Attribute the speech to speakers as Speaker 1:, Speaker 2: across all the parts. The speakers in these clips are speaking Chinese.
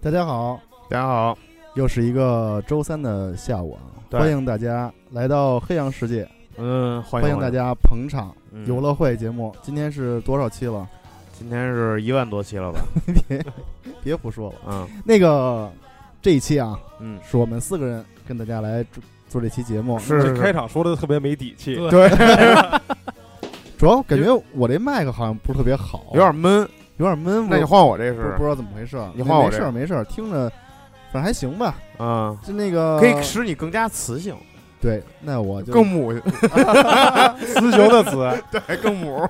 Speaker 1: 大家好，
Speaker 2: 大家好，
Speaker 1: 又是一个周三的下午啊！
Speaker 2: 对
Speaker 1: 欢迎大家来到黑羊世界，
Speaker 2: 嗯，欢
Speaker 1: 欢
Speaker 2: 迎
Speaker 1: 迎大。家捧场。
Speaker 2: 嗯
Speaker 1: 游乐会节目今天是多少期了？
Speaker 2: 今天是一万多期了吧？
Speaker 1: 别别胡说了。
Speaker 2: 嗯
Speaker 1: 那个这一期啊，
Speaker 2: 嗯，
Speaker 1: 是我们四个人跟大家来做做这期节目。
Speaker 2: 是是
Speaker 3: 这开场说的特别没底 气，
Speaker 4: 对
Speaker 1: 对， 主要感觉我这麦克好像不是特别好，
Speaker 2: 有点闷。
Speaker 1: 有点闷，
Speaker 2: 那你
Speaker 1: 我
Speaker 2: 换我这
Speaker 1: 不
Speaker 2: 是
Speaker 1: 不，知道怎么回事。
Speaker 2: 你换我
Speaker 1: 没
Speaker 2: 这
Speaker 1: 事儿没事儿，听着反正还行吧。
Speaker 2: 嗯，
Speaker 1: 就那个
Speaker 2: 可以使你更加磁性，
Speaker 1: 对，那我就
Speaker 2: 更母，
Speaker 3: 雌雄的雌，
Speaker 2: 对，更母。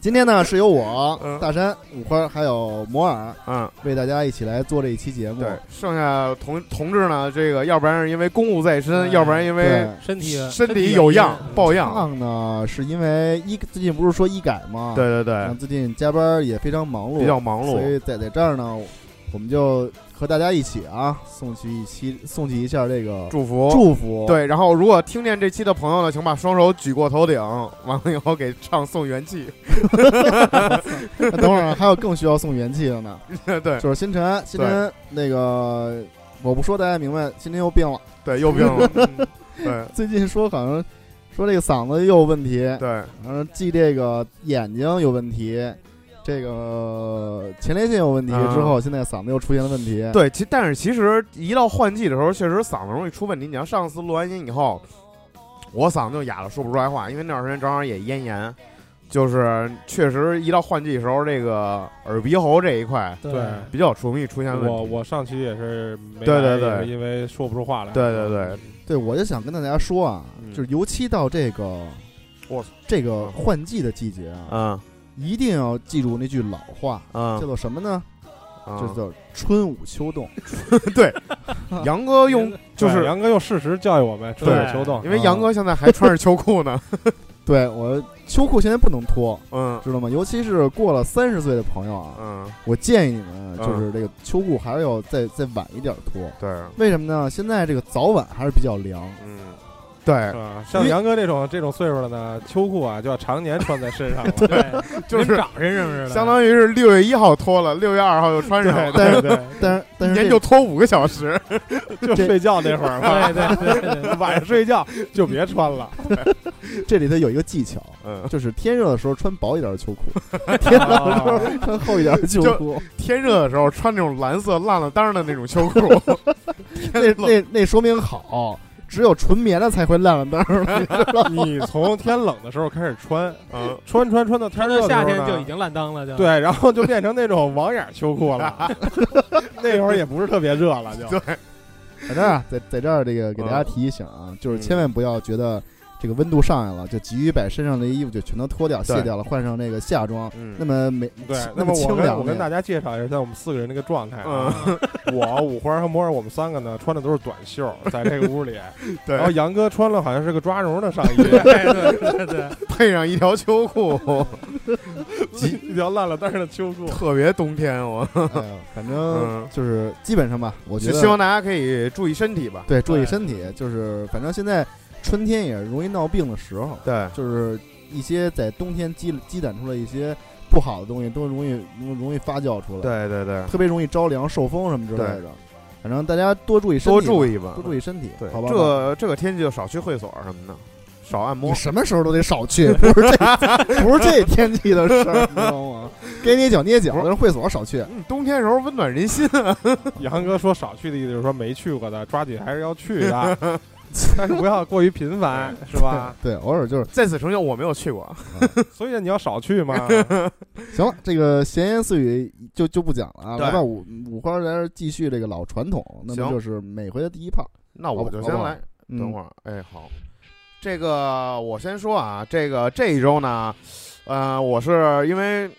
Speaker 1: 今天呢，是由我、
Speaker 2: 嗯
Speaker 1: 大山、五花还有摩尔
Speaker 2: 嗯，
Speaker 1: 为大家一起来做这一期节目。
Speaker 2: 对，剩下同同志呢，这个要不然是因为公务在身，
Speaker 4: 哎
Speaker 2: 要不然因为
Speaker 1: 对，
Speaker 4: 身体
Speaker 2: 身体有恙抱恙。啊
Speaker 1: 胖呢是因为医最近不是说医改吗？，
Speaker 2: 对对对，
Speaker 1: 最近加班也非常忙碌，
Speaker 2: 比较忙
Speaker 1: 所
Speaker 2: 碌。
Speaker 1: 以在在这儿呢，我们就和大家一起啊，送去一期，送去一下这个
Speaker 2: 祝福，
Speaker 1: 祝福。，
Speaker 2: 对，然后如果听见这期的朋友呢，请把双手举过头顶，完了以后给唱送元气。
Speaker 1: 那等会儿还有更需要送元气的呢，
Speaker 2: 对
Speaker 1: 就是星辰，星辰那个我不说大家明白，星辰又病了，
Speaker 2: 对，又病 了。嗯对
Speaker 1: 最近说好像说这个嗓子又有问题，
Speaker 2: 对，
Speaker 1: 然后记这个眼睛有问题，这个前列腺有问题
Speaker 2: 啊
Speaker 1: 之后，现在嗓子又出现了问题。
Speaker 2: 对，其但是其实一到换季的时候，确实嗓子容易出问题。你像上次录完音以后，我嗓子就哑了，说不出来话，因为那段时间正好也咽炎，就是确实一到换季的时候，这个耳鼻喉这一块
Speaker 4: 对
Speaker 2: 比较容易出现问题。
Speaker 3: 我我上期也是没
Speaker 2: 对对对
Speaker 3: 来也是因为说不出话来，嗯
Speaker 2: 对对对，
Speaker 1: 对，我就想跟大家说啊，
Speaker 2: 嗯
Speaker 1: 就是尤其到这个
Speaker 2: 我操
Speaker 1: 这个换季的季节啊，
Speaker 2: 嗯
Speaker 1: 一定要记住那句老话，
Speaker 2: 嗯
Speaker 1: 叫做什么呢？就
Speaker 2: 嗯，
Speaker 1: 叫春捂秋 冻。
Speaker 2: 杨哥用就
Speaker 3: 对
Speaker 2: 是
Speaker 3: 杨哥用事实教育我们，春
Speaker 4: 对
Speaker 3: 夏秋冬
Speaker 2: 因，为杨哥现在还穿着秋裤呢，
Speaker 1: 对我秋裤现在不能脱，
Speaker 2: 嗯
Speaker 1: 知道吗？尤其是过了三十岁的朋友啊，
Speaker 2: 嗯，
Speaker 1: 我建议你们
Speaker 2: 嗯
Speaker 1: 就是这个秋裤还是要再再晚一点脱。
Speaker 2: 对，
Speaker 1: 为什么呢？现在这个早晚还是比较凉。
Speaker 2: 嗯对，
Speaker 3: 啊，像杨哥这种这种岁数了呢，秋裤啊就要常年穿在 身上了，
Speaker 4: 对，
Speaker 2: 就是
Speaker 4: 跟长身上似的，
Speaker 2: 相当于是六月一号脱了，六月二号又穿上了，
Speaker 1: 但是
Speaker 3: 对，
Speaker 1: 但是但
Speaker 2: 一
Speaker 1: 是这
Speaker 2: 年就脱五个小时。
Speaker 3: 就睡觉那会儿嘛，
Speaker 4: 对对对对对，
Speaker 3: 晚上睡觉就别穿了，
Speaker 1: 这里头有一个技巧，
Speaker 2: 嗯，
Speaker 1: 就是天热的时候穿薄一点的秋裤，天冷的时候穿厚一点的秋裤。
Speaker 2: 天热的时候穿那种蓝色烂了裆的那种秋裤，
Speaker 1: 那
Speaker 2: 天冷
Speaker 1: 那那说明好，只有纯棉的才会烂了裆儿。
Speaker 3: 你从天冷的时候开始穿，
Speaker 2: 嗯，
Speaker 3: 穿穿穿到天
Speaker 4: 他
Speaker 3: 热
Speaker 4: 到
Speaker 3: 的时
Speaker 4: 夏
Speaker 3: 候
Speaker 4: 天
Speaker 3: 呢
Speaker 4: 就已经烂裆了，就，
Speaker 3: 对，然后就变成那种网眼秋裤了，那会儿也不是特别热了，就
Speaker 1: 反正啊，在在这儿这个给大家提一醒啊，就是千万不要觉得这个温度上来了，就急于把身上的衣服就全都脱掉、
Speaker 2: 对
Speaker 1: 卸掉了，换上那个夏装，
Speaker 2: 嗯
Speaker 1: 那么美
Speaker 3: 对，
Speaker 1: 那
Speaker 3: 那么我
Speaker 1: 清
Speaker 3: 跟
Speaker 1: 凉
Speaker 3: 我
Speaker 1: 的
Speaker 3: 跟大
Speaker 1: 呀。
Speaker 3: 家介绍一下，在我们四个人这个状
Speaker 2: 嗯
Speaker 3: 态啊，
Speaker 1: 哦
Speaker 3: 我五花和摩尔，我们三个呢穿的都是短袖，在这个屋里，
Speaker 2: 对，
Speaker 1: 哦
Speaker 3: 然后杨哥穿了好像是个抓绒的上衣，
Speaker 4: 对对对对，
Speaker 2: 配上一条秋裤，
Speaker 3: 一条烂了但是的秋 裤。
Speaker 2: 特别冬天我。
Speaker 1: 哎呀反正
Speaker 2: 嗯
Speaker 1: 就是基本上吧，我觉
Speaker 2: 就
Speaker 1: 得
Speaker 2: 希望大家可以注意身体吧。
Speaker 1: 对注意
Speaker 4: 对
Speaker 1: 身体，就是反正现在春天也是容易闹病的时候。
Speaker 2: 对，
Speaker 1: 就是一些在冬天积积攒出来一些不好的东西，都容易容容易发酵出来，，
Speaker 2: 对对对，
Speaker 1: 特别容易着凉、受风什么之类的。反正大家多注意身体吧，
Speaker 2: 多注意吧
Speaker 1: 多。注意身体，
Speaker 2: 对
Speaker 1: 好吧？，
Speaker 2: 这这个天气就少去会所什么的，少按摩
Speaker 1: 你。什么时候都得少去， 不是这不是这天气的事儿，你知道 吗？该捏脚捏脚，但是会所少去。
Speaker 2: 嗯冬天时候温暖人心啊！
Speaker 3: 杨哥说少去的意思就是说没去过的，抓紧还是要去的，但是不要过于频
Speaker 1: 哎
Speaker 3: 繁，是 吧？
Speaker 1: 对，偶尔就是
Speaker 2: 在此澄清，我没有去过。
Speaker 3: 所以你要少去嘛。
Speaker 1: 行了，这个闲言碎语就就不讲了啊。
Speaker 2: 对
Speaker 1: 来吧，五五花来这儿继续这个老传统，那么
Speaker 2: 行
Speaker 1: 就是每回的第一炮。
Speaker 2: 那
Speaker 1: 好
Speaker 2: 我
Speaker 1: 吧
Speaker 2: 就
Speaker 1: 好
Speaker 2: 先
Speaker 1: 吧
Speaker 2: 来，
Speaker 1: 嗯
Speaker 2: 等会儿，哎，好，这个我先说啊，这个这一周呢，呃，我是因为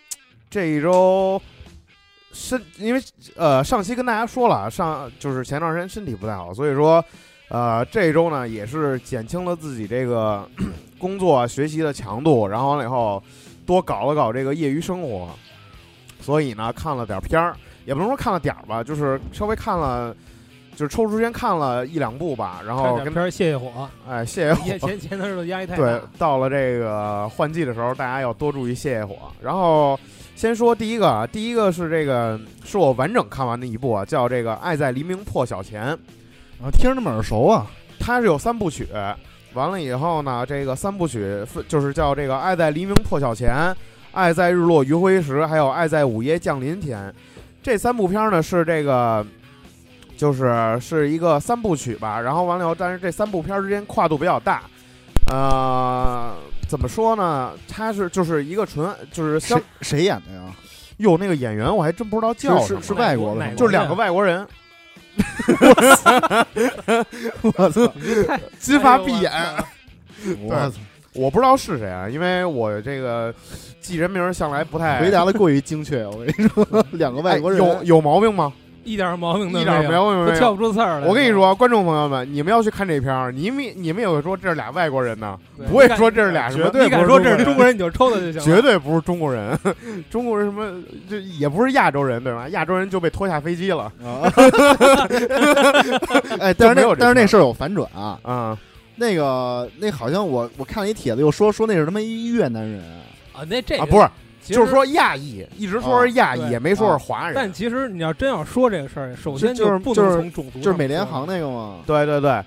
Speaker 2: 这一周身，因为呃上期跟大家说了，上就是前段时间身体不太好，所以说呃这一周呢也是减轻了自己这个工作啊学习的强度，然后完了以后多搞了搞这个业余生活，所以呢看了点儿片儿，也不能说看了点儿吧，就是稍微看了。就是抽出时间看了一两部吧，然
Speaker 4: 看
Speaker 2: 后
Speaker 4: 两
Speaker 2: 哦跟
Speaker 4: 片泄泄火，
Speaker 2: 哎谢谢
Speaker 4: 前
Speaker 2: 火。
Speaker 4: 前前头的压力太
Speaker 2: 对
Speaker 4: 大，，哎
Speaker 2: 到了这个换季的时候，大家要多注意谢谢火。然后先说第一个，啊，第一个是这个是我完整看完的一部啊，叫这个《爱在黎明破晓前》。
Speaker 1: 啊，听着那么耳熟啊，
Speaker 2: 它是有三部曲，完了以后呢，这个三部曲分就是叫这个《爱在黎明破晓前》《爱在日落余晖时》，还有《爱在午夜降临前》。这三部片儿呢是这个，就是是一个三部曲吧。然后完了以后，但是这三部片儿之间跨度比较大。呃，怎么说呢？它是就是一个纯就是像
Speaker 1: 谁谁演的呀？
Speaker 2: 哟那个演员，我还真不知道叫
Speaker 1: 是
Speaker 2: 什
Speaker 1: 是
Speaker 2: 么，
Speaker 1: 是外国的
Speaker 4: 哪
Speaker 1: 吗，
Speaker 2: 就是两个外国人，
Speaker 1: 我操，
Speaker 2: 金发碧眼。
Speaker 1: 我操，
Speaker 2: 我不知道是谁啊，因为我这个记人名儿向来不太
Speaker 1: 回答的过于精确，我跟你说，两个外国人
Speaker 2: 哎有有毛病吗？
Speaker 4: 一点毛病都
Speaker 2: 一点
Speaker 4: 没
Speaker 2: 毛病
Speaker 4: 都
Speaker 2: 没
Speaker 4: 跳
Speaker 2: 有。
Speaker 4: 不出刺儿来。
Speaker 2: 我跟你，说，观众朋友们，你们要去看这片儿，你们你们也会说这是俩外国人呢，
Speaker 4: 对
Speaker 2: 不会说这是俩什么，
Speaker 3: 绝 对
Speaker 4: 你敢
Speaker 3: 不是
Speaker 4: 说这是
Speaker 3: 中国人
Speaker 4: 中国人，你就抽他就行了。
Speaker 2: 绝对不是中国人， 中国人什么这也不是亚洲人对吧？亚洲人就被拖下飞机了
Speaker 1: 啊， 哎，但是
Speaker 2: 就没有
Speaker 1: 那
Speaker 2: 这
Speaker 1: 但是那
Speaker 2: 事
Speaker 1: 事儿有反转啊，
Speaker 2: 啊、
Speaker 1: 那个那好像我我看了一帖子，又说说那是他妈一越南人，
Speaker 4: 啊，那这
Speaker 2: 啊！不是，
Speaker 4: 是
Speaker 2: 就是，说亚裔，一直说是亚
Speaker 4: 啊
Speaker 2: 裔，
Speaker 4: 对
Speaker 2: 也没说是华人。
Speaker 4: 但其实你要真要说这个事儿，首先
Speaker 1: 就就是
Speaker 4: 不
Speaker 1: 就
Speaker 4: 能
Speaker 1: 是
Speaker 4: 从种族，
Speaker 1: 就是美联航。那个嘛，
Speaker 2: 对对对，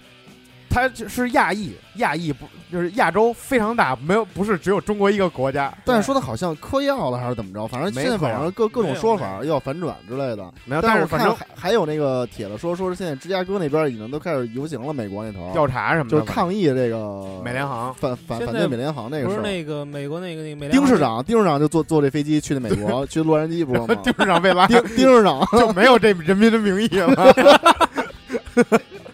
Speaker 2: 他是亚裔，亚裔不就是亚洲非常大，没有不是只有中国一个国家。
Speaker 1: 但是说他好像嗑药了还是怎么着，反正
Speaker 2: 没
Speaker 1: 现在
Speaker 2: 嗑药
Speaker 1: 网上各各种说
Speaker 4: 没
Speaker 1: 法要反转之类的。
Speaker 2: 没有，
Speaker 1: 啊但
Speaker 2: 但
Speaker 1: 是
Speaker 2: 是
Speaker 1: 我看
Speaker 2: 反正
Speaker 1: 还还有那个帖子说说是现在芝加哥那边已经都开始游行了，美国那头
Speaker 2: 调查什么
Speaker 1: 就
Speaker 2: 的
Speaker 1: 是
Speaker 2: 吧，
Speaker 1: 抗议这个
Speaker 2: 美联航。
Speaker 1: 反反
Speaker 4: 现在
Speaker 1: 反对美联航那个
Speaker 4: 不
Speaker 1: 事
Speaker 4: 是
Speaker 1: 儿。
Speaker 4: 那个美国那个那个美联
Speaker 1: 丁
Speaker 4: 航
Speaker 1: 市长，丁市长就坐坐这飞机去的美国，去洛杉矶不是吗？
Speaker 2: 就是让未来
Speaker 1: 丁丁市长
Speaker 2: 就没有这《人民的名义》 了，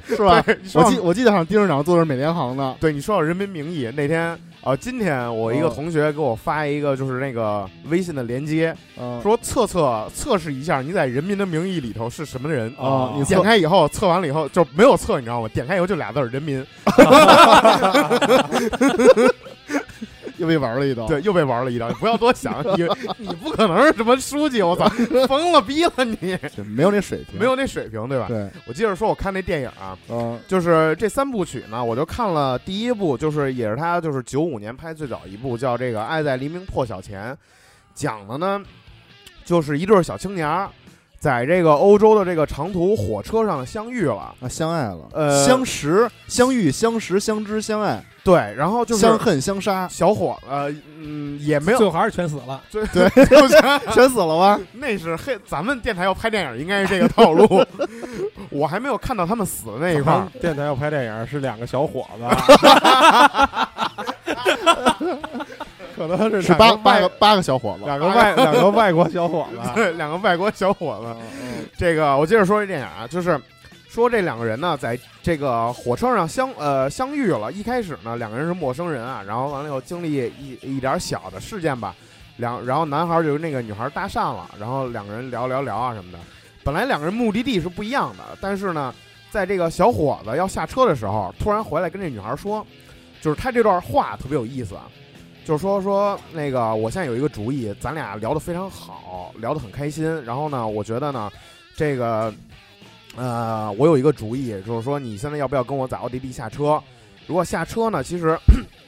Speaker 1: 是吧？
Speaker 2: 对你说
Speaker 1: 我
Speaker 2: 到
Speaker 1: 记我记得好像丁市长坐的是美联航的，
Speaker 2: 对你说到《人民名义》那天，呃，今天我一个
Speaker 1: 哦
Speaker 2: 同学给我发一个就是那个微信的连接，
Speaker 1: 嗯，
Speaker 2: 说测测测试一下你在《人民的名义》里头是什么人。
Speaker 1: 啊，你
Speaker 2: 点
Speaker 1: 测
Speaker 2: 开以后，测完了以后就没有测，你知道吗？点开以后就俩字儿“人民
Speaker 1: 又被玩了一刀”，。
Speaker 2: 对，又被玩了一张。不要多想，你你不可能是什么书记， 我操，疯了逼了你，
Speaker 1: 对，没有那水平，
Speaker 2: 没有那水平，对吧？
Speaker 1: 对，
Speaker 2: 我接着说，我看那电影啊，
Speaker 1: 嗯
Speaker 2: 就是这三部曲呢，我就看了第一部，就是也是他就是九五年拍最早一部，叫这个《爱在黎明破晓前》，讲的呢就是一对儿小青年儿在这个欧洲的这个长途火车上相遇了，
Speaker 1: 啊，相爱了，
Speaker 2: 呃
Speaker 1: 相识、相遇、相识、相知、相爱、
Speaker 2: 对，然后就是
Speaker 1: 相恨、相 杀，
Speaker 2: 小伙子，呃嗯，也没
Speaker 4: 最后
Speaker 2: 有，
Speaker 4: 还是全死了。
Speaker 2: 对
Speaker 1: 对，全死了 吧？
Speaker 2: 那是黑，咱们电台要拍电影应该是这个套路，我还没有看到他们死的那一 块儿，
Speaker 3: 电台要拍电影是两个小伙子，可能是
Speaker 1: 是
Speaker 3: 两
Speaker 1: 八
Speaker 3: 个
Speaker 1: 八
Speaker 3: 外
Speaker 1: 个八个小伙子，
Speaker 3: 两个外两个外国小伙 子，
Speaker 2: 两个外国小伙子。
Speaker 1: 嗯
Speaker 2: 这个我接着说这电影啊，就是说这两个人呢，在这个火车上相呃相遇了。一开始呢，两个人是陌生人啊，然后完了以后经历一一点小的事件吧，两然后男孩儿就跟那个女孩儿搭讪了，然后两个人聊聊聊啊什么的。本来两个人目的地是不一样的，但是呢，在这个小伙子要下车的时候，突然回来跟这女孩儿说，就是他这段话特别有意思啊。就是说说那个，我现在有一个主意，咱俩聊得非常好，聊得很开心。然后呢，我觉得呢，这个，呃，我有一个主意，就是说你现在要不要跟我在奥地利下车？如果下车呢，其实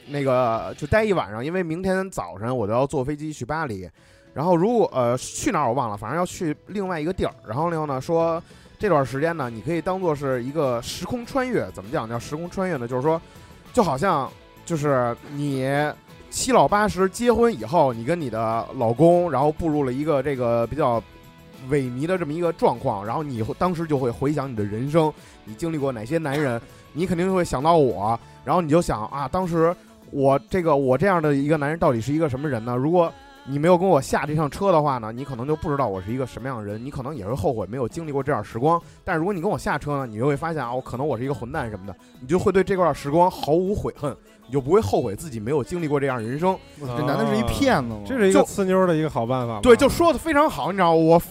Speaker 2: 那个就待一晚上，因为明天早晨我就要坐飞机去巴黎。然后如果呃去哪儿我忘了，反正要去另外一个地儿。然后呢说这段时间呢，你可以当做是一个时空穿越，怎么讲叫时空穿越呢？就是说，就好像就是你七老八十结婚以后，你跟你的老公，然后步入了一个这个比较萎靡的这么一个状况，然后你会当时就会回想你的人生，你经历过哪些男人，你肯定会想到我，然后你就想啊，当时我这个我这样的一个男人到底是一个什么人呢？如果你没有跟我下这趟车的话呢，你可能就不知道我是一个什么样的人，你可能也会后悔没有经历过这段时光。但是如果你跟我下车呢，你就会发现啊，我可能我是一个混蛋什么的，你就会对这段时光毫无悔恨，你就不会后悔自己没有经历过这样的人生。
Speaker 1: 这男的是一骗子吗？
Speaker 3: 这是一个
Speaker 2: 就
Speaker 3: 呲妞儿的一个好办法吧。
Speaker 2: 对，就说的非常好，你知道吗我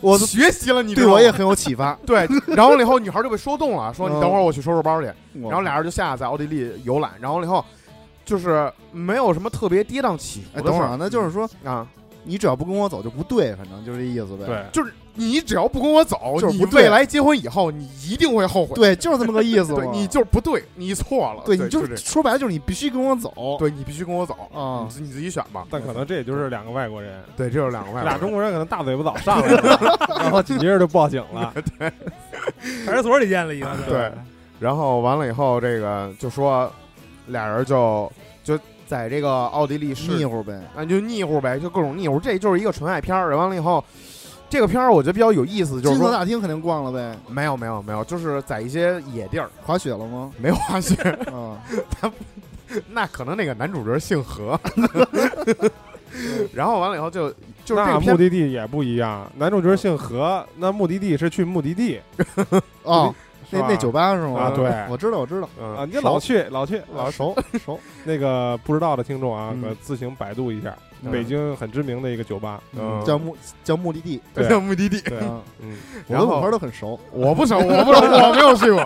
Speaker 1: 我
Speaker 2: 学习了，你知
Speaker 1: 对
Speaker 2: 道
Speaker 1: 我
Speaker 2: 吗
Speaker 1: 也很有启发。
Speaker 2: 对，然后了以后女孩就被说动了，说你
Speaker 1: 嗯
Speaker 2: 等会儿我去收拾包去。然
Speaker 1: 然
Speaker 2: 后俩人就下在奥地利游览，然后了以后就是没有什么特别跌宕起伏
Speaker 1: 哎，
Speaker 2: 的
Speaker 1: 等会
Speaker 2: 事
Speaker 1: 儿啊，那就是说
Speaker 2: 啊，
Speaker 1: 你只要不跟我走就不对，反正就是这意思呗。
Speaker 3: 对，
Speaker 2: 就是你只要不跟我走，
Speaker 1: 就是
Speaker 2: 你
Speaker 1: 不对
Speaker 2: 未来结婚以后，你一定会后悔。
Speaker 1: 对，就是这么个意思嘛
Speaker 2: 对，你就是不对，你错了。
Speaker 1: 对，
Speaker 2: 啊对，
Speaker 1: 你
Speaker 2: 就
Speaker 1: 就是
Speaker 2: 这
Speaker 1: 说白了就是你必须跟我走，
Speaker 2: 对嗯你必须跟我走
Speaker 1: 啊
Speaker 2: 你自你自己选吧。
Speaker 3: 但可能这也就是两个外国人，
Speaker 2: 对，这就是两个外国人
Speaker 3: 俩中国人可能大嘴巴早上来了，然后紧接着就报警了。
Speaker 4: 派出所里见了一个，
Speaker 2: 对，然后完了以后，这个就说俩人就就在这个奥地利市
Speaker 1: 腻乎呗。
Speaker 2: 啊，就腻乎呗，就各种腻乎，这就是一个纯爱片儿。完了以后，这个片儿我觉得比较有意思，就是
Speaker 1: 金色
Speaker 2: 说
Speaker 1: 大厅肯定逛了呗，
Speaker 2: 没有没有没有，就是在一些野地儿
Speaker 1: 滑雪了 吗？
Speaker 2: 没有滑雪，
Speaker 1: 啊，
Speaker 2: 那可能那个男主角姓何， 然后完了以后就就是这
Speaker 3: 那
Speaker 2: 个
Speaker 3: 目
Speaker 2: 片
Speaker 3: 的地也不一样，男主角姓何，那目的地是去目的地
Speaker 1: 哦，那
Speaker 3: 是吧
Speaker 1: 那酒吧是吗？
Speaker 3: 啊对
Speaker 1: 我知道，我知道，
Speaker 3: 啊，
Speaker 2: 嗯
Speaker 3: 你老去老去老
Speaker 1: 啊
Speaker 3: 去
Speaker 1: 熟熟，
Speaker 3: 那个不知道的听众啊，
Speaker 1: 嗯
Speaker 3: 可自行百度一下，
Speaker 1: 嗯
Speaker 3: 北京很知名的一个酒吧。
Speaker 1: 嗯
Speaker 2: 嗯
Speaker 1: 叫目叫目的地，
Speaker 3: 对
Speaker 2: 叫目的地，
Speaker 3: 对，
Speaker 1: 嗯，
Speaker 3: 嗯，
Speaker 1: 我
Speaker 2: 然
Speaker 1: 跟
Speaker 2: 后啊
Speaker 1: 五花都很熟，
Speaker 2: 我不熟，我不熟，我没有去过，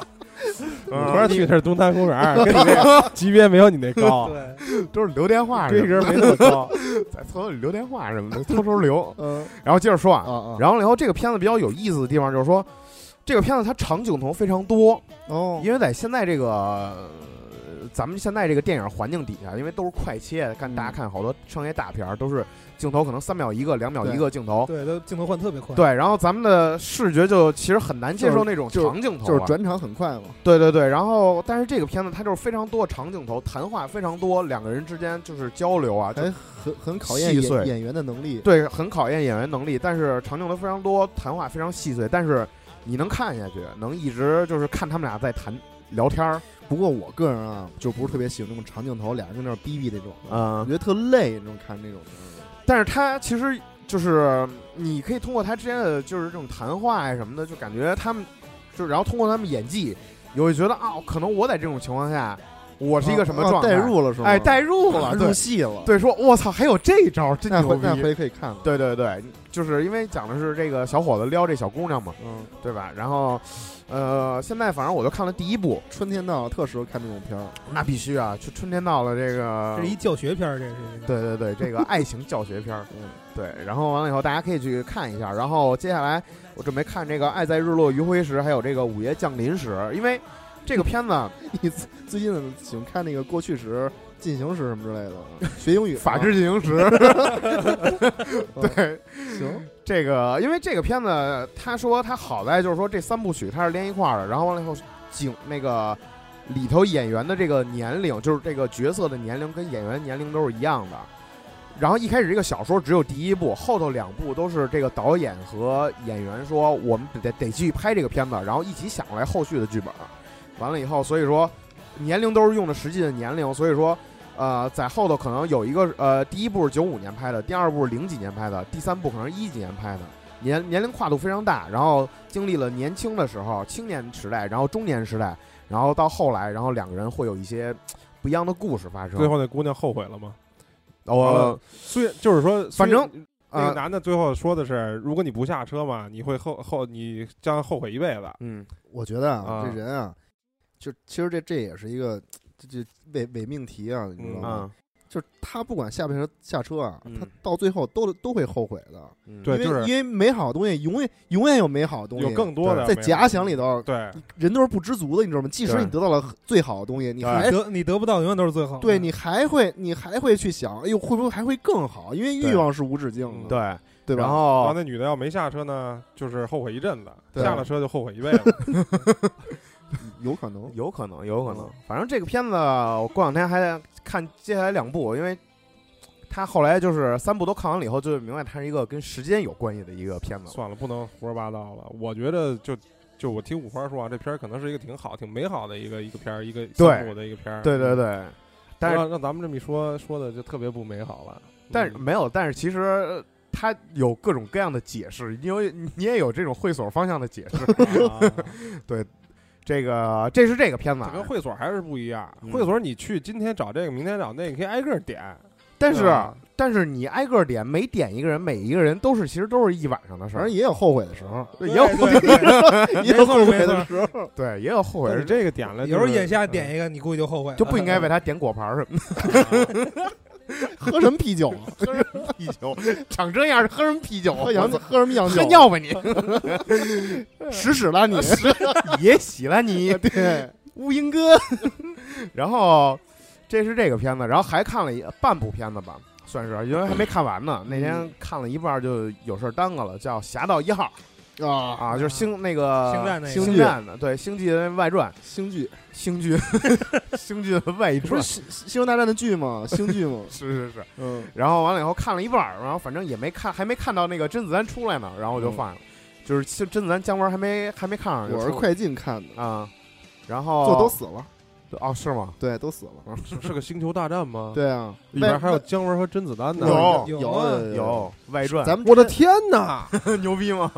Speaker 2: 嗯
Speaker 3: 我说
Speaker 2: 你
Speaker 3: 去的是东山公园，跟你 那级别没有你那高，
Speaker 4: 对，
Speaker 2: 都是留电话什
Speaker 3: 这
Speaker 2: 么的，
Speaker 3: 人没那么高。
Speaker 2: 在厕所里留电话什么的，偷偷留。
Speaker 1: 嗯
Speaker 2: 然后接着说
Speaker 1: 啊
Speaker 2: 啊，
Speaker 1: 啊，
Speaker 2: 然后以后这个片子比较有意思的地方就是说，这个片子它长镜头非常多，
Speaker 1: 哦，
Speaker 2: 因为在现在这个、呃咱们现在这个电影环境底下，因为都是快切，看
Speaker 1: 嗯
Speaker 2: 大家看好多商业大片儿都是镜头可能三秒一个、两秒
Speaker 1: 对
Speaker 2: 一个镜头。
Speaker 4: 对，都镜头换特别快，
Speaker 2: 哦对，然后咱们的视觉就其实很难接受那种
Speaker 1: 就是
Speaker 2: 长镜头、啊
Speaker 1: 就是转场很快嘛，
Speaker 2: 对对对，然后但是这个片子它就是非常多长镜头，谈话非常多，两个人之间就是交流啊，就
Speaker 1: 还很很考验
Speaker 2: 细
Speaker 1: 演
Speaker 2: 碎
Speaker 1: 演员的能力，
Speaker 2: 对，很考验演员能力，但是长镜头非常多，谈话非常细碎，但是你能看下去，能一直就是看他们俩在谈聊天儿，
Speaker 1: 不过我个人啊，就不是特别喜欢这种长镜头，俩人在那儿逼逼那种，我
Speaker 2: 嗯
Speaker 1: 觉，得特累，那种看这种东西。
Speaker 2: 但是他其实就是你可以通过他之间的就是这种谈话呀什么的，就感觉他们就然后通过他们演技，也会觉得啊，可能我在这种情况下，我是一个什么
Speaker 1: 啊啊
Speaker 2: 状态，
Speaker 1: 代入了是吗？哦啊
Speaker 2: 哎，代入了，
Speaker 1: 入
Speaker 2: 对
Speaker 1: 戏了。，
Speaker 2: 对，说我操，还有这招儿，真
Speaker 1: 那
Speaker 2: 牛
Speaker 1: 回
Speaker 2: 逼
Speaker 1: 那，回可以看了。
Speaker 2: 对对对，就是因为讲的是这个小伙子撩这小姑娘嘛。
Speaker 1: 嗯，
Speaker 2: 对吧？然后，呃，现在反正我就看了第一部，
Speaker 1: 春天到了，特适合看这种片儿。
Speaker 2: 那必须啊，就春天到了这个
Speaker 4: 这是，一教学片儿，这是一个
Speaker 2: 对对对，这个爱情教学 片儿，
Speaker 1: 嗯，
Speaker 2: 对。然后完了以后，大家可以去看一下。然后接下来我准备看这个《爱在日落余晖时》，还有这个《午夜降临时》，因为这个片子
Speaker 1: 你最最近怎么喜欢看那个过去时、进行时什么之类的？学英语啊吗
Speaker 2: 《法制进行时》 对
Speaker 1: 行，
Speaker 2: 这个，因为这个片子，他说他好在就是说这三部曲它是连一块儿的，然后完了以后景那个里头演员的这个年龄，就是这个角色的年龄跟演员年龄都是一样的。然后一开始这个小说只有第一部，后头两部都是这个导演和演员说我们得得继续拍这个片子，然后一起想来后续的剧本。完了以后，所以说年龄都是用的实际的年龄，所以说呃，在后头可能有一个呃，第一部是九五年拍的，第二部是零几年拍的，第三部可能是一几年拍的，年年龄跨度非常大。然后经历了年轻的时候、青年时代，然后中年时代，然后到后来，然后两个人会有一些不一样的故事发生。
Speaker 3: 最后那姑娘后悔了吗？
Speaker 2: 呃，
Speaker 3: 虽就是说，
Speaker 2: 反正
Speaker 3: 虽那个
Speaker 2: 呃，
Speaker 3: 男的最后说的是，如果你不下车嘛，你会后后你将后悔一辈子。
Speaker 2: 嗯，
Speaker 1: 我觉得啊，
Speaker 3: 啊
Speaker 1: 这人啊，就其实这这也是一个这这伪伪命题啊，你知道
Speaker 3: 嗯
Speaker 1: 吗？
Speaker 2: 啊，
Speaker 1: 就是他不管下不下车下车啊，
Speaker 2: 嗯
Speaker 1: 他到最后都都会后悔的，
Speaker 2: 嗯
Speaker 3: 对
Speaker 1: 因
Speaker 3: 就
Speaker 1: 为
Speaker 3: 是
Speaker 1: 因为美好的东西永远永远有美好的东西，
Speaker 3: 有更多的
Speaker 1: 在
Speaker 3: 没有
Speaker 1: 假想里头，
Speaker 3: 对，
Speaker 1: 人都是不知足的，你知道吗？即使
Speaker 2: 对
Speaker 1: 你得到了很最好的东西，你还
Speaker 4: 得你得不到永远都是最好的，
Speaker 1: 对你还会你还会去想，哎呦，会不会还会更好？因为欲
Speaker 2: 对
Speaker 1: 望是无止境的，对
Speaker 2: 对，
Speaker 1: 吧？
Speaker 2: 然
Speaker 3: 嗯然后
Speaker 2: 后
Speaker 3: 那女的要没下车呢，就是后悔一阵子；
Speaker 1: 对
Speaker 3: 下了车就后悔一辈 子。
Speaker 1: 嗯有可能，
Speaker 2: 有可能，有可能
Speaker 1: 嗯，
Speaker 2: 反正这个片子我过两天还得看接下来两部，因为。他后来就是三部都看完了以后，就明白它是一个跟时间有关系的一个片子了。
Speaker 3: 算了，不能胡说八道了。我觉得就就我听五花说啊，这片儿可能是一个挺好、挺美好的一个一个片儿，一个
Speaker 2: 对
Speaker 3: 三部的一个片儿。
Speaker 2: 对对对，但是
Speaker 3: 让让咱们这么一说，说的就特别不美好了。
Speaker 2: 但是
Speaker 3: 嗯
Speaker 2: 没有，但是其实呃它有各种各样的解释，因为你也有这种会所方向的解 释。
Speaker 3: 啊
Speaker 2: 这个这是这个片子
Speaker 3: 这
Speaker 2: 啊，
Speaker 3: 跟会所还是不一样。
Speaker 2: 嗯
Speaker 3: 会所你去今天找这个，明天找那个，你可以挨个儿点。
Speaker 2: 但
Speaker 3: 对啊
Speaker 2: 是啊
Speaker 3: 吧
Speaker 2: 但是你挨个点，每点一个人，每一个人都是其实都是一晚上的事
Speaker 1: 反
Speaker 2: 儿
Speaker 1: 正，也有后悔的时候，
Speaker 2: 对也有
Speaker 4: 对对对
Speaker 1: 也有后
Speaker 4: 没错
Speaker 1: 悔
Speaker 4: 没错
Speaker 1: 的时候。
Speaker 2: 对也有后悔
Speaker 3: 但是
Speaker 2: 人，
Speaker 3: 这个点了，
Speaker 2: 嗯
Speaker 4: 有时候
Speaker 3: 就是
Speaker 4: 眼下点一个，你估计就后悔了，
Speaker 2: 就不应该为他点果盘儿什么的。
Speaker 3: 啊
Speaker 1: 喝什么啤 酒啊？
Speaker 2: 啤酒，长这样喝什么啤酒？啊
Speaker 1: 喝洋
Speaker 2: 我操
Speaker 1: 喝什么洋酒？
Speaker 2: 喝尿 吧你，
Speaker 1: 屎屎了 你！
Speaker 2: 也洗了 你
Speaker 1: 对，
Speaker 2: 乌蝇 哥。然后这是这个片子，然后还看了一半部片子吧，算是，因为还没看完呢。那天看了一半就有事儿耽搁了，叫《侠盗一号》
Speaker 1: 啊，
Speaker 2: 啊，就是星那个
Speaker 4: 星战那个
Speaker 1: 星
Speaker 2: 星
Speaker 1: 剧
Speaker 2: 战的，对，星际的外传，
Speaker 1: 星剧
Speaker 2: 星剧，星剧的外
Speaker 1: 不
Speaker 2: 传？
Speaker 1: 是。星星球大战的剧吗？星剧吗
Speaker 2: 是 是是，
Speaker 1: 嗯，
Speaker 2: 然后完了以后看了一半儿，然后反正也没看，还没看到那个甄子丹出来呢，然后我就放了，就是其实甄子丹姜文还没还没看上
Speaker 1: 嗯
Speaker 2: 就
Speaker 1: 我
Speaker 2: 出
Speaker 1: 是
Speaker 2: 了，
Speaker 1: 快进看的，
Speaker 2: 啊，然后
Speaker 1: 就都死了，
Speaker 2: 哦是吗？
Speaker 1: 对，都死了。
Speaker 3: 是是个星球大战吗？，
Speaker 1: 对啊，
Speaker 3: 啊里边
Speaker 1: 外
Speaker 3: 还有姜文和甄子丹呢。
Speaker 2: 有
Speaker 1: 有
Speaker 4: 有啊
Speaker 2: 有外传，
Speaker 1: 咱们
Speaker 3: 我的天哪！
Speaker 2: 牛逼吗？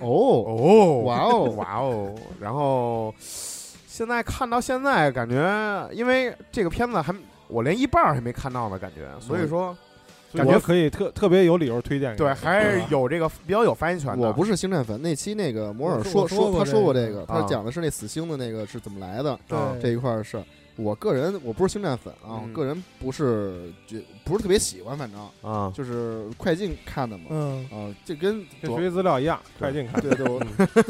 Speaker 1: 哦，
Speaker 2: 哦
Speaker 1: 哇哦
Speaker 2: 哇哦！然后现在看到现在，感觉因为这个片子还我连一半儿还没看到呢，感觉，所以说
Speaker 3: 感觉可以特特别有理由推荐给你。
Speaker 2: 对还是有这个比较有发言权的。
Speaker 1: 我不是星战粉，那期那个摩尔
Speaker 4: 我
Speaker 1: 说
Speaker 4: 我说过
Speaker 1: 他说过
Speaker 4: 这
Speaker 1: 这
Speaker 4: 个
Speaker 1: 个，他
Speaker 2: 啊
Speaker 1: 讲的是那死星的那个是怎么来的
Speaker 2: 啊
Speaker 4: 对
Speaker 1: 这一块儿的事儿。我个人我不是星战粉啊，
Speaker 2: 嗯
Speaker 1: 我个人不是觉不是特别喜欢，反正
Speaker 2: 啊，
Speaker 1: 就是快进看的嘛。
Speaker 4: 嗯，
Speaker 1: 啊，这跟
Speaker 3: 跟学习资料一样，
Speaker 2: 对
Speaker 3: 快进看。
Speaker 1: 对对，我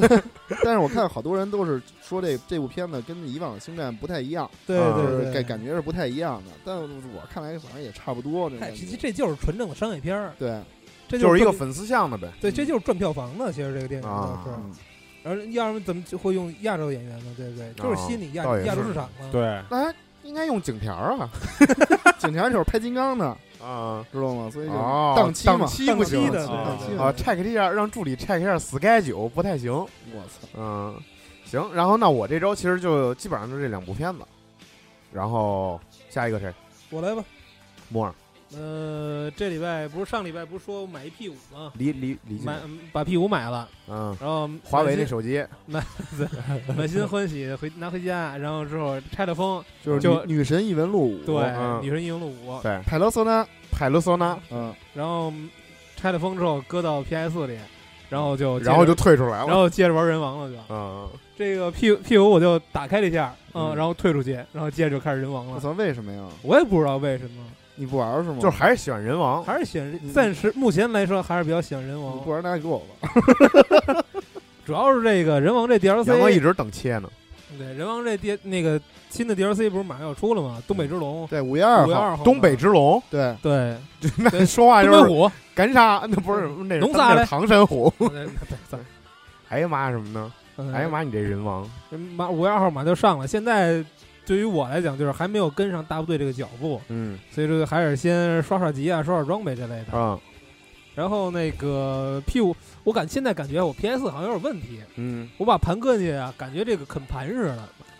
Speaker 1: 但是我看好多人都是说这这部片子跟以往的星战不太一样，
Speaker 4: 对
Speaker 2: 啊
Speaker 1: 就
Speaker 4: 对
Speaker 1: 是
Speaker 4: 对，
Speaker 1: 感感觉是不太一样的。但我看来好像也差不多这种
Speaker 4: 嗨，
Speaker 1: 感
Speaker 4: 其实
Speaker 1: 觉。
Speaker 4: 这就是纯正的商业片儿，
Speaker 1: 对，
Speaker 4: 这
Speaker 2: 就是一个
Speaker 4: 赚
Speaker 2: 粉丝向的呗。
Speaker 4: 对，这就是赚票房的。其实这个电影
Speaker 2: 啊
Speaker 4: 倒是
Speaker 1: 嗯，
Speaker 4: 而要不然怎么就会用亚洲演员呢？对不对？就是吸引你亚
Speaker 2: 啊倒也是
Speaker 4: 亚洲市场嘛。，
Speaker 3: 对，
Speaker 2: 那还应该用警条啊
Speaker 1: 警察就是拍金刚的，
Speaker 2: 啊
Speaker 1: 知道吗？所以就
Speaker 2: 哦，
Speaker 1: 档期嘛
Speaker 2: 档期不行
Speaker 4: 档期的
Speaker 3: 对
Speaker 1: 档期
Speaker 2: 啊
Speaker 1: 嘛
Speaker 2: ，check 一下，让助理 check 一下 Sky 九不太行。
Speaker 1: 我操，
Speaker 2: 嗯，行，然后那我这周其实就基本上就这两部片子，然后下一个谁？
Speaker 4: 我来吧。
Speaker 2: 莫尔，
Speaker 4: 呃，这礼拜不是上礼拜不是说买一 P 五吗？
Speaker 2: 离离离近
Speaker 4: 买
Speaker 2: 点，
Speaker 4: 把 P 五买了，
Speaker 2: 嗯，
Speaker 4: 然后
Speaker 2: 华为那
Speaker 4: 满心
Speaker 2: 手机
Speaker 4: 满心欢喜地回拿回家，然后之后拆了封，
Speaker 1: 就是
Speaker 4: 就
Speaker 1: 女女神异闻录五，
Speaker 4: 对，
Speaker 2: 哦嗯
Speaker 4: 女神异闻录五，
Speaker 2: 对
Speaker 1: 海洛索纳，
Speaker 2: 海洛索纳，
Speaker 1: 嗯，
Speaker 4: 然后拆了封之后搁到 PS 里，然后就接着
Speaker 2: 嗯然后就退出来
Speaker 4: 然
Speaker 2: 了，
Speaker 4: 后接着玩人王了就。
Speaker 2: 嗯，这
Speaker 4: 这个 P P 五我就打开了一下，嗯，
Speaker 1: 嗯
Speaker 4: 然后退出去，然后接着就开始人王
Speaker 1: 我
Speaker 4: 了。
Speaker 2: 嗯
Speaker 1: 操，为什么呀？
Speaker 4: 我也不知道为什么，
Speaker 1: 你不玩儿是吗？
Speaker 2: 就是还是喜欢人王，
Speaker 4: 还是喜欢
Speaker 1: 嗯
Speaker 4: 暂时目前来说还是比较喜欢人
Speaker 1: 你
Speaker 4: 王
Speaker 2: 嗯
Speaker 1: 不，玩儿那给我吧。
Speaker 4: 主要是这个人王这
Speaker 2: 杨哥一
Speaker 4: DLC，
Speaker 2: 直等切呢，
Speaker 4: 对人王这 D 那个新的 DLC 不是马上要出了
Speaker 2: 嗯
Speaker 4: 吗？东北之龙，
Speaker 1: 对，五月二
Speaker 4: 五月
Speaker 1: 号，
Speaker 4: 二号，
Speaker 2: 东北之龙，
Speaker 1: 对，
Speaker 4: 对
Speaker 2: 那说话
Speaker 4: 东
Speaker 2: 就
Speaker 4: 北
Speaker 2: 是
Speaker 4: 虎，嗯
Speaker 2: 干啥？那不是那
Speaker 4: 弄
Speaker 2: 是
Speaker 4: 啥嘞
Speaker 2: 那是唐山 虎，
Speaker 4: 对对对
Speaker 2: 哎呀妈呀什么呢？
Speaker 4: 嗯
Speaker 2: 哎呀妈，你这人王，
Speaker 4: 马五月二号马上就上了。现在对于我来讲，就是还没有跟上大部队这个脚步，
Speaker 2: 嗯
Speaker 4: 所以说还是先刷刷级啊，刷刷装备之类的。
Speaker 2: 啊
Speaker 4: 然后那个 P 五，我感现在感觉我 PS 好像有点问题，
Speaker 2: 嗯，
Speaker 4: 我把盘搁进去啊，感觉这个啃盘似的，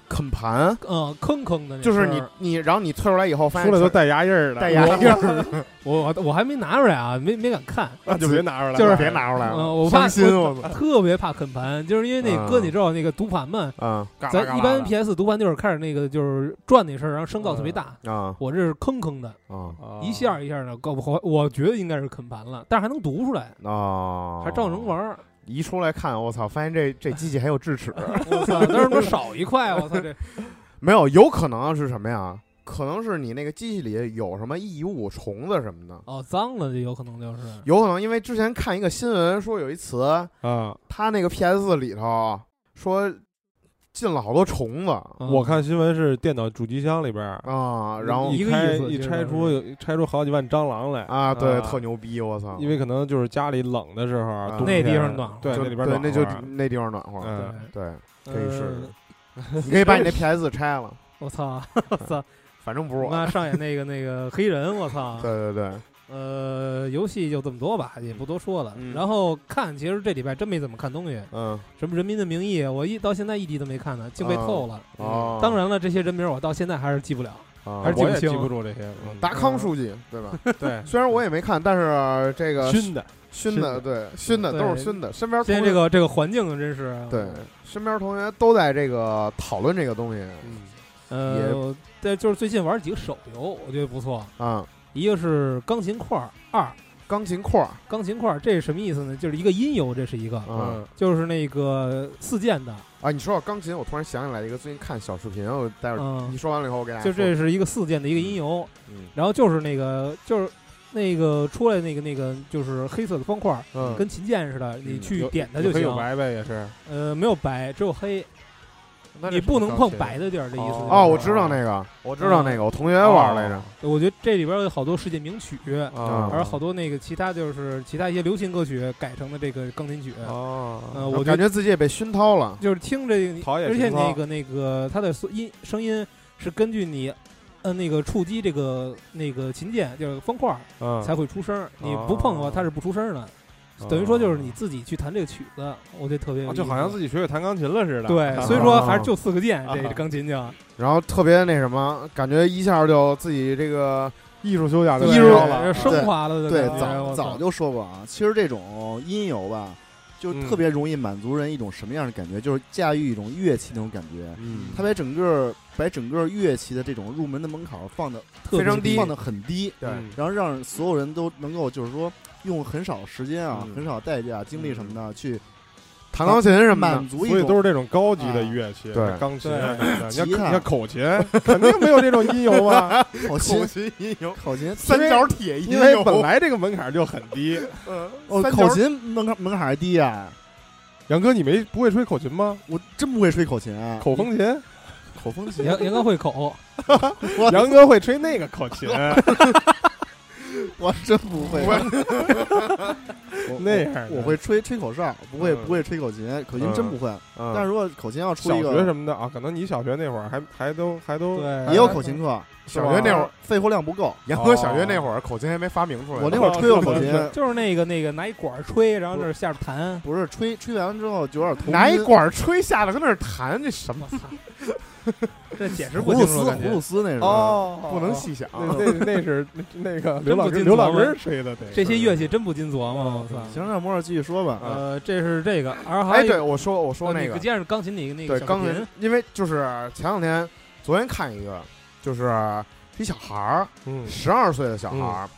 Speaker 2: 啃盘
Speaker 4: 嗯，坑坑的那
Speaker 2: 就
Speaker 4: 声儿。
Speaker 2: 是你你，然后你退出来以后发
Speaker 3: 出
Speaker 2: 现
Speaker 3: 来都带牙印儿的，
Speaker 2: 带牙印儿，
Speaker 4: 我我我还没拿出来啊，没没敢看，
Speaker 3: 那就别拿出来了，
Speaker 4: 就是
Speaker 2: 别拿出来
Speaker 4: 嗯、
Speaker 2: 了，
Speaker 4: 我怕
Speaker 2: 伤心我操，
Speaker 4: 特别怕啃盘，就是因为那
Speaker 2: 嗯
Speaker 4: 个搁你之后那个读盘嘛，
Speaker 2: 嗯，嘎啦嘎
Speaker 4: 咱一
Speaker 2: 啦
Speaker 4: 般
Speaker 2: 的
Speaker 4: PS 读盘就是开始那个就是转那声儿，然后声噪特别大，
Speaker 2: 啊
Speaker 4: 我这是坑坑的。
Speaker 2: 啊
Speaker 3: 啊
Speaker 4: 一下一下的，搞不好，我觉得应该是啃盘了，但是还能读出来，
Speaker 2: 啊，
Speaker 4: 还照能玩。儿。
Speaker 2: 一出来看，我操，发现这这机器还有智齿，
Speaker 4: 我操，但是我少一块，我操这，
Speaker 2: 没有，有可能啊是什么呀？可能是你那个机器里有什么异物、虫子什么的，
Speaker 4: 哦，脏了，这有可能就是。
Speaker 2: 有可能因为之前看一个新闻说有一词，
Speaker 3: 啊！
Speaker 2: 它那个 PS 里头说进了好多虫子
Speaker 4: 嗯
Speaker 3: 我看新闻是电脑主机箱里边儿，
Speaker 2: 啊，然后
Speaker 4: 你
Speaker 3: 一
Speaker 4: 一个
Speaker 3: 开
Speaker 4: 意思
Speaker 3: 一
Speaker 4: 就是
Speaker 3: 拆出有拆出好几万蟑螂来
Speaker 2: 啊，对，特牛逼，我操，
Speaker 3: 因为可能就是家里冷的时候，啊冬
Speaker 4: 那
Speaker 3: 天
Speaker 4: 地方暖和
Speaker 3: 对，
Speaker 2: 就
Speaker 3: 那里边
Speaker 2: 啊
Speaker 3: 啊
Speaker 2: 对，
Speaker 3: 暖
Speaker 2: 那
Speaker 3: 和
Speaker 2: 就那地方暖啊和，
Speaker 3: 嗯，
Speaker 2: 对，
Speaker 4: 对
Speaker 2: 可以试
Speaker 4: 呃
Speaker 2: 你可以把你那 PS 拆了，
Speaker 4: 我操，我操，
Speaker 2: 反正不是
Speaker 4: 我
Speaker 2: 我，
Speaker 4: 妈上演那个那个黑人，我操。
Speaker 2: 对对对，
Speaker 4: 呃，游戏就这么多吧，也不多说了
Speaker 2: 嗯。
Speaker 4: 然后看，其实这礼拜真没怎么看东西，
Speaker 2: 嗯，
Speaker 4: 什么《人民的名义》，我一到现在一集都没看呢，竟被透了。
Speaker 2: 哦，
Speaker 4: 当然了，这些人名我到现在还是记不了。
Speaker 2: 啊
Speaker 4: 还是
Speaker 3: 我也
Speaker 4: 记不
Speaker 3: 记
Speaker 4: 清
Speaker 3: 不住这些，
Speaker 2: 达康书记对吧？
Speaker 3: 嗯对
Speaker 2: 虽然我也没看，但是这个
Speaker 3: 熏的，
Speaker 2: 熏的
Speaker 3: 熏的
Speaker 2: 对熏的
Speaker 4: 对
Speaker 2: 都是熏的，身边同
Speaker 4: 现在
Speaker 2: 学
Speaker 4: 这个这个环境真是
Speaker 2: 对身边同学都在这个讨论这个东西也
Speaker 4: 呃，我对，就是最近玩几个手游，我觉得不错。
Speaker 2: 啊
Speaker 4: 一个是《钢琴块二》，
Speaker 2: 钢琴块儿，
Speaker 4: 钢琴块儿这是什么意思呢？就是一个音游，这是一个，
Speaker 2: 嗯
Speaker 3: 嗯
Speaker 4: 就是那个四键的，
Speaker 2: 啊，你说到钢琴，我突然想起来一个，最近看小视频，我待会儿你
Speaker 4: 嗯，
Speaker 2: 说完了以后，我给大家
Speaker 4: 就
Speaker 2: 说
Speaker 4: 这，是一个四键的一个音游，
Speaker 2: 哎嗯
Speaker 4: 然后就是那个就是那个出来那个那个就是黑色的方块儿，
Speaker 2: 嗯，
Speaker 4: 跟琴键似的，你去
Speaker 3: 有
Speaker 4: 点它
Speaker 3: 有
Speaker 4: 就
Speaker 3: 黑有
Speaker 4: 行。啊
Speaker 3: 白呗，也是。
Speaker 4: 呃，没有白，只有黑，
Speaker 2: 那这
Speaker 4: 你
Speaker 2: 是
Speaker 4: 不能
Speaker 2: 钢
Speaker 4: 碰
Speaker 2: 琴
Speaker 4: 白的地儿的意思。
Speaker 3: 哦
Speaker 2: 哦，我知道那个，我知道那个，我同学玩来着
Speaker 4: 对呃我觉得这里边有好多世界名曲，
Speaker 2: 啊
Speaker 4: 嗯还有好多那个其他就是其他一些流行歌曲改成的这个钢琴曲，
Speaker 2: 哦
Speaker 4: 呃我
Speaker 2: 感
Speaker 4: 觉
Speaker 2: 觉自己也被熏陶了，
Speaker 4: 就是听着你，
Speaker 3: 陶冶
Speaker 4: 而且
Speaker 3: 情操
Speaker 4: 那个那个它的所音声音是根据你。呃，那个触击这个那个琴键就是方块儿
Speaker 3: 嗯
Speaker 4: 才会出声儿，你不碰的话
Speaker 3: 哦
Speaker 4: 它是不出声儿的，
Speaker 3: 哦
Speaker 4: 等于说就是你自己去弹这个曲子，我觉得特别有
Speaker 3: 啊
Speaker 4: 意
Speaker 3: 就好像
Speaker 4: 思
Speaker 3: 自己学会弹钢琴了似的。
Speaker 4: 对，所以
Speaker 2: 啊
Speaker 4: 说还是就四个键，
Speaker 3: 啊
Speaker 4: 这个钢琴就
Speaker 2: 然后特别那什么，感觉一下就自己这个
Speaker 3: 艺术修养就
Speaker 4: 对
Speaker 1: 艺
Speaker 3: 提
Speaker 1: 术
Speaker 3: 高了，
Speaker 4: 升华了的
Speaker 1: 对，
Speaker 4: 感觉
Speaker 1: 早
Speaker 4: 我
Speaker 1: 早
Speaker 4: 操
Speaker 1: 就说过啊，其实这种音游吧，就
Speaker 3: 嗯
Speaker 1: 特别容易满足人一种什么样的感觉，就是驾驭一种乐器那种感觉。
Speaker 3: 嗯，
Speaker 1: 它把整个把整个乐器的这种入门的门槛儿放的
Speaker 4: 特别
Speaker 2: 非常低
Speaker 1: 放的很低，
Speaker 2: 对
Speaker 3: 嗯
Speaker 1: 然后让所有人都能够就是说用很少的时间啊、
Speaker 3: 嗯
Speaker 1: 很少的代价、精力什么的去
Speaker 2: 弹钢琴什么
Speaker 1: 满
Speaker 2: 的，
Speaker 1: 足一
Speaker 3: 所以都
Speaker 1: 种
Speaker 3: 是这种高级的乐器，
Speaker 2: 啊对
Speaker 3: 钢琴啊
Speaker 4: 对
Speaker 3: 什么的。你看，
Speaker 1: 吉
Speaker 3: 你
Speaker 1: 他
Speaker 3: 看 口琴，肯定没有这种音游啊，
Speaker 1: 口琴
Speaker 2: 琴音游，
Speaker 1: 口琴
Speaker 2: 三角铁音
Speaker 3: 因为本
Speaker 2: 游，
Speaker 3: 来这个门槛就很低。
Speaker 1: 哦
Speaker 2: 三角
Speaker 1: 口琴门槛门槛还低啊，
Speaker 3: 杨哥，你没不会吹口琴吗？
Speaker 1: 我真不会吹口琴啊，
Speaker 3: 口风琴，
Speaker 1: 口风琴
Speaker 4: 杨杨哥会口，
Speaker 1: 我
Speaker 3: 杨哥会吹那个口琴，
Speaker 1: 我真不会， 我
Speaker 3: 那样的
Speaker 1: 我我会吹吹口哨，不会
Speaker 3: 嗯
Speaker 1: 不会吹口琴，口琴真不会。但是
Speaker 3: 但是
Speaker 1: 如果口琴要出
Speaker 3: 嗯小
Speaker 1: 一个，
Speaker 3: 学什么的啊，可能你小学那会儿还还都还都
Speaker 4: 对
Speaker 1: 也有口琴课，
Speaker 3: 是
Speaker 2: 小
Speaker 3: 吧
Speaker 2: 学那会儿，
Speaker 1: 肺活量不够。
Speaker 2: 杨哥小学那会儿口琴还没发明出来，
Speaker 1: 我那会儿吹过口琴，
Speaker 4: 就是那个那个拿一管儿吹，然后那下边弹，
Speaker 1: 不是吹吹完之后就有点头晕
Speaker 2: 拿一管吹下来跟那儿弹，这什么
Speaker 4: 我操，这解释
Speaker 1: 葫
Speaker 4: 不
Speaker 1: 芦
Speaker 4: 清
Speaker 1: 丝
Speaker 4: 楚，感
Speaker 1: 葫
Speaker 4: 觉
Speaker 1: 芦丝那是。
Speaker 3: 哦，
Speaker 2: 不能细想，
Speaker 3: 那那那是那那个刘
Speaker 4: 真
Speaker 3: 老
Speaker 4: 不
Speaker 3: 根
Speaker 4: 禁
Speaker 3: 刘老
Speaker 4: 琢磨
Speaker 3: 根吹的，对，
Speaker 4: 这些乐器真不禁琢磨，我操。
Speaker 1: 行，那摩尔继续说吧。
Speaker 4: 哦呃，这是这个，而还
Speaker 2: 哎，
Speaker 4: 有一
Speaker 2: 对，我说我说
Speaker 4: 呃
Speaker 2: 那
Speaker 4: 你
Speaker 2: 个
Speaker 4: 不，接着钢琴那个那
Speaker 2: 对
Speaker 4: 个小
Speaker 2: 钢
Speaker 4: 视频
Speaker 2: 琴，因为就是前两天，昨天看一个，就是一小孩儿，
Speaker 3: 嗯
Speaker 2: 十二岁的小孩儿，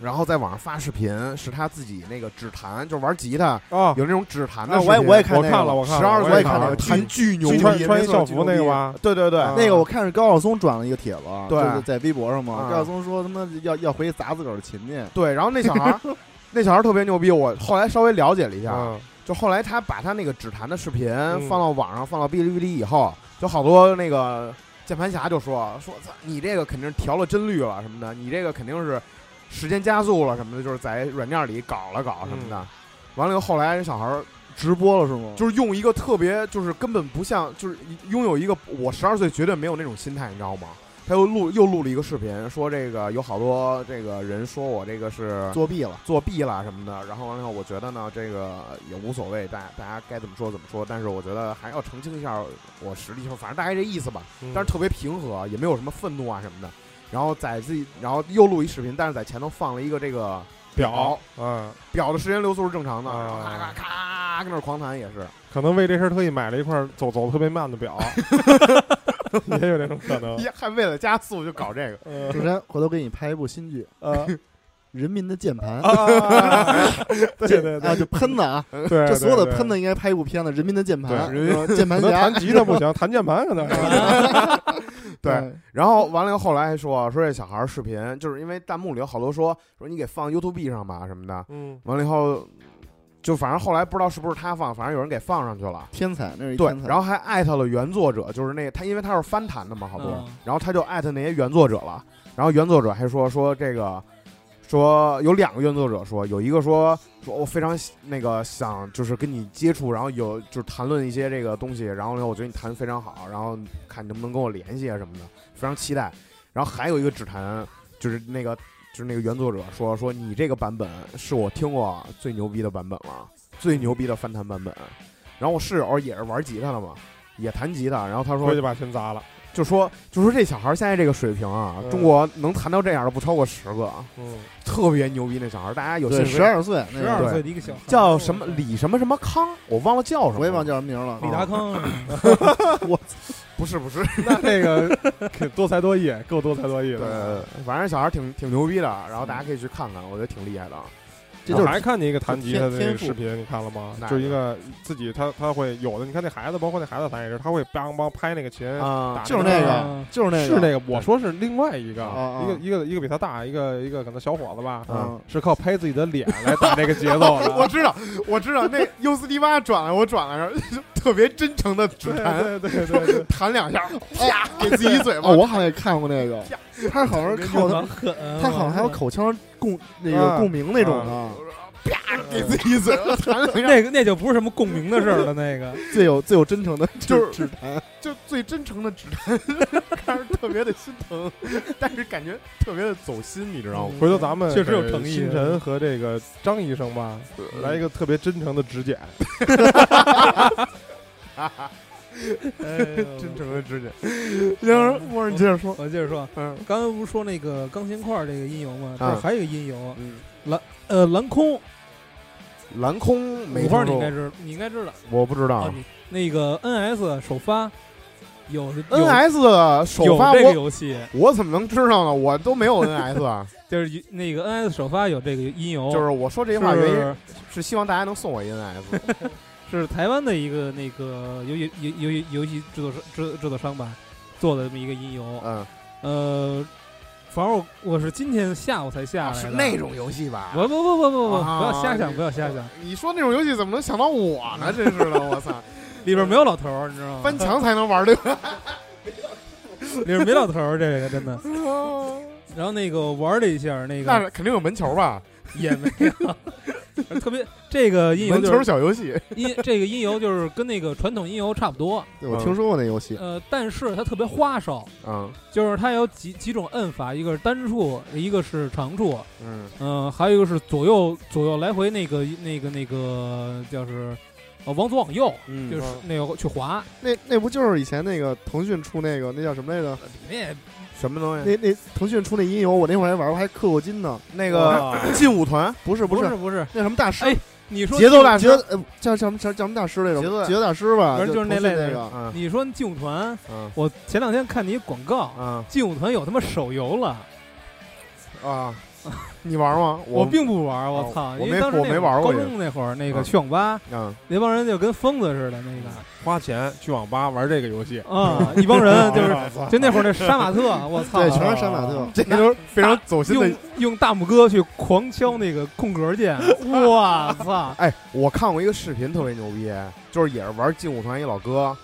Speaker 2: 然后在网上发视频，是他自己那个指弹，就玩吉他
Speaker 3: 啊，
Speaker 2: 有那种指弹的
Speaker 1: 那
Speaker 2: 视
Speaker 1: 我也
Speaker 2: 频
Speaker 1: 我也看
Speaker 3: 我
Speaker 1: 那
Speaker 3: 看了，
Speaker 1: 个，
Speaker 3: 我看
Speaker 2: 十二
Speaker 3: 了
Speaker 2: 岁
Speaker 1: 我也
Speaker 2: 看
Speaker 1: 看
Speaker 2: 那
Speaker 1: 那
Speaker 2: 个
Speaker 1: 个
Speaker 2: 弹巨牛
Speaker 3: 就
Speaker 2: 逼，
Speaker 3: 穿穿一
Speaker 2: 没错
Speaker 3: 校服那个？
Speaker 2: 巨牛
Speaker 3: 吧
Speaker 2: 逼，对对对，
Speaker 3: 啊
Speaker 1: 那个我看是高晓松转了一个帖子，
Speaker 2: 对
Speaker 1: 就是在微博上嘛
Speaker 2: 啊。
Speaker 1: 高晓松说他妈要要回去砸自个儿的琴去，
Speaker 2: 对，然后那小孩儿，那小孩儿特别牛逼，我后来稍微了解了一下，
Speaker 3: 嗯
Speaker 2: 就后来他把他那个指弹的视频放到网上，放到哔哩哔哩以后，就好多那个键盘侠就说说操你这个肯定是调了帧率了什么的，你这个肯定是时间加速了什么的，就是在软件里搞了搞什么的。完了以后，后来人小孩儿
Speaker 1: 直播了是吗？
Speaker 2: 嗯就是用一个特别，就是根本不像，就是拥有一个我十二岁绝对没有那种心态，你知道吗？他又录又录了一个视频，说这个有好多这个人说我这个是
Speaker 1: 作弊了。
Speaker 2: 作弊啦什么的。然后完了以后，我觉得呢，这个也无所谓，大家大家该怎么说怎么说。但是我觉得还要澄清一下我实力上，反正大概这意思吧。
Speaker 3: 嗯
Speaker 2: 但是特别平和，也没有什么愤怒啊什么的。然后在自己，然后又录一视频，但是在前头放了一个这个
Speaker 3: 表，嗯，
Speaker 2: 表的时间流速是正常的，
Speaker 3: 啊
Speaker 2: 然后咔咔咔跟那儿狂弹也是。
Speaker 3: 可能为这事儿特意买了一块儿走走得特别慢的表， 也有这种可能。
Speaker 2: 也还为了加速就搞这个，
Speaker 3: 呃
Speaker 1: 主持人，回头给你拍一部新剧
Speaker 3: 呃
Speaker 1: 《 人民的键盘》
Speaker 3: 啊， 对对对
Speaker 1: 啊，就喷子啊，
Speaker 3: 对对，
Speaker 1: 这所有的喷
Speaker 3: 的
Speaker 1: 子应该拍一部片子，《人民的键盘
Speaker 3: 对人》
Speaker 1: 呃，键
Speaker 3: 可
Speaker 1: 盘
Speaker 3: 能
Speaker 1: 侠
Speaker 3: 弹，吉他不行，弹键盘可能。
Speaker 2: 对。然后完了以后，后来还说说这小孩儿视频，就是因为弹幕里有好多说说你给放 YouTube 上吧什么的。
Speaker 3: 嗯，
Speaker 2: 完了以后，就反正后来不知道是不是他放，反正有人给放上去了。
Speaker 1: 天才，那是一
Speaker 2: 对
Speaker 1: 天，才。
Speaker 2: 然后还艾特了原作者，就是那他，因为他是翻弹的嘛，好多，
Speaker 4: 嗯
Speaker 2: 然后他就艾特那些原作者了。然后原作者还说说这个，说有两个原作者说，有一个说说我非常喜那个想就是跟你接触，然后有就是谈论一些这个东西，然后呢我觉得你弹得非常好，然后看你能不能跟我联系啊什么的，非常期待。然后还有一个指弹就是那个就是那个原作者说说你这个版本是我听过最牛逼的版本了，最牛逼的翻弹版本。然后我室友也是玩吉他的嘛，也弹吉他，然后他说
Speaker 3: 回去把琴砸了。
Speaker 2: 就说就说这小孩儿现在这个水平啊，
Speaker 3: 嗯
Speaker 2: 中国能弹到这样的不超过十个，
Speaker 3: 嗯，
Speaker 2: 特别牛逼那小孩儿，大家有兴
Speaker 1: 对，
Speaker 2: 趣
Speaker 1: 十二岁，那
Speaker 4: 十
Speaker 1: 个
Speaker 4: 二
Speaker 2: 对
Speaker 4: 岁的一个小孩
Speaker 2: 叫什么李什么什么康，我忘了叫什么，
Speaker 1: 啊我也忘叫什么名了。
Speaker 4: 李达康是吧，
Speaker 2: 不不是不是，
Speaker 3: 那这个可多才多艺，够多才多艺啊的。
Speaker 2: 对，反正小孩挺挺牛逼的，然后大家可以去看看，我觉得挺厉害的。啊
Speaker 1: 这就是
Speaker 3: 还看见一个弹吉他的那
Speaker 1: 天
Speaker 3: 个
Speaker 1: 赋
Speaker 3: 视频，你看了吗
Speaker 2: 哪？个
Speaker 3: 就是一个自己他他会有的，你看那孩子，包括那孩子弹也是，他会梆梆拍那个琴，
Speaker 2: 啊
Speaker 3: 打
Speaker 1: 就是那个
Speaker 4: 啊，
Speaker 1: 就是那个，
Speaker 3: 是那个，我说是另外一个
Speaker 1: 啊啊，
Speaker 3: 一个一个一个比他大，一个一个可能小伙子吧，
Speaker 1: 嗯，
Speaker 3: 是靠拍自己的脸来打那个节奏
Speaker 2: 我
Speaker 4: 啊
Speaker 3: 的。啊
Speaker 2: 知道，我知道，那 U 四 D 八转了，我转了，然 后就特别真诚的指
Speaker 3: 对
Speaker 2: 弹，
Speaker 3: 对对对对，
Speaker 2: 弹两下，啪，给自己一嘴巴
Speaker 1: 哦，。我好像也看过那个，他好像是靠他，
Speaker 4: 嗯狠， 嗯
Speaker 1: 他好像还有口腔共那
Speaker 3: 啊
Speaker 1: 个共鸣那种的，
Speaker 2: 啪，给自己一嘴巴，弹两下，
Speaker 4: 那个那就不是什么共鸣的事儿了， 那个
Speaker 1: 最有最有真诚的
Speaker 2: 就是
Speaker 1: 指弹，
Speaker 2: 就最真诚的指弹， 看着特别的心疼，但是感觉特别的走心，你知道吗？
Speaker 3: 回头咱们
Speaker 4: 确实有
Speaker 3: 给
Speaker 4: 诚意
Speaker 3: 星辰和这个张医生吧，来一个特别真诚的指检，
Speaker 2: 哎 真诚的指点。行，我说你接着说。
Speaker 4: 我接着说，啊
Speaker 2: 嗯
Speaker 4: 刚才不是说那个钢琴块儿这个音游吗？这
Speaker 2: 啊
Speaker 4: 儿还有一个音游，
Speaker 2: 嗯，
Speaker 4: 呃，蓝空，
Speaker 2: 蓝空没
Speaker 4: 五花
Speaker 2: 听
Speaker 4: 你应
Speaker 2: 说
Speaker 4: 该知，
Speaker 2: 过，
Speaker 4: 你应该知道
Speaker 2: 我不知
Speaker 4: 啊
Speaker 2: 道。。
Speaker 4: 你那个 NS 首发有有
Speaker 2: NS 首
Speaker 4: 有
Speaker 2: 发
Speaker 4: 这个
Speaker 2: 我
Speaker 4: 游戏，
Speaker 2: 我怎么能知道呢？我都没有 NS 啊！
Speaker 4: 就是一那个 NS 首发有这个音游，
Speaker 2: 就是我说这句话原因
Speaker 4: 哦是
Speaker 2: 是希望大家能送我一 NS。
Speaker 4: 是台湾的一个那个游戏游游游游戏制作商制制作商吧做的这么一个音游，
Speaker 2: 嗯，
Speaker 4: 呃，反正我我是今天下午才下来
Speaker 2: 啊是
Speaker 4: 的，
Speaker 2: 那种啊游戏吧？
Speaker 4: 不不不不不不，
Speaker 2: 啊
Speaker 4: 不要瞎想，不要瞎想，
Speaker 2: 你说那种游戏怎么能想到我 呢？真是的，我操！
Speaker 4: 里边没有老头儿，你知道吗
Speaker 2: 翻？墙才能玩 对吧？
Speaker 4: 里边没老头儿，这个真的。然后那个玩了一下，那
Speaker 2: 那
Speaker 4: 个
Speaker 2: 是肯定有门球吧？
Speaker 4: 也没有，特别这个音游
Speaker 2: 门
Speaker 4: 就
Speaker 2: 球
Speaker 4: 是
Speaker 2: 小游戏，
Speaker 4: 音这个音游就是跟那个传统音游差不多，
Speaker 1: 对我听说过那游戏，
Speaker 4: 呃，但是它特别花哨，
Speaker 2: 嗯
Speaker 4: 就是它有几几种摁法，一个是单触，一个是长触，
Speaker 2: 嗯
Speaker 4: 嗯、还有一个是左右左右来回那个那个那个叫是，呃，往左往右，
Speaker 2: 嗯
Speaker 4: 就是那个去滑，
Speaker 1: 那那不就是以前那个腾讯出那个那叫什么来着？
Speaker 4: 那也
Speaker 2: 什么东西？
Speaker 1: 那那腾讯出那音游，我那会儿还玩过，还氪过金呢。
Speaker 2: 那个劲舞团
Speaker 1: 不是
Speaker 4: 不
Speaker 1: 是
Speaker 4: 是不是，
Speaker 1: 那什么大师
Speaker 4: 哎，你说
Speaker 2: 节奏大
Speaker 1: 节
Speaker 2: 师，
Speaker 1: 呃叫叫什么叫叫什么大师来着？
Speaker 2: 节奏大
Speaker 1: 节奏大师吧，
Speaker 4: 反正就是那
Speaker 1: 腾讯
Speaker 4: 类
Speaker 1: 那
Speaker 4: 的
Speaker 1: 个。
Speaker 2: 嗯
Speaker 4: 你说劲舞团，
Speaker 2: 嗯
Speaker 4: 我前两天看你一广告，
Speaker 2: 嗯
Speaker 4: 劲舞团有他妈手游了，
Speaker 2: 啊！你玩吗？
Speaker 4: 我
Speaker 2: 我
Speaker 4: 并不玩，
Speaker 2: 哦
Speaker 4: 我操，
Speaker 2: 我
Speaker 4: 因
Speaker 2: 没
Speaker 4: 为当时
Speaker 2: 我
Speaker 4: 那
Speaker 2: 没
Speaker 4: 会儿
Speaker 2: 玩
Speaker 4: 高
Speaker 2: 过这个
Speaker 4: 中那会儿那
Speaker 2: 啊
Speaker 4: 个去网吧，
Speaker 2: 嗯
Speaker 4: 那帮人就跟疯子似的那 个。
Speaker 3: 花钱去网吧玩这个游 戏，，
Speaker 4: 啊，一帮人就是 就那会儿那杀马特，我操，
Speaker 1: 对，全是杀马特。
Speaker 2: 这都是非常走心的
Speaker 4: 用用大拇哥去狂敲那个空格 键，我操！
Speaker 2: 哎，我看过一个视频，特别牛逼，就是也是玩劲舞团一老哥，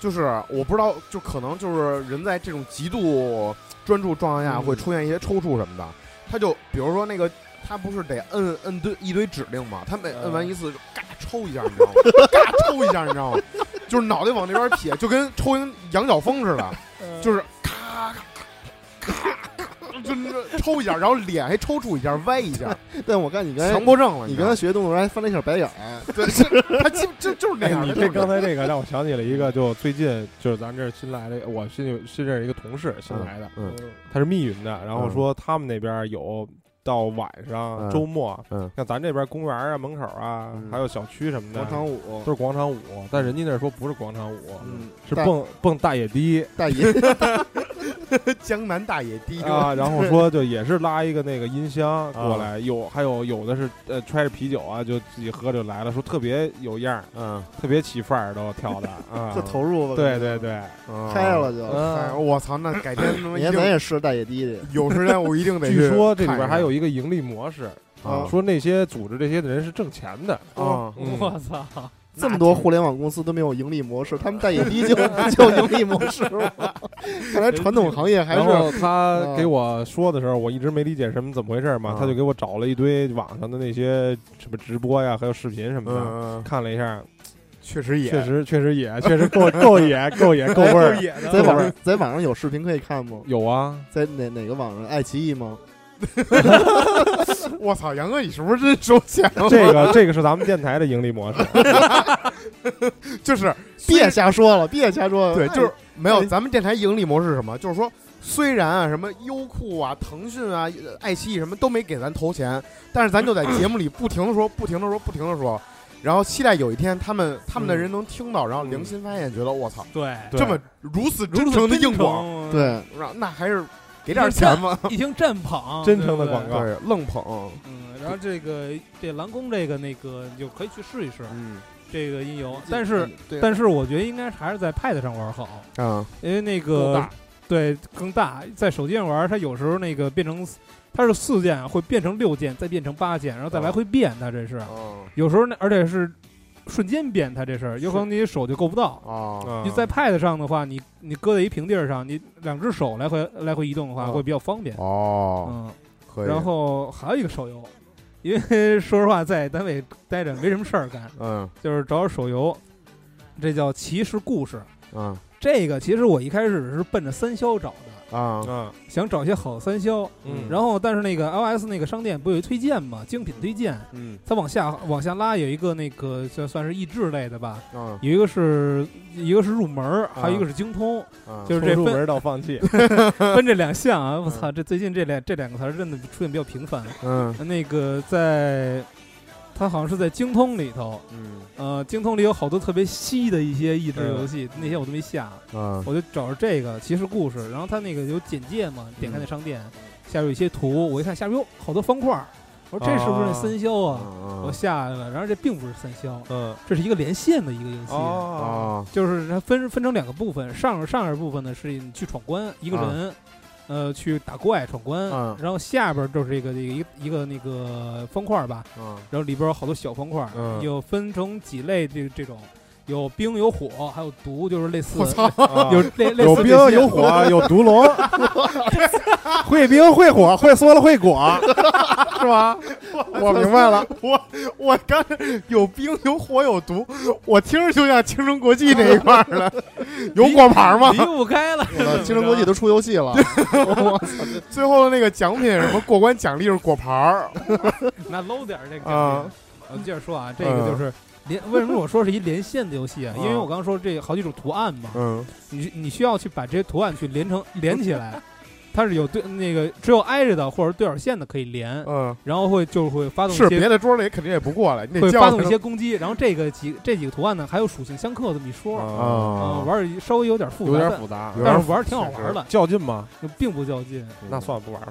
Speaker 2: 就是我不知道，就可能就是人在这种极度专注状态下
Speaker 3: 嗯
Speaker 2: 会出现一些抽搐什么的。他就比如说那个，他不是得摁摁堆一堆指令嘛，他每摁完一次就嘎抽一下，你知道吗？嘎抽一下，你知道吗？就是脑袋往那边撇，就跟抽一羊角风似的，
Speaker 3: 嗯
Speaker 2: 就是咔咔咔咔，就是那抽一下，然后脸还抽搿一下，歪一下，
Speaker 1: 但我看你刚才
Speaker 2: 强迫症了。
Speaker 1: 你
Speaker 2: 知道
Speaker 1: 刚
Speaker 2: 吗
Speaker 1: 才学动作还翻了一下白眼儿，
Speaker 2: 对，是他基本就就是那
Speaker 3: 哎，
Speaker 2: 样。
Speaker 3: 你
Speaker 2: 这
Speaker 3: 这刚才这个让我想起了一个，就最近就是咱这儿新来的，我新有新认识一个同事，新来的，
Speaker 2: 嗯
Speaker 3: 他是密云的，然后
Speaker 2: 嗯
Speaker 3: 说他们那边有到晚上
Speaker 2: 嗯
Speaker 3: 周末，
Speaker 2: 嗯
Speaker 3: 像咱这边公园啊、门口啊，
Speaker 2: 嗯
Speaker 3: 还有小区什么的，
Speaker 1: 广场舞
Speaker 3: 都，是广场舞，但人家那儿说不是广场舞，
Speaker 1: 嗯，
Speaker 3: 是
Speaker 1: 大
Speaker 3: 蹦蹦大野迪
Speaker 1: 大爷，
Speaker 2: 江南大野地
Speaker 3: 啊， 然后说就也是拉一个那个音箱过来，有还有有的是呃揣着啤酒啊，就自己喝就来了，说特别有样儿，
Speaker 2: 嗯，
Speaker 3: 特别起范儿都跳 的啊
Speaker 1: 就，投入吧。
Speaker 3: 对对，对，
Speaker 1: 嗨了就。
Speaker 2: 哎
Speaker 3: 嗯。
Speaker 2: 我操，那改天他妈
Speaker 1: 你
Speaker 2: 一
Speaker 1: 看咱
Speaker 2: 定
Speaker 1: 也是大野滴的，
Speaker 2: 有时间，我一定得去
Speaker 3: 据说这里边
Speaker 2: 看一
Speaker 3: 还
Speaker 2: 看
Speaker 3: 有一个盈利模式，
Speaker 1: 啊
Speaker 3: 说那些组织这些的人是挣钱的，
Speaker 2: 啊，
Speaker 3: 嗯
Speaker 4: 我操！
Speaker 1: 这么多互联网公司都没有盈利模式，他们大野 滴就就有盈利模式了。看来传统行业还
Speaker 3: 然
Speaker 1: 是
Speaker 3: 后他给我说的时候，我一直没理解什么怎么回事嘛
Speaker 2: 啊，
Speaker 3: 他就给我找了一堆网上的那些什么直播呀，还有视频什么的，
Speaker 2: 嗯，
Speaker 3: 看了一下，
Speaker 2: 确实也
Speaker 3: 确实确实也确实 够够野够野够味儿。
Speaker 4: 野的，
Speaker 1: 在网上在网上有视频可以看吗？
Speaker 3: 有啊，
Speaker 1: 在哪哪个网上？爱奇艺吗？
Speaker 2: 我操，杨哥，你是不是真收钱 了？
Speaker 3: 这个这个是咱们电台的盈利模式，
Speaker 2: 就是
Speaker 1: 别瞎说了，别瞎说了。
Speaker 2: 对，
Speaker 1: 哎
Speaker 2: 就是没有
Speaker 1: 哎
Speaker 2: 咱们电台盈利模式是什么，就是说。虽然啊，什么优酷啊、腾讯啊、呃爱奇艺什么都没给咱投钱，但是咱就在节目里不停的说、不停的说、不停的说，然后期待有一天他们他们的
Speaker 3: 嗯
Speaker 2: 人能听到，然后
Speaker 3: 嗯
Speaker 2: 良心发现，觉得我操，
Speaker 4: 对，
Speaker 3: 对
Speaker 2: 这么如此
Speaker 4: 如
Speaker 2: 真
Speaker 4: 此
Speaker 2: 诚的硬广，
Speaker 4: 广，
Speaker 1: 对，
Speaker 2: 然后那还是给点钱吧。
Speaker 4: 已经站捧，
Speaker 3: 真诚的
Speaker 4: 对不对
Speaker 3: 广告
Speaker 2: 对，愣捧，
Speaker 4: 嗯，然后这个这蓝宫这个那个，你就可以去试一试
Speaker 3: 嗯，
Speaker 4: 这个音游，但是
Speaker 2: 嗯对
Speaker 4: 但是我觉得应该还是在 Pad 上玩好，
Speaker 2: 啊，
Speaker 4: 因为那
Speaker 3: 够
Speaker 4: 个
Speaker 3: 大
Speaker 4: 对更大，在手机上玩它有时候那个变成它是四键会变成六键，再变成八键，然后
Speaker 3: 哦
Speaker 4: 再来回变，它这是
Speaker 2: 嗯
Speaker 4: 有时候那而且是瞬间变，它这是有可能你手就够不到。
Speaker 3: 嗯
Speaker 2: 啊，
Speaker 4: 你在 Pad 上的话，你你搁在一平地儿上，你两只手来回来回移动的话，
Speaker 2: 哦
Speaker 4: 会比较方便。
Speaker 2: 哦，
Speaker 4: 嗯，
Speaker 2: 可以。
Speaker 4: 然后还有一个手游，因为说实话，在单位待着没什么事儿干，
Speaker 2: 嗯
Speaker 4: 就是找找手游，这叫《骑士故事》。
Speaker 2: 嗯
Speaker 4: 这个其实我一开始是奔着三消找的，
Speaker 2: 啊，
Speaker 3: 啊，
Speaker 4: 想找一些好三消。
Speaker 3: 嗯，
Speaker 4: 然后，但是那个 iOS 那个商店不有一推荐吗？精品推荐，
Speaker 3: 嗯
Speaker 4: 它往下往下拉有一个那个算算是益智类的吧，
Speaker 2: 嗯
Speaker 4: 有一个是一个是入门儿，还有一个是精通。
Speaker 2: 嗯，
Speaker 4: 就是
Speaker 3: 从
Speaker 4: 这
Speaker 3: 入
Speaker 4: 分
Speaker 3: 门到放弃，
Speaker 4: 分这两项啊！我操，这最近这两这两个词儿真的出现比较频繁。
Speaker 2: 嗯
Speaker 4: 那个在，它好像是在精通里头，
Speaker 2: 嗯
Speaker 4: 呃，精通里有好多特别稀的一些益智游戏，那些我都没下，
Speaker 2: 嗯
Speaker 4: 我就找着这个骑士故事，然后它那个有简介嘛，点开那商店，下边有一些图，我一看下边有好多方块儿，我说这是不是那三消啊？我
Speaker 2: 嗯
Speaker 4: 下来了，然后这并不是三消，
Speaker 3: 嗯，
Speaker 4: 这是一个连线的一个游戏。
Speaker 3: 哦，
Speaker 2: 啊
Speaker 4: 就是它分分成两个部分，上上一部分呢是你去闯关，一个人，呃，去打怪闯关，
Speaker 2: 嗯
Speaker 4: 然后下边就是一个一个一个那个方块吧，
Speaker 2: 嗯
Speaker 4: 然后里边有好多小方块，
Speaker 3: 嗯
Speaker 4: 有分成几类这这种，有冰有火还有毒，就是类似，
Speaker 1: 我操，
Speaker 3: 啊
Speaker 4: 有类 类
Speaker 3: 有
Speaker 4: 似
Speaker 3: 冰
Speaker 4: 这些
Speaker 3: 有火有毒 龙，会冰会火会缩了会果，是吧？
Speaker 1: 我明白了，
Speaker 2: 我我刚才有冰有火有毒，我听着就像青城国际那一块儿 的，有果盘吗
Speaker 4: 离？不开了，
Speaker 1: 我的青城国际都出游戏了， 我操，这
Speaker 2: 最后的那个奖品什么过关奖励是果盘儿
Speaker 4: 那 low 点儿这个
Speaker 2: 啊
Speaker 4: 奖品。我们接着说啊，这个就是。连为什么我说是一连线的游戏啊？因为我刚刚说这好几种图案嘛，
Speaker 2: 嗯
Speaker 4: 你你需要去把这些图案去连成 连起来，它是有对那个只有挨着的或者对角线的可以连，
Speaker 2: 嗯，
Speaker 4: 然后会就会发动
Speaker 2: 是
Speaker 4: 一些
Speaker 2: 别的桌里肯定也不过来，你得
Speaker 4: 会
Speaker 2: 叫啊
Speaker 4: 发动
Speaker 2: 他
Speaker 4: 一些攻击，然后这个几这几个图案呢还有属性相克这么一说，嗯、
Speaker 2: 啊，
Speaker 4: 玩儿稍微有点复杂，
Speaker 3: 有点
Speaker 4: 但
Speaker 3: 复杂，嗯
Speaker 2: 有点
Speaker 4: 但是玩儿挺好
Speaker 2: 确实
Speaker 4: 玩的，
Speaker 3: 较劲吗？
Speaker 4: 并不较劲。
Speaker 3: 那算了，不玩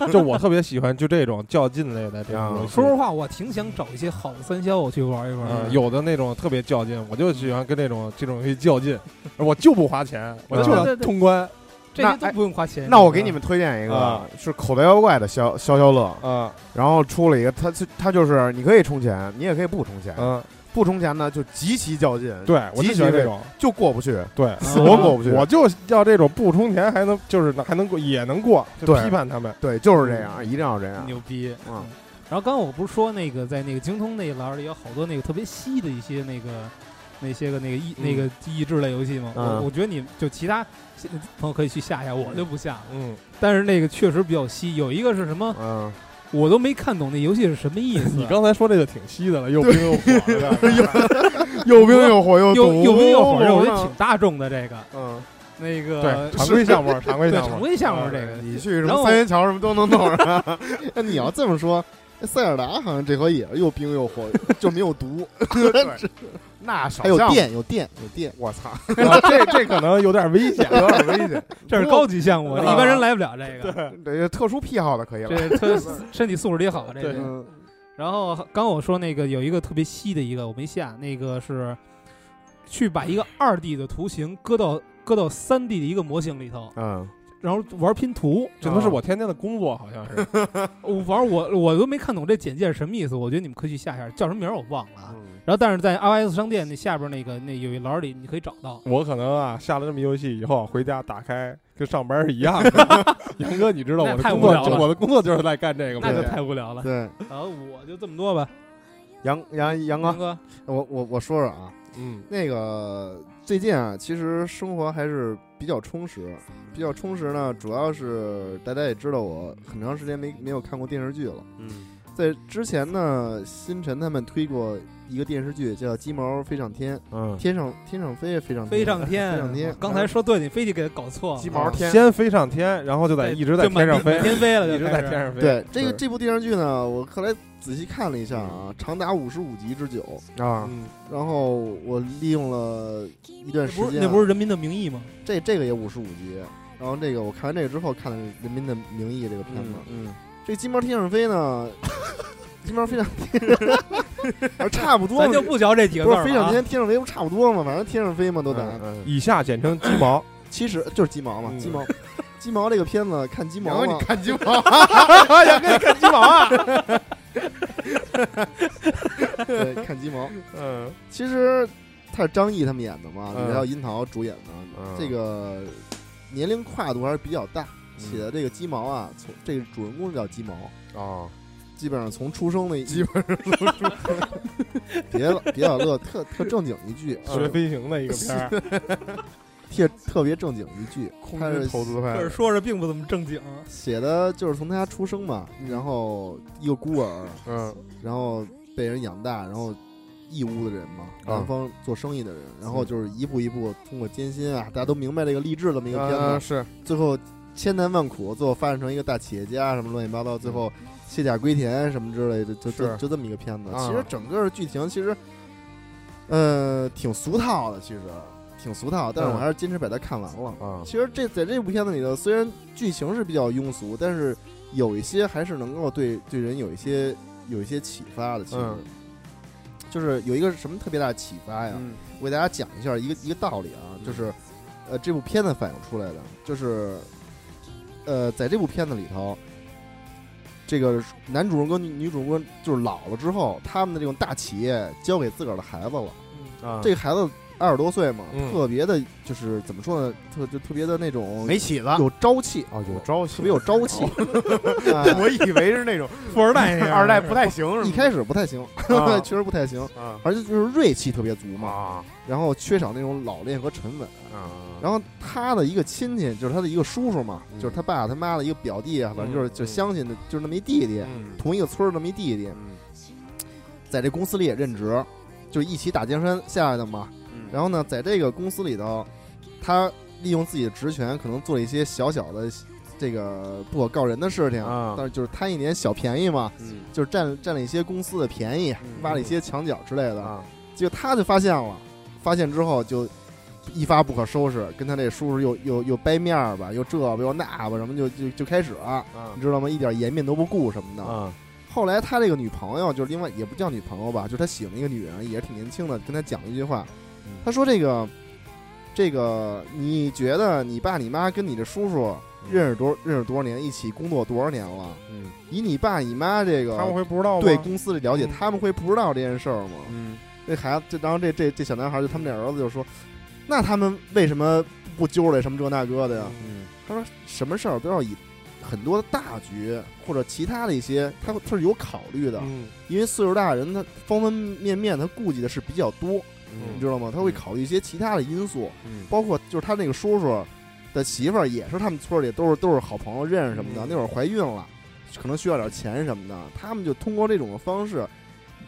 Speaker 3: 了。 就我特别喜欢就这种较劲类的这种游戏，
Speaker 4: 说实话，我挺想找一些好的三消我去玩一玩。
Speaker 3: 嗯，有的那种特别较劲，我就喜欢跟这种这种游戏较劲，我就不花钱，我就
Speaker 4: 对对
Speaker 3: 要
Speaker 4: 对
Speaker 3: 通关
Speaker 4: 这些
Speaker 2: 那哎
Speaker 4: 都不用花钱。
Speaker 2: 那我给你们推荐一个
Speaker 3: 啊，
Speaker 2: 是口袋妖怪的消消消乐，
Speaker 3: 啊
Speaker 2: 然后出了一个，它它它就是你可以充钱，你也可以不充钱，
Speaker 3: 嗯，
Speaker 2: 不充钱呢就极其较劲，
Speaker 3: 对我
Speaker 2: 极
Speaker 3: 就
Speaker 2: 其
Speaker 3: 喜欢
Speaker 2: 这
Speaker 3: 这种，
Speaker 2: 就过不去，
Speaker 3: 对。
Speaker 2: 死活
Speaker 4: 啊
Speaker 2: 过不去。
Speaker 3: 我就要这种不充钱还能就是还能过也能过，就
Speaker 2: 对
Speaker 3: 批判他们。
Speaker 2: 对，就是这
Speaker 4: 嗯
Speaker 2: 样，一定要这样。
Speaker 4: 牛逼。
Speaker 2: 嗯
Speaker 4: 然后刚刚我不是说那个在那个精通那一栏里有好多那个特别稀的一些那个那些个那个益、
Speaker 3: 嗯
Speaker 4: 那个益智类游戏吗？
Speaker 2: 嗯
Speaker 4: 我我觉得你就其他朋友可以去下一下，我就不下。
Speaker 3: 嗯，
Speaker 4: 但是那个确实比较稀，有一个是什么
Speaker 2: 嗯，
Speaker 4: 我都没看懂那游戏是什么意思。
Speaker 3: 你刚才说这个挺稀的了，又冰 又火的，
Speaker 2: 又冰又火又
Speaker 4: 又
Speaker 2: 毒，
Speaker 4: 又没有火热，我觉得挺大众的这个
Speaker 2: 嗯，
Speaker 4: 那
Speaker 3: 对
Speaker 4: 个
Speaker 3: 常规项目， 常规
Speaker 4: 对
Speaker 3: 项目，
Speaker 4: 常规项目这个。
Speaker 2: 你去什
Speaker 4: 然
Speaker 2: 么
Speaker 4: 后
Speaker 2: 三元桥什么都能弄上。
Speaker 1: 那你要这么说，那塞尔达好像这回也是又冰又火，就 没有 毒，
Speaker 2: 那少
Speaker 1: 还有
Speaker 2: 项目，
Speaker 1: 电，有电，有电。
Speaker 2: 我操，
Speaker 3: 啊这这可能有点危险，啊
Speaker 2: 有点危险。
Speaker 4: 这是高级项目，一般人来不了这个。
Speaker 2: 对，特殊癖好的可以了。
Speaker 4: 这特身体素质得好，这
Speaker 3: 对嗯
Speaker 4: 个。然后刚我说那个有一个特别稀的一个我没下，那个是去把一个二 D 的图形搁到搁到三 D 的一个模型里头，
Speaker 2: 嗯，
Speaker 4: 然后玩拼图。
Speaker 3: 这都是我天天的工作，好像是。
Speaker 4: 我玩我我都没看懂这简介是什么意思，我觉得你们可以去下一下，叫什么名儿我忘了啊。
Speaker 2: 嗯
Speaker 4: 然后但是在 iOS 商店那下边那个那有一栏里你可以找到。
Speaker 3: 我可能啊，下了这么游戏以后，回家打开跟上班是一样 的。杨哥，你知道我
Speaker 4: 那
Speaker 3: 的
Speaker 4: 太
Speaker 3: 工
Speaker 4: 无
Speaker 3: 作
Speaker 4: 聊
Speaker 3: 就，
Speaker 4: 了
Speaker 3: 我的工作就是在干这个吗
Speaker 4: 那？就太无聊了，
Speaker 1: 对，
Speaker 4: 然后我就这么多吧，
Speaker 2: 嗯杨杨杨
Speaker 4: 杨
Speaker 2: 哥，
Speaker 4: 哥，
Speaker 1: 我我我说说啊，
Speaker 3: 嗯
Speaker 1: 那个最近啊，其实生活还是比较充实，比较充实呢，主要是大家也知道我很长时间没没有看过电视剧了，
Speaker 2: 嗯
Speaker 1: 在之前呢，星辰他们推过一个电视剧叫《鸡毛飞上天》，
Speaker 2: 嗯，
Speaker 1: 天上天上飞，飞上
Speaker 4: 飞上
Speaker 1: 飞
Speaker 4: 嗯天啊
Speaker 1: 上天。，
Speaker 4: 刚才说对，你非得给搞错了，
Speaker 2: 鸡
Speaker 1: 啊
Speaker 2: 毛天，
Speaker 3: 先飞上天，然后就在
Speaker 4: 对
Speaker 3: 一直在天上
Speaker 4: 就满
Speaker 3: 飞
Speaker 4: 满，天飞了，
Speaker 3: 一直在天。上飞。
Speaker 1: 对这个
Speaker 3: 是
Speaker 1: 这部电视剧呢，我后来仔细看了一下啊，长达五十五集之久。
Speaker 2: 啊，
Speaker 3: 嗯，
Speaker 1: 然后我利用了一段
Speaker 4: 那
Speaker 1: 时
Speaker 4: 不是
Speaker 1: 间啊，
Speaker 4: 那不是《人民的名义》吗？
Speaker 1: 这这个也五十五集。然后这个我看完这个之后，看了《人民的名义》这个片子，
Speaker 2: 嗯，
Speaker 1: 这个鸡毛天上飞 呢，鸡毛飞上天，而差不多
Speaker 4: 咱
Speaker 1: 嘛
Speaker 4: 就不嚼这几个字
Speaker 1: 不
Speaker 4: 儿
Speaker 1: 是飞上
Speaker 4: 了啊。
Speaker 1: 天，天上飞不差不多嘛，反正天上飞嘛都得。
Speaker 2: 嗯，
Speaker 3: 以下简称鸡毛。
Speaker 1: 其实就是鸡毛嘛，
Speaker 3: 嗯
Speaker 1: 鸡毛，鸡毛这个片子看鸡
Speaker 2: 然
Speaker 1: 毛
Speaker 2: 后
Speaker 1: 嘛
Speaker 2: 你，看鸡 毛，杨哥你看鸡毛啊，
Speaker 1: 对，看鸡毛。
Speaker 2: 嗯
Speaker 1: 其实他是张译他们演的嘛，
Speaker 2: 嗯
Speaker 1: 李还有樱桃主演的，
Speaker 2: 嗯
Speaker 1: 这个年龄跨度还是比较大。写的这个鸡毛啊，从这个主人公叫鸡毛，
Speaker 3: 啊
Speaker 2: 哦，
Speaker 1: 基本上从出生那基本上别了别老乐，特特正经一句，
Speaker 2: 嗯
Speaker 3: 学飞行的一个片儿，
Speaker 1: 特特别正经一句，
Speaker 2: 空
Speaker 1: 他
Speaker 2: 军
Speaker 1: 是
Speaker 2: 投资
Speaker 4: 可是
Speaker 2: 派，
Speaker 4: 说着并不怎么正经，
Speaker 1: 写的就是从他出生嘛，然后一个孤儿，
Speaker 2: 嗯
Speaker 1: 然后被人养大，然后义乌的人嘛，
Speaker 2: 啊
Speaker 1: 南方做生意的人，然
Speaker 2: 嗯
Speaker 1: 后就是一步一步通过艰辛啊，大家都明白这个励志这么一个片
Speaker 2: 嗯
Speaker 1: 子，
Speaker 2: 是，
Speaker 1: 最后千难万苦，最后发展成一个大企业家，什么乱七八糟，最后卸甲归田什么之类的，就就是就这么一个片子。
Speaker 2: 啊
Speaker 1: 其实整个剧情其实，呃，挺俗套的，其实挺俗套，但是我
Speaker 2: 嗯
Speaker 1: 还是坚持把它看完了。
Speaker 2: 啊，
Speaker 1: 其实这在这部片子里头，虽然剧情是比较庸俗，但是有一些还是能够对对人有一些有一些启发的。其实、
Speaker 2: 嗯
Speaker 1: 就是有一个什么特别大的启发呀？
Speaker 2: 嗯
Speaker 1: 我给大家讲一下一个一个道理啊，就是呃这部片子反映出来的，就是呃在这部片子里头。这个男主人公、女女主人公就是老了之后，他们的这种大企业交给自个儿的孩子了。
Speaker 4: 嗯
Speaker 2: 啊，
Speaker 1: 这个孩子二十多岁嘛，
Speaker 3: 嗯
Speaker 1: 特别的，就是怎么说呢，特就特别的那种
Speaker 2: 没起子，
Speaker 1: 有朝气，
Speaker 2: 哦，有哦朝气，
Speaker 1: 特别有朝气。啊
Speaker 2: 我以为是那种
Speaker 4: 富二代那样
Speaker 2: 二代不太行，
Speaker 1: 哎一开始不太行，
Speaker 2: 啊
Speaker 1: 确实不太行，
Speaker 2: 啊
Speaker 1: 而且就是锐气特别足嘛，
Speaker 2: 啊
Speaker 1: 然后缺少那种老练和沉稳。
Speaker 2: 啊，
Speaker 1: 然后他的一个亲戚，就是他的一个叔叔嘛，
Speaker 2: 嗯
Speaker 1: 就是他爸他妈的一个表弟啊，反正就是
Speaker 2: 嗯
Speaker 1: 就
Speaker 2: 嗯
Speaker 1: 相亲的，就是那么一弟弟，
Speaker 2: 嗯
Speaker 1: 同一个村儿那么一弟弟，
Speaker 2: 嗯
Speaker 1: 在这公司里也任职，就一起打江山下来的嘛。
Speaker 2: 嗯
Speaker 1: 然后呢，在这个公司里头，他利用自己的职权，可能做了一些小小的这个不可告人的事情，
Speaker 2: 啊
Speaker 1: 但是就是贪一点小便宜嘛，
Speaker 2: 嗯
Speaker 1: 就是占占了一些公司的便宜，
Speaker 2: 嗯
Speaker 1: 挖了一些墙角之类的。
Speaker 2: 啊
Speaker 1: 结果他就发现了，发现之后就一发不可收拾，跟他这叔叔又又又掰面儿吧，又这吧又那吧，什么就就就开始了，
Speaker 2: 啊
Speaker 1: 你知道吗？一点颜面都不顾什么的。
Speaker 2: 啊
Speaker 1: 后来他这个女朋友，就是另外也不叫女朋友吧，就是他喜欢一个女人，也是挺年轻的，跟他讲了一句话
Speaker 2: 嗯，
Speaker 1: 他说这个，这个你觉得你爸你妈跟你的叔叔
Speaker 2: 嗯
Speaker 1: 认识多认识多少年，一起工作多少年了？
Speaker 2: 嗯
Speaker 1: 以你爸你妈这
Speaker 3: 他
Speaker 1: 个
Speaker 3: 们会不知道吗？
Speaker 1: 对公司的了解，
Speaker 3: 嗯
Speaker 1: 他们会不知道这件事儿吗？
Speaker 2: 嗯
Speaker 1: 这孩子，这然后这这这小男孩就他们这儿子就说，那他们为什么不揪来什么这那个的呀？
Speaker 2: 嗯
Speaker 1: 他说什么事儿都要以很多的大局或者其他的一些，他会他是有考虑的，
Speaker 3: 嗯，
Speaker 1: 因为岁数大的人他方方面面他顾忌的是比较多，你
Speaker 2: 嗯
Speaker 1: 知道吗？他会考虑一些其他的因素，
Speaker 2: 嗯
Speaker 1: 包括就是他那个叔叔的媳妇儿也是他们村儿里都是都是好朋友认识什么的，
Speaker 3: 嗯
Speaker 1: 那会儿怀孕了，可能需要点钱什么的，他们就通过这种方式，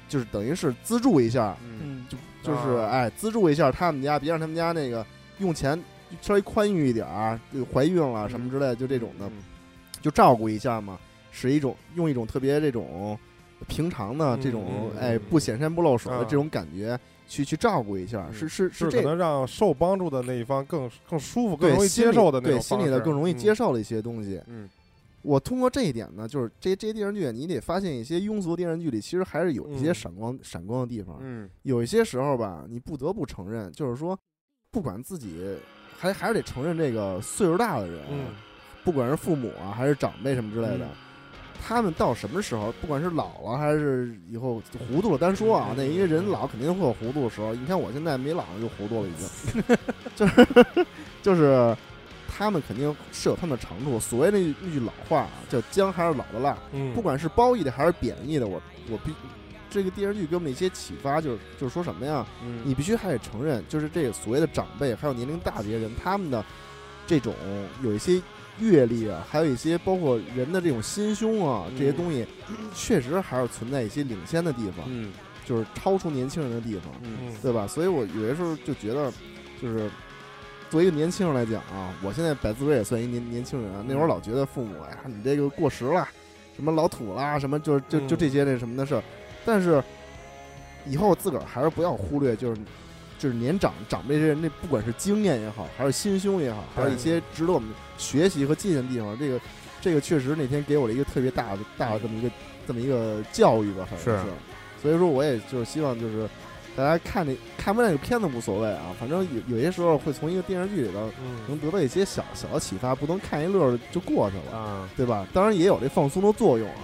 Speaker 1: 就是等于是资助一下，
Speaker 2: 嗯
Speaker 4: 嗯，
Speaker 1: 就是
Speaker 2: 啊
Speaker 1: 哎资助一下他们家，别让他们家那个用钱稍微宽裕一点儿，就怀孕了
Speaker 2: 嗯
Speaker 1: 什么之类的，就这种的，就照顾一下嘛，使一种用一种特别这种平常的
Speaker 3: 嗯
Speaker 1: 这种
Speaker 3: 嗯嗯
Speaker 1: 哎
Speaker 2: 嗯
Speaker 1: 不显山不露水的
Speaker 2: 啊
Speaker 1: 这种感觉去去照顾一下，
Speaker 2: 嗯
Speaker 1: 是是
Speaker 3: 是可
Speaker 1: 这
Speaker 3: 能让受帮助的那一方更更舒服、更
Speaker 1: 对
Speaker 3: 容易
Speaker 1: 心
Speaker 3: 接
Speaker 1: 里
Speaker 3: 受的那
Speaker 1: 对
Speaker 3: 种
Speaker 1: 心
Speaker 3: 方
Speaker 1: 里
Speaker 3: 式，
Speaker 1: 的更容易接
Speaker 3: 嗯。
Speaker 1: 受的一些东西。
Speaker 2: 嗯
Speaker 1: 我通过这一点呢，就是这这些电视剧，你得发现一些庸俗电视剧里其实还是有一些
Speaker 3: 嗯
Speaker 1: 闪光闪光的地方。
Speaker 2: 嗯
Speaker 1: 有一些时候吧，你不得不承认，就是说，不管自己，还还是得承认这个岁数大的人，啊
Speaker 3: 嗯
Speaker 1: 不管是父母啊，还是长辈什么之类的，
Speaker 3: 嗯
Speaker 1: 他们到什么时候，不管是老了还是以后糊涂了，单说啊，
Speaker 3: 嗯
Speaker 1: 那因为人老肯定会有糊涂的时候。你看我现在没老就糊涂了，已经， 就是就是，他们肯定是有他们的长处。所谓那那句老话啊，叫姜还是老的辣，
Speaker 3: 嗯，
Speaker 1: 不管是褒义的还是贬义的，我我必这个电视剧给我们一些启发，就是就是说什么呀？
Speaker 2: 嗯
Speaker 1: 你必须还得承认，就是这个所谓的长辈还有年龄大的这些人，他们的这种有一些阅历啊，还有一些包括人的这种心胸啊，这些
Speaker 2: 嗯
Speaker 1: 东西，确实还是存在一些领先的地方，
Speaker 2: 嗯
Speaker 1: 就是超出年轻人的地方，
Speaker 2: 嗯
Speaker 1: 对吧？所以我有的时候就觉得，就是作为一个年轻人来讲啊，我现在百自威也算一年年轻人啊。那会儿老觉得父母，哎呀，你这个过时了，什么老土啦，什么就就就
Speaker 3: 嗯
Speaker 1: 这些那什么的事儿。但是以后自个儿还是不要忽略，就是就是年长长辈这人，那不管是经验也好，还是心胸也好，还有一些值得我们学习和借鉴的地方，这个这个确实那天给我了一个特别大的大的这么一个这么一个教育吧，反正
Speaker 2: 是
Speaker 1: 是所以说，我也就是希望就是大家看这看不看这个片子无所谓啊，反正有有些时候会从一个电视剧里头
Speaker 3: 嗯
Speaker 1: 能得到一些小小的启发，不能看一乐儿就过去了，
Speaker 2: 啊，
Speaker 1: 对吧？当然也有这放松的作用啊，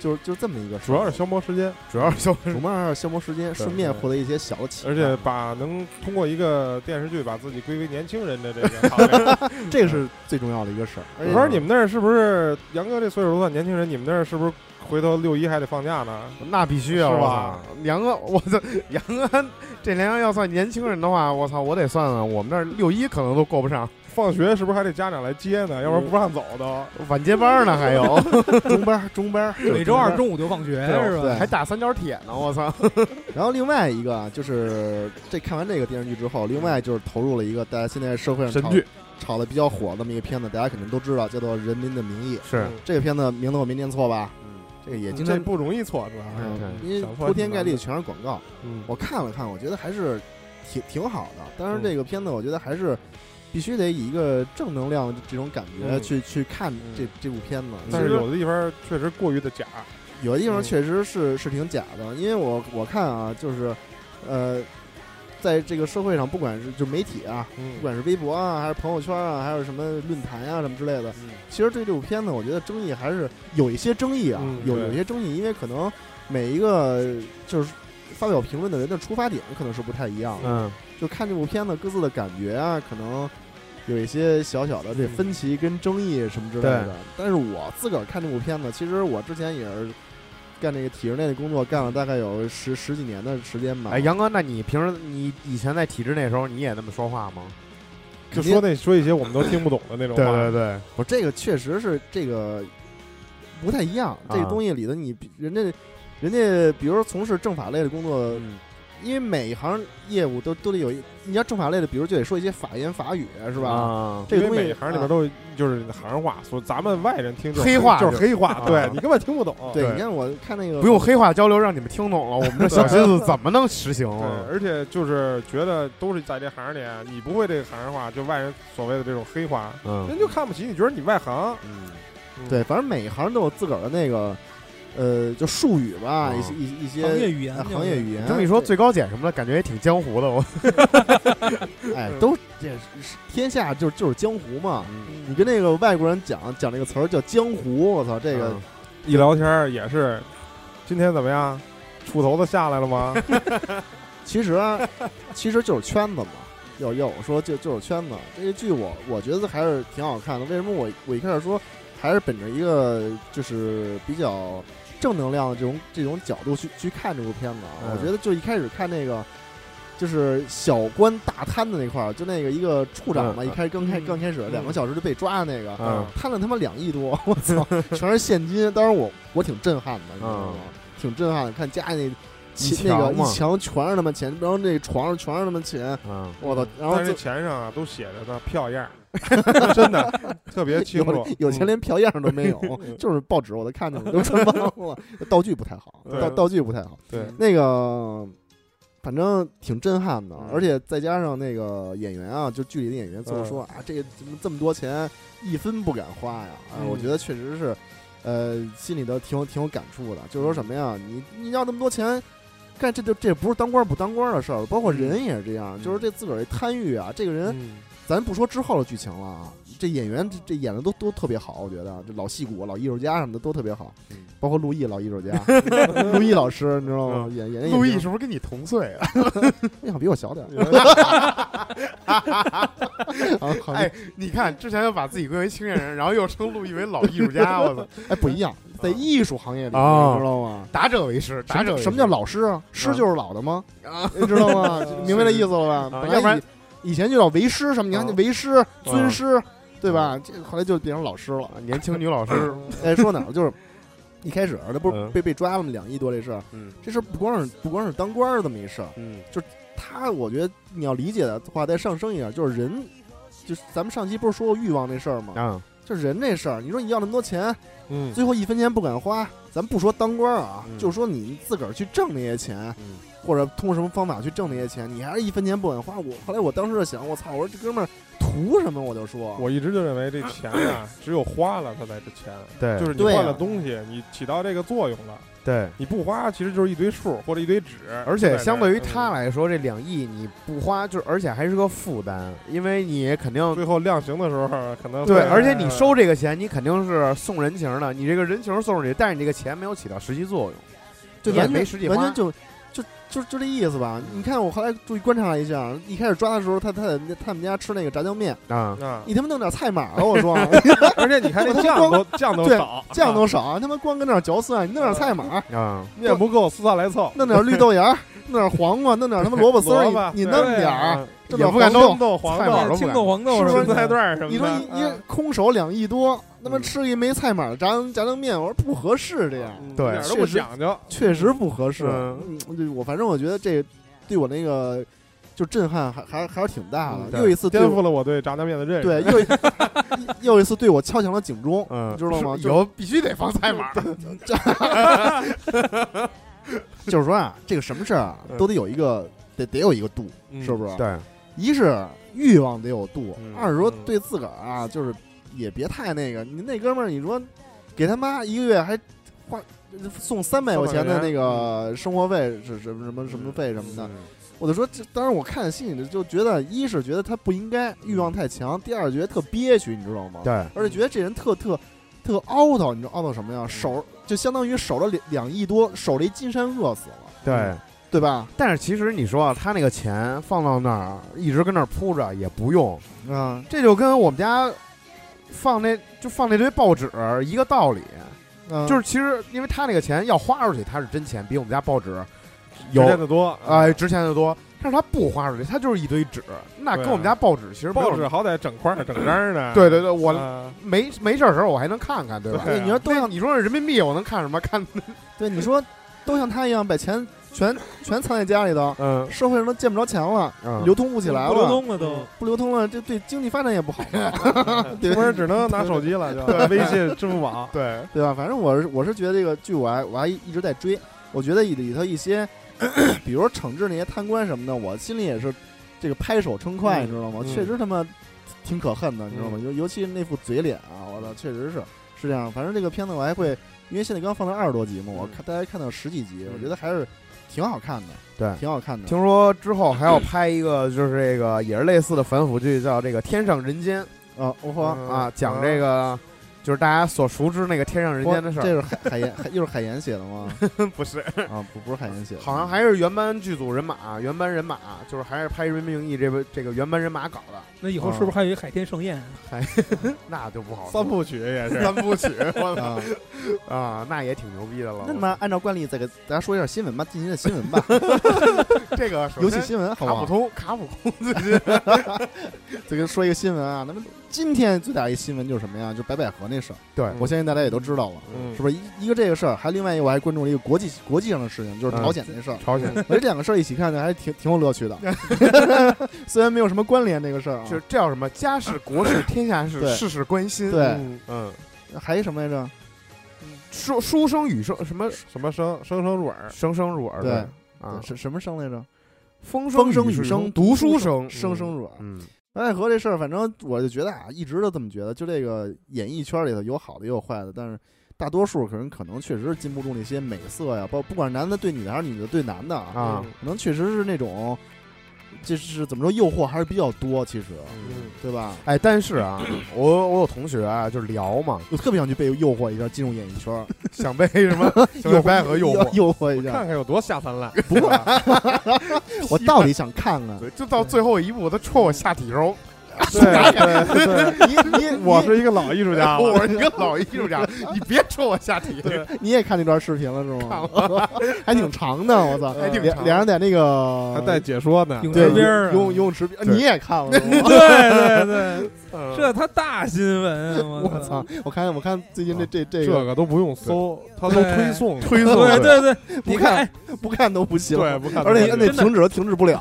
Speaker 1: 就是就这么一个事
Speaker 3: 主
Speaker 1: 儿，
Speaker 3: 要是消磨时间，
Speaker 2: 主要是就
Speaker 1: 主要是消磨时间，顺便获得一些小的启发，
Speaker 3: 而且把能通过一个电视剧把自己归为年轻人的 这个行
Speaker 1: 嗯
Speaker 3: 列。
Speaker 1: 这个是最重要的一个事儿。而
Speaker 3: 我
Speaker 1: 且
Speaker 3: 说你们那儿是不是杨哥这岁数都算年轻人？你们那儿是不是回头六一还得放假呢？
Speaker 2: 那必须啊，
Speaker 3: 是
Speaker 2: 我
Speaker 3: 吧
Speaker 2: 操杨哥，我操，杨哥，这梁阳要算年轻人的话，我操，我得算算，我们这儿六一可能都够不上，
Speaker 3: 放学是不是还得家长来接呢？要不然不让走都。
Speaker 2: 晚接班呢还 有，
Speaker 1: 中班儿中班儿，
Speaker 4: 每周 二中午就放学
Speaker 1: 嗯对
Speaker 4: 是吧？
Speaker 1: 对
Speaker 2: 还打三角铁呢，我操，
Speaker 1: 然后另外一个啊，就是这看完这个电视剧之后，另外就是投入了一个大家现在社会上
Speaker 3: 神
Speaker 1: 炒
Speaker 3: 剧
Speaker 1: 炒的比较火的那么一个片子，大家肯定都知道，叫做《人民的名义》。
Speaker 2: 是
Speaker 3: 嗯
Speaker 1: 这个片子名字我没念错吧？
Speaker 2: 嗯，
Speaker 1: 这个也经
Speaker 3: 这
Speaker 1: 常，
Speaker 3: 不容易错，主要是。
Speaker 1: 嗯
Speaker 2: 对
Speaker 1: 因为
Speaker 3: 想错
Speaker 1: 铺天
Speaker 3: 挺
Speaker 1: 盖
Speaker 3: 难
Speaker 1: 地
Speaker 3: 的
Speaker 1: 全是广告。
Speaker 3: 嗯，
Speaker 1: 我看了看，我觉得还是挺挺好的。但是
Speaker 3: 嗯
Speaker 1: 这个片子，我觉得还是必须得以一个正能量这种感觉
Speaker 3: 嗯
Speaker 1: 去去看这这部片子。
Speaker 3: 但
Speaker 1: 其
Speaker 3: 是
Speaker 1: 实
Speaker 3: 有的地方确实过于的假。
Speaker 1: 有的地方
Speaker 3: 嗯
Speaker 1: 确实是、是挺假的，因为我我看啊，就是呃，在这个社会上，不管是就媒体啊，不
Speaker 3: 嗯，
Speaker 1: 管是微博啊，还是朋友圈啊，还有什么论坛啊什么之类的，
Speaker 3: 嗯
Speaker 1: 其实对这部片子，我觉得争议还是有一些争议啊，
Speaker 3: 嗯
Speaker 1: 有
Speaker 3: 对
Speaker 1: 有一些争议，因为可能每一个就是发表评论的人的出发点可能是不太一样的，
Speaker 2: 嗯，
Speaker 1: 就看这部片子各自的感觉啊，可能有一些小小的这
Speaker 3: 嗯
Speaker 1: 分歧跟争议什么之类的。但是我自个儿看这部片子，其实我之前也是干这个体制内的工作，干了大概有十十几年的时间吧。
Speaker 2: 哎，杨哥，那你平时你以前在体制那时候，你也那么说话吗？
Speaker 3: 就说那说一些我们都听不懂的那种话。
Speaker 2: 对，
Speaker 1: 不，这个确实是这个不太一样。这个
Speaker 2: 啊
Speaker 1: 东西里头你，比人家人家，比如说从事政法类的工作，
Speaker 2: 嗯
Speaker 1: 因为每一行业务都都得有一，你要政法类的，比如就得说一些法言法语，是
Speaker 2: 是
Speaker 1: 吧？
Speaker 2: 吧？
Speaker 1: 这个
Speaker 3: 因
Speaker 1: 东
Speaker 3: 为
Speaker 1: 西
Speaker 3: 每行里边
Speaker 1: 啊
Speaker 3: 都就是行话，所以咱们外人听就是
Speaker 2: 黑话
Speaker 3: 就是黑话，
Speaker 2: 就
Speaker 3: 对
Speaker 2: 啊
Speaker 3: 你根本听不懂。
Speaker 1: 对，
Speaker 2: 对
Speaker 1: 你看我看那个
Speaker 2: 不用黑话交流，让你们听懂了，我们 这小心思怎么能实行
Speaker 1: 嗯
Speaker 3: 对
Speaker 2: 啊？
Speaker 3: 而且就是觉得都是在这行里，啊你不会这个行话，就外人所谓的这种黑话，
Speaker 2: 嗯
Speaker 3: 人就看不起你，觉得你外行。
Speaker 2: 嗯，
Speaker 1: 对，反正每一行都有自个儿的那个呃，就术语吧，
Speaker 2: 啊
Speaker 1: 一些一一些
Speaker 4: 行业语言
Speaker 1: 啊
Speaker 4: 就是，
Speaker 1: 行业语言。
Speaker 2: 这么一说，
Speaker 1: 对
Speaker 2: 最高检什么的，感觉也挺江湖的。我
Speaker 1: 哎，
Speaker 3: 嗯
Speaker 1: 都这是天下就就是江湖嘛。
Speaker 2: 嗯
Speaker 1: 你跟那个外国人讲讲这个词儿叫江湖，我操，这
Speaker 2: 嗯
Speaker 1: 个
Speaker 3: 一聊天儿也是，今天怎么样？杵头子下来了吗？
Speaker 1: 其实 啊其实就是圈子嘛。要要我说就就是圈子，这个剧我我觉得还是挺好看的。为什么我我一开始说还是本着一个就是比较正能量的这种这种角度去去看这部片子啊？
Speaker 2: 嗯
Speaker 1: 我觉得就一开始看那个就是小官大贪的那块儿，就那个一个处长嘛，
Speaker 2: 嗯
Speaker 1: 一开始刚开
Speaker 4: 嗯
Speaker 1: 刚开始
Speaker 4: 嗯
Speaker 1: 两个小时就被抓的那个，
Speaker 2: 嗯
Speaker 1: 贪了他妈两亿多，我操，全是现金。当时我我挺震撼的，你知道
Speaker 2: 嗯
Speaker 1: 吗？挺震撼的，看家里那
Speaker 2: 一
Speaker 1: 钱那个
Speaker 2: 墙嘛
Speaker 1: 一墙全是他妈钱，然后那床上全是他妈钱，
Speaker 2: 嗯，
Speaker 1: 我操！然后
Speaker 3: 但是
Speaker 1: 就
Speaker 3: 这钱上啊都写着呢，票样儿，真 的特别清楚
Speaker 1: 有。有
Speaker 2: 嗯
Speaker 1: 钱连票样都没有， 就是报纸我都看见了，都穿帮了。道具不太 好，
Speaker 3: 对
Speaker 1: 道道具不太好。
Speaker 3: 嗯对，
Speaker 1: 那个反正挺震撼的
Speaker 3: 嗯，
Speaker 1: 而且再加上那个演员啊，就剧里的演员最后说啊，这个怎么这么多钱，一分不敢花呀？啊，
Speaker 3: 嗯
Speaker 1: 我觉得确实是，呃，心里头挺有挺有感触的。
Speaker 3: 嗯
Speaker 1: 就是说什么呀，你你要那么多钱。干这就这不是当官不当官的事儿，包括人也是这样，就是这自个儿这贪欲啊，这个人
Speaker 3: 嗯
Speaker 1: 咱不说之后的剧情了啊，这演员这这演的都都特别好，我觉得这老戏骨、老艺术家什么的都特别好
Speaker 2: 嗯，
Speaker 1: 包括陆毅老艺 术家，陆毅老师你知道吗？演演的
Speaker 2: 嗯陆毅
Speaker 1: 演
Speaker 2: 是不是跟你同岁啊？
Speaker 1: 那好比我小点儿，啊，好
Speaker 2: 哎， 你看之前又把自己归为青年人，然后又称陆毅为老艺术家，我操，
Speaker 1: 哎不一样，在艺术行业里，你知
Speaker 2: 嗯啊
Speaker 1: 道吗？
Speaker 2: 达者为师，达
Speaker 1: 什
Speaker 2: 者
Speaker 1: 么
Speaker 2: 为师
Speaker 1: 什么叫老师啊？
Speaker 2: 嗯
Speaker 1: 师就是老的吗？你知道 吗？明白这意思了吧？
Speaker 2: 啊
Speaker 1: 本来
Speaker 2: 要不然
Speaker 1: 以以前就叫为师什么，你看
Speaker 2: 啊
Speaker 1: 那为师、
Speaker 2: 啊
Speaker 1: 尊师，对吧？这后来就变成老师了。
Speaker 2: 年轻女老 师，
Speaker 1: 哎，说哪儿了就是一开始啊那不是
Speaker 2: 嗯
Speaker 1: 被被抓了吗？两亿多这事儿，
Speaker 2: 嗯
Speaker 1: 这事儿不光是不光是当官儿这么一事儿，
Speaker 2: 嗯
Speaker 1: 他我觉得你要理解的话再上升一点，就是人，就是咱们上期不是说过欲望这事儿吗？
Speaker 2: 啊，
Speaker 1: 就是人这事儿，你说你要那么多钱，
Speaker 3: 嗯，
Speaker 1: 最后一分钱不敢花，咱不说当官儿啊，
Speaker 2: 嗯
Speaker 1: 就说你自个儿去挣那些钱，
Speaker 2: 嗯
Speaker 1: 或者通过什么方法去挣那些钱，你还是一分钱不敢花。我后来我当时就想，我操，我说这哥们儿图什么？我就说，
Speaker 3: 我一直就认为这钱啊，只有花了它才值钱，
Speaker 2: 对，
Speaker 3: 就是你
Speaker 1: 对啊
Speaker 3: 换了东西，你起到这个作用了。
Speaker 2: 对。
Speaker 3: 你不花，其实就是一堆数或者一堆纸。
Speaker 2: 而且相对于嗯他
Speaker 3: 它，
Speaker 2: 来说，这两亿你不花，就是而且还是个负担，因为你肯定
Speaker 3: 嗯最后量刑的时候可能
Speaker 2: 对，
Speaker 3: 会嗯
Speaker 2: 而且你收这个钱，你肯定是送人情的，你这个人情送出去，但是你这个钱没有起到实际作用，
Speaker 1: 就
Speaker 2: 也
Speaker 1: 完
Speaker 2: 没
Speaker 1: 全
Speaker 2: 实际
Speaker 1: 完
Speaker 2: 花
Speaker 1: 全就就就就这意思吧。你看我后来注意观察了一下，一开始抓的时候，他他在他们家吃那个炸酱面，
Speaker 2: 啊。
Speaker 3: 啊，
Speaker 1: 你他妈弄点菜码吧，我说
Speaker 3: 而且你看那酱都酱都
Speaker 1: 对
Speaker 3: 少，
Speaker 1: 酱都少，啊他妈光跟那儿嚼蒜，你弄点菜码，
Speaker 2: 啊，
Speaker 3: 面不够，丝来凑，
Speaker 1: 弄点绿豆芽儿，弄点黄瓜，弄点他妈萝卜丝儿，
Speaker 3: 萝卜
Speaker 1: 你你
Speaker 3: 对
Speaker 1: 弄点儿，
Speaker 3: 啊
Speaker 1: 这
Speaker 2: 也
Speaker 1: 点
Speaker 2: 不敢
Speaker 1: 黄
Speaker 2: 弄
Speaker 1: 豆。
Speaker 3: 豆黄
Speaker 2: 菜码
Speaker 3: 豆
Speaker 2: 都不
Speaker 4: 青
Speaker 2: 敢
Speaker 4: 豆、黄豆
Speaker 1: 是
Speaker 4: 什
Speaker 1: 不
Speaker 4: 么
Speaker 1: 是
Speaker 3: 生菜
Speaker 4: 的，
Speaker 3: 段儿什么的。
Speaker 1: 你说一
Speaker 3: 啊
Speaker 1: 一空手两亿多，他妈
Speaker 3: 嗯
Speaker 1: 吃一没菜码的炸炸酱面，我说不合适这样，
Speaker 3: 嗯
Speaker 2: 对
Speaker 3: 一点都不讲究。
Speaker 1: 确实不合适。
Speaker 2: 嗯
Speaker 1: 嗯对我反正我觉得这对我那个就震撼还还还是挺大
Speaker 3: 嗯
Speaker 1: 的，又一次对
Speaker 3: 颠
Speaker 1: 我
Speaker 3: 覆了我对炸酱面的认识。
Speaker 1: 对，又一 又一次对我敲响了警钟，
Speaker 2: 嗯，
Speaker 1: 你知道吗
Speaker 2: 以
Speaker 1: 就
Speaker 2: 后必须得放菜码。
Speaker 1: 就是说啊，这个什么事儿啊
Speaker 2: 嗯
Speaker 1: 都得有一个，得得有一个度，
Speaker 3: 嗯
Speaker 1: 是不是？，
Speaker 2: 对，
Speaker 1: 一是欲望得有度
Speaker 3: 嗯，
Speaker 1: 二是说
Speaker 3: 嗯
Speaker 1: 对自个儿啊，就是也别太那个。你那哥们儿，你说给他妈一个月还花送三百块钱的那个生活费，是什么什么什么费什么
Speaker 3: 嗯
Speaker 1: 的，我就说，这当时我看心里就觉得，一是觉得他不应该，欲望太强；第二觉得特憋屈，你知道吗？
Speaker 2: 对，
Speaker 1: 而且觉得这人特特特凹叨，你知道凹叨什么呀？守就相当于守了两两亿多，守了一金山饿死了，
Speaker 2: 对。
Speaker 3: 嗯
Speaker 1: 对吧？
Speaker 2: 但是其实你说啊，他那个钱放到那儿，啊一直跟那儿铺着也不用，
Speaker 4: 嗯
Speaker 1: 啊，
Speaker 2: 这就跟我们家放那就放那堆报纸一个道理。
Speaker 3: 嗯
Speaker 1: 啊
Speaker 2: 就是其实因为他那个钱要花出去，他是真钱，比我们家报纸有
Speaker 3: 见的多啊
Speaker 2: 哎、值钱的多。但是他不花出去，他就是一堆纸，那
Speaker 3: 对啊
Speaker 2: 跟我们家报纸其实没有
Speaker 3: 报纸好歹整块儿整张儿的。
Speaker 2: 对对对，我、
Speaker 3: 啊
Speaker 2: 没没事儿的时候我还能看看，对吧？
Speaker 3: 对
Speaker 1: 对，你说都
Speaker 2: 那
Speaker 1: 像
Speaker 2: 你说人民币我能看什么？看
Speaker 1: 对你说都像他一样，把钱全全藏在家里 头，
Speaker 2: 嗯
Speaker 1: 社会上都见不着钱了，
Speaker 2: 嗯，
Speaker 1: 流通不起来了，嗯
Speaker 4: 不流通了都。
Speaker 1: 不流通了，这对经济发展也不好嘛， 对
Speaker 3: 出门只能拿手机了，就微信、支付宝。
Speaker 2: 对
Speaker 1: 对吧？反正我是我是觉得这个剧我还我还一直在追，我觉得里头一些， 比如说惩治那些贪官什么的，我心里也是这个拍手称快，
Speaker 3: 嗯
Speaker 1: 你知道吗？
Speaker 3: 嗯
Speaker 1: 确实他妈挺可恨的，你知道吗？尤、尤其是那副嘴脸啊，我操，确实是是这样。反正这个片子我还会，因为现在刚放到二十多集嘛，我看大家看到十几集，我觉得还是挺好看的，
Speaker 2: 对
Speaker 1: 挺好看的。
Speaker 2: 听说之后还要拍一个，就是这个也是类似的反腐剧，叫这个《天上人间》
Speaker 1: 啊，我嚯！
Speaker 3: 嗯
Speaker 2: 啊，讲这个就是大家所熟知那个天上人间的事
Speaker 1: 这是
Speaker 2: 儿，
Speaker 1: 海海岩，海又是海岩写的吗？
Speaker 2: 不是，
Speaker 1: 啊，不，不是海岩写的，
Speaker 2: 好像还是原班剧组人马，原班人马就是还是拍《人民名义》这部这个原班人马搞的，
Speaker 4: 那以
Speaker 1: 啊
Speaker 4: 后是不是还有一海天盛 宴？啊
Speaker 2: 那就不好说
Speaker 3: 三部曲也是，
Speaker 2: 三部曲 我
Speaker 1: 啊。
Speaker 2: 啊，那也挺牛逼的了。
Speaker 1: 那么按照惯例，再给大家说一下新闻吧，近期的新闻吧，
Speaker 2: 这 个首
Speaker 1: 游戏
Speaker 2: 先
Speaker 1: 新啊闻好不
Speaker 2: 卡普
Speaker 1: 好？
Speaker 2: 通卡普空最近
Speaker 1: 这个说一个新闻啊，那么今天最大一新闻就是什么呀？就白百合那事儿，
Speaker 2: 对
Speaker 1: 我相信大家也都知道了，
Speaker 3: 嗯
Speaker 1: 是不是？一一个这个事儿，还另外一个我还关注了一个国际国际上的事情，就是朝鲜
Speaker 2: 嗯
Speaker 1: 那事儿。
Speaker 2: 朝鲜，
Speaker 1: 我觉得这两个事儿一起看呢，还是挺挺有乐趣的，虽然没有什么关联这个事儿啊。
Speaker 2: 就是这叫什么？家事国事天下事，
Speaker 1: 对
Speaker 2: 事事关心。
Speaker 1: 对
Speaker 3: 嗯
Speaker 2: 嗯，
Speaker 1: 还有什么来着？
Speaker 2: 书书生雨声什么
Speaker 3: 什么生生生入耳，
Speaker 2: 声声入耳
Speaker 1: 对
Speaker 2: 的啊，
Speaker 1: 什什么声来着？
Speaker 2: 风
Speaker 1: 风
Speaker 2: 声
Speaker 1: 声
Speaker 2: 雨
Speaker 1: 雨声
Speaker 2: 读
Speaker 1: 读
Speaker 2: 书
Speaker 1: 书
Speaker 2: 声
Speaker 1: 声声入耳。
Speaker 2: 嗯，
Speaker 1: 白百合这事儿，反正我就觉得啊，一直都这么觉得。就这个演艺圈里头有好的也有坏的，但是大多数可能可能确实是禁不住那些美色呀，包不管是男的对女的还是女的对男的啊，
Speaker 2: 啊
Speaker 3: 嗯
Speaker 1: 可能确实是那种，就是怎么说诱惑还是比较多，其实
Speaker 2: 嗯，
Speaker 1: 对吧？
Speaker 2: 哎，但是啊，我我有同学啊，就是聊嘛，
Speaker 1: 我特别想去被诱惑一下，进入演艺圈 儿，
Speaker 2: 想被什么想被白和诱
Speaker 1: 诱
Speaker 2: 惑，
Speaker 1: 诱惑一
Speaker 3: 看
Speaker 1: 下。
Speaker 3: 看有多下三滥。
Speaker 1: 不过， 我到底想看看
Speaker 2: 对，就到最后一步，他戳我下体肉，
Speaker 3: 对对对，
Speaker 1: 你 你
Speaker 3: 我是一个老艺术
Speaker 1: 啊
Speaker 3: 家
Speaker 2: 我
Speaker 3: 了，
Speaker 2: 说你个老艺术家，你别戳我下体，
Speaker 1: 你你也看那段视频了是吗？ 还挺长的，我操，
Speaker 2: 还挺
Speaker 1: 脸
Speaker 2: 长啊
Speaker 1: 脸上在那个
Speaker 3: 还带解说呢。
Speaker 4: 泳
Speaker 1: 对
Speaker 4: 池边儿啊
Speaker 1: 游游泳池边，
Speaker 2: 对
Speaker 1: 你也看了是吗？
Speaker 4: 对对对，
Speaker 2: 嗯
Speaker 4: 这个他大新闻，啊
Speaker 1: 我操！！我看我看最近这这这
Speaker 3: 这
Speaker 1: 个
Speaker 3: 个都不用搜，它都推送
Speaker 1: 推送
Speaker 4: 对对对，你
Speaker 1: 不看
Speaker 4: 哎
Speaker 1: 不看都不行，
Speaker 3: 对，不看
Speaker 1: 而且你摁那
Speaker 4: 真的
Speaker 1: 停止都停止不了，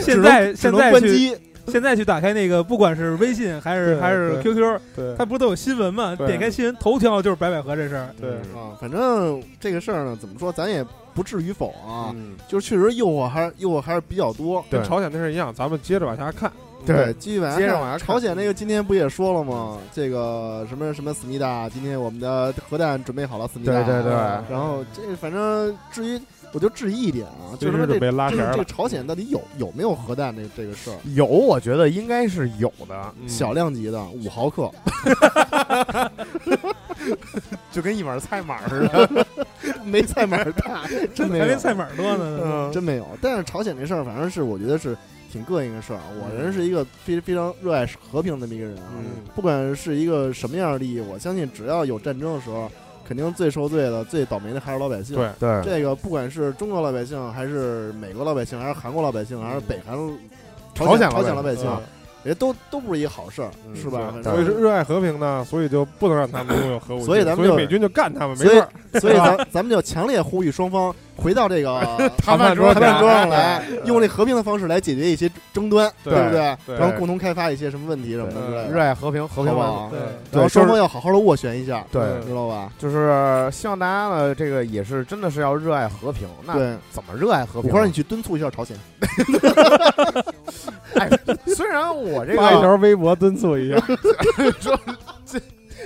Speaker 4: 现在
Speaker 1: 只
Speaker 4: 现
Speaker 1: 能
Speaker 4: 在
Speaker 1: 关
Speaker 4: 去
Speaker 1: 机。
Speaker 4: 现在去打开那个，不管是微信还是
Speaker 3: 对
Speaker 4: 还是 QQ，
Speaker 3: 对
Speaker 4: 它不是都有新闻吗？
Speaker 3: 对
Speaker 4: 点开新闻头条就是白百合这事儿，
Speaker 3: 对
Speaker 1: 啊，反正这个事儿呢，怎么说，咱也不至于否啊，
Speaker 3: 嗯
Speaker 1: 就是确实诱惑还是诱惑还是比较多。
Speaker 3: 跟朝鲜那事儿一样，咱们接着往下看。
Speaker 1: 对，继续往
Speaker 2: 接着
Speaker 1: 看
Speaker 2: 往下看
Speaker 1: 朝鲜那个今天不也说了吗？这个什么什么思密达，今天我们的核弹准备好了，思密达。
Speaker 2: 对对对
Speaker 1: 然后这反正至于，我就质疑一点啊，就
Speaker 3: 就
Speaker 1: 他
Speaker 3: 是
Speaker 1: 妈
Speaker 3: 是
Speaker 1: 这
Speaker 3: 被拉
Speaker 1: 这
Speaker 3: 弦儿
Speaker 1: 这个，
Speaker 3: 了
Speaker 1: 朝鲜到底有有没有核弹这这个事儿？
Speaker 2: 有，我觉得应该是有的，
Speaker 3: 嗯
Speaker 1: 小量级的五毫 克，
Speaker 2: 就跟一碗菜码似的。
Speaker 1: 没菜码儿大，真没
Speaker 4: 还没
Speaker 1: 有，
Speaker 4: 菜码多呢。
Speaker 2: 嗯，
Speaker 1: 真没有。但是朝鲜这事儿，反正是我觉得是挺膈应的事儿啊。我人是一个非非常热爱和平的这么一个人啊，
Speaker 2: 嗯
Speaker 1: 不管是一个什么样的利益，我相信只要有战争的时候，肯定最受罪的、最倒霉的还是老百姓。
Speaker 3: 对
Speaker 2: 对，
Speaker 1: 这个不管是中国老百姓，还是美国老百姓，还是韩国老百姓，还是北韩、
Speaker 2: 朝鲜
Speaker 1: 朝鲜老
Speaker 2: 老
Speaker 1: 百
Speaker 2: 百
Speaker 1: 姓，
Speaker 3: 嗯
Speaker 1: 人家都都不是一个好事儿，
Speaker 3: 嗯
Speaker 1: 是吧？
Speaker 2: 对
Speaker 1: 反
Speaker 3: 所以是
Speaker 1: 正
Speaker 3: 热爱和平呢，所以就不能让他们拥有核武器，
Speaker 1: 所以咱们
Speaker 3: 所以
Speaker 1: 就
Speaker 3: 美军就干他们，没
Speaker 1: 所以
Speaker 3: 错儿。
Speaker 1: 所以咱咱们就强烈呼吁双方回到这 个
Speaker 2: 谈判
Speaker 1: 桌
Speaker 2: 桌哎
Speaker 1: 谈判桌上
Speaker 2: 上
Speaker 1: 来，用这和平的方式来解决一些争端，
Speaker 3: 对
Speaker 1: 不对？
Speaker 3: 对
Speaker 1: 然后共同开发一些什么问题什么的之类
Speaker 2: 热
Speaker 1: 的，
Speaker 2: 爱和平，和平
Speaker 1: 好不
Speaker 2: 万
Speaker 1: 好
Speaker 2: 岁。
Speaker 3: 啊
Speaker 4: 对
Speaker 1: 然后
Speaker 2: 对，
Speaker 1: 双方嗯
Speaker 2: 就是
Speaker 1: 要好好的斡旋一下，
Speaker 2: 对，
Speaker 1: 知道吧？
Speaker 2: 就是希望大家呢，这个也是真的是要热爱和平。那
Speaker 1: 对，
Speaker 2: 怎么热爱和
Speaker 1: 我
Speaker 2: 平？啊
Speaker 1: 会让你去敦促一下朝 鲜，
Speaker 2: 虽然我 这
Speaker 3: 发一
Speaker 2: 个
Speaker 3: 条微博敦促 一下，